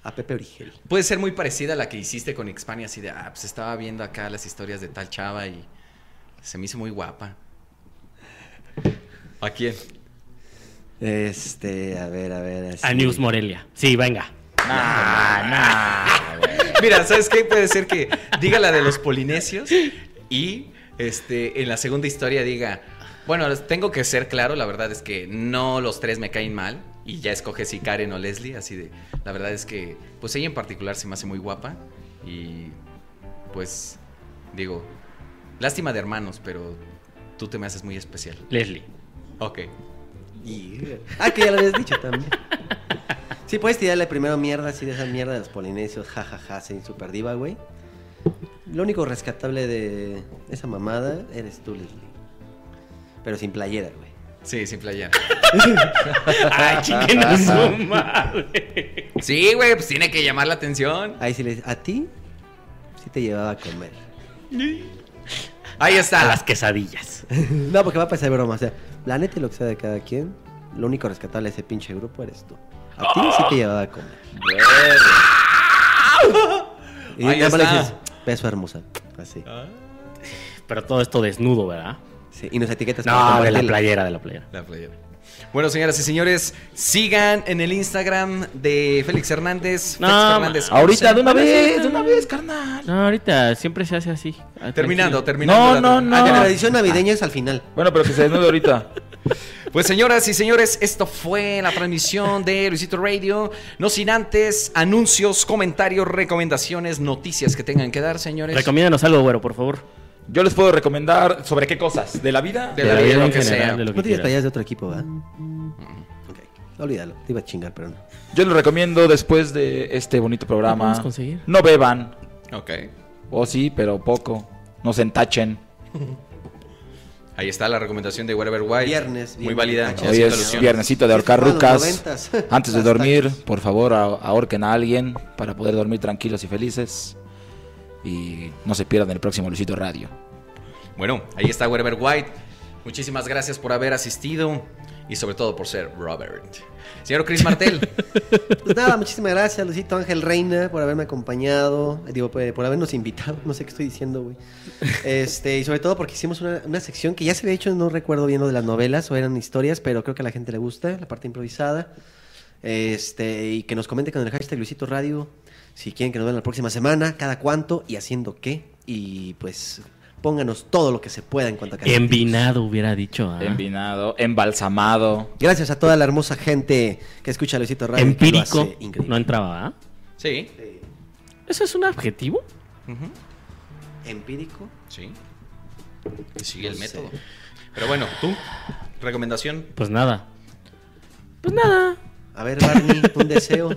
A Pepe Origel.
Puede ser muy parecida a la que hiciste con Xpania, así de, ah, pues estaba viendo acá las historias de tal chava y se me hizo muy guapa. ¿A quién?
Este, a ver, a ver. así.
A News Morelia. Sí, venga.
Ah, Mira, ¿sabes qué? Puede ser que diga la de los polinesios y este, en la segunda historia diga, bueno, les tengo que ser claro, la verdad es que no los tres me caen mal y ya escoge si Karen o Leslie, así de, la verdad es que, pues ella en particular se me hace muy guapa y pues digo, lástima de hermanos, pero tú te me haces muy especial.
Leslie.
Ok.
Yeah. Ah, que ya lo habías dicho también. Sí, puedes tirarle primero mierda, así de esa mierda de los polinesios, jajaja, ja, ja, sí, super diva, güey. Lo único rescatable de esa mamada eres tú, Leslie. Pero sin playera, güey.
Sí, sin playera.
Ay, chinguen a su madre.
Sí, güey, pues tiene que llamar la atención.
Ahí sí le dice, a ti sí te llevaba a comer.
Ahí está.
A las quesadillas.
no, porque va a pasar broma. O sea, la neta y lo que sea de cada quien, lo único rescatable de ese pinche grupo eres tú. A ti sí te llevaba a comer.
¡Ah!
Y
Ahí
nada más le
está.
dices, beso hermosa. Así.
Ah.
Pero todo esto desnudo, ¿verdad?
Sí, y nos etiquetas para
No, de la
compartirlo.
playera, de la playera.
La playera. Bueno, señoras y señores, sigan en el Instagram de Félix Hernández.
No,
Félix
ma-
Fernández.
ahorita, de una vez, de
una vez, carnal.
No, ahorita siempre se hace así. Ah,
Terminando,
tranquilo.
terminando.
No, no, no.
Ah, ya,
La edición navideña es al final.
Bueno, pero que se desnude ahorita. Pues señoras y señores, esto fue la transmisión de Luisito Radio. No sin antes, anuncios, comentarios, recomendaciones, noticias que tengan que dar, señores.
Recomiéndanos algo, güero, por favor.
Yo les puedo recomendar sobre qué cosas, de la vida, de, la, vida, lo
en
que
general,
sea.
de lo que
No tienes
quieras.
playas de otro equipo, ¿verdad? Ok, olvídalo. Te iba a chingar, pero no.
Yo les recomiendo después de este bonito
¿Lo
programa.
podemos conseguir?
No beban.
Ok.
O sí, pero poco. No se entachen.
Ahí está la recomendación de Wherever White.
Viernes,
Muy
viernes.
válida.
Hoy
sin
Hoy es
solución.
viernesito de ahorcar
Es para los
rucas.
noventas.
Antes de dormir, por favor, ah- ahorquen a alguien para poder dormir tranquilos y felices. Y no se pierdan el próximo Luisito Radio.
Bueno, ahí está Wherever White. Muchísimas gracias por haber asistido y sobre todo por ser Robert. Señor Chris Martel,
Pues nada, muchísimas gracias, Lucito Ángel Reina, por haberme acompañado. eh, Digo, por, por habernos invitado. No sé qué estoy diciendo, güey. Este, y sobre todo porque hicimos una, una sección que ya se había hecho, no recuerdo bien lo de las novelas o eran historias, pero creo que a la gente le gusta, la parte improvisada. Este, y que nos comente con el hashtag Luisito Radio si quieren que nos vean la próxima semana, cada cuánto y haciendo qué. Y pues pónganos todo lo que se pueda en cuanto a cada
Envinado hubiera dicho. ah.
Envinado, embalsamado.
Gracias a toda la hermosa gente que escucha Luisito Radio. que lo hace
Empírico.
increíble.
No entraba, ¿verdad?
Sí.
Eh,
¿Eso es un objetivo?
Empírico. Pues
Sí. Que sigue el
No sé.
método. Pero bueno, tú, recomendación.
Pues nada. Pues nada.
A ver, Barney, un deseo.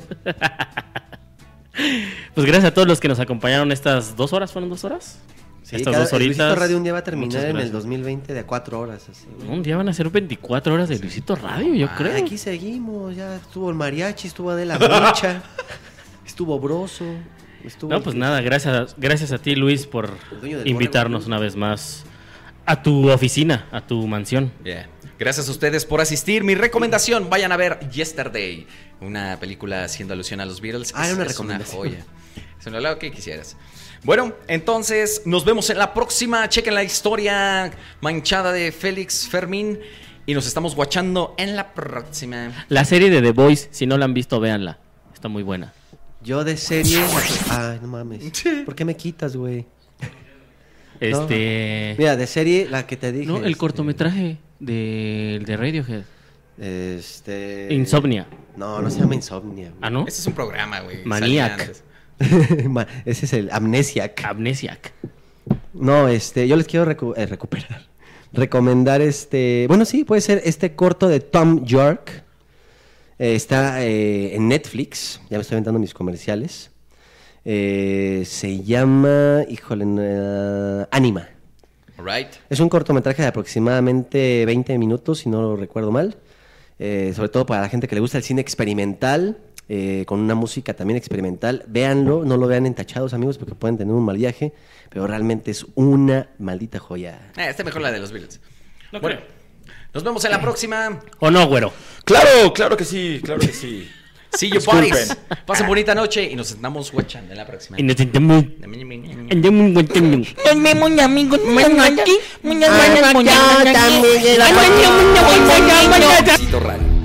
Pues gracias a todos los que nos acompañaron estas dos horas. ¿Fueron dos horas?
Sí,
estas
cada-
dos horitas.
Luisito Radio un día va a
Muchas
terminar en el
gracias.
2020 de a cuatro horas. Así.
Un día van a ser 24 horas de Luisito Radio, yo
Ah,
creo.
Aquí seguimos, ya estuvo el mariachi, estuvo Adela Micha, estuvo Broso, estuvo...
No, pues nada, gracias, gracias a ti, Luis, por
dueño del
invitarnos una vez más a tu oficina, a tu mansión.
Yeah. Gracias a ustedes por asistir. Mi recomendación, vayan a ver Yesterday, una película haciendo alusión a los Beatles.
Ah,
es,
era una
es una
recomendación.
joya. Es un lado que quisieras. Bueno, entonces nos vemos en la próxima. Chequen la historia manchada de Félix Fermín y nos estamos guachando en la próxima.
La serie de The Voice, si no la han visto, véanla. Está muy buena.
Yo de serie... Ay, no mames. ¿Por qué me quitas, güey?
Este.
Mira, de serie, la que te dije.
No, el cortometraje del de Radiohead.
Este...
Insomnia.
No, no se llama Insomnia. güey.
Ah, ¿no?
Este es un programa, güey.
Maniac.
Salía antes.
Ma- Ese es el Amnesiac.
Amnesiac.
No, este, yo les quiero recu- eh, recuperar. Recomendar este. Bueno, sí, puede ser este corto de Tom York. Eh, está eh, en Netflix. Ya me estoy aventando mis comerciales. Eh, se llama. Híjole, eh, Anima.
All right.
Es un cortometraje de aproximadamente 20 minutos, si no lo recuerdo mal. Eh, sobre todo para la gente que le gusta el cine experimental, eh, con una música también experimental. Véanlo, no lo vean entachados, amigos, porque pueden tener un mal viaje. Pero realmente es una maldita joya.
Eh, está mejor la de los Beatles. bueno, nos vemos en la próxima.
¿O no, güero?
Claro, claro que sí, claro que sí.
See you
Disculpen.
buddies. Pasen bonita noche y nos estamos guachando en la próxima.
Y nos sentamos- andamos guachando.
Ah,
Luisito Radio.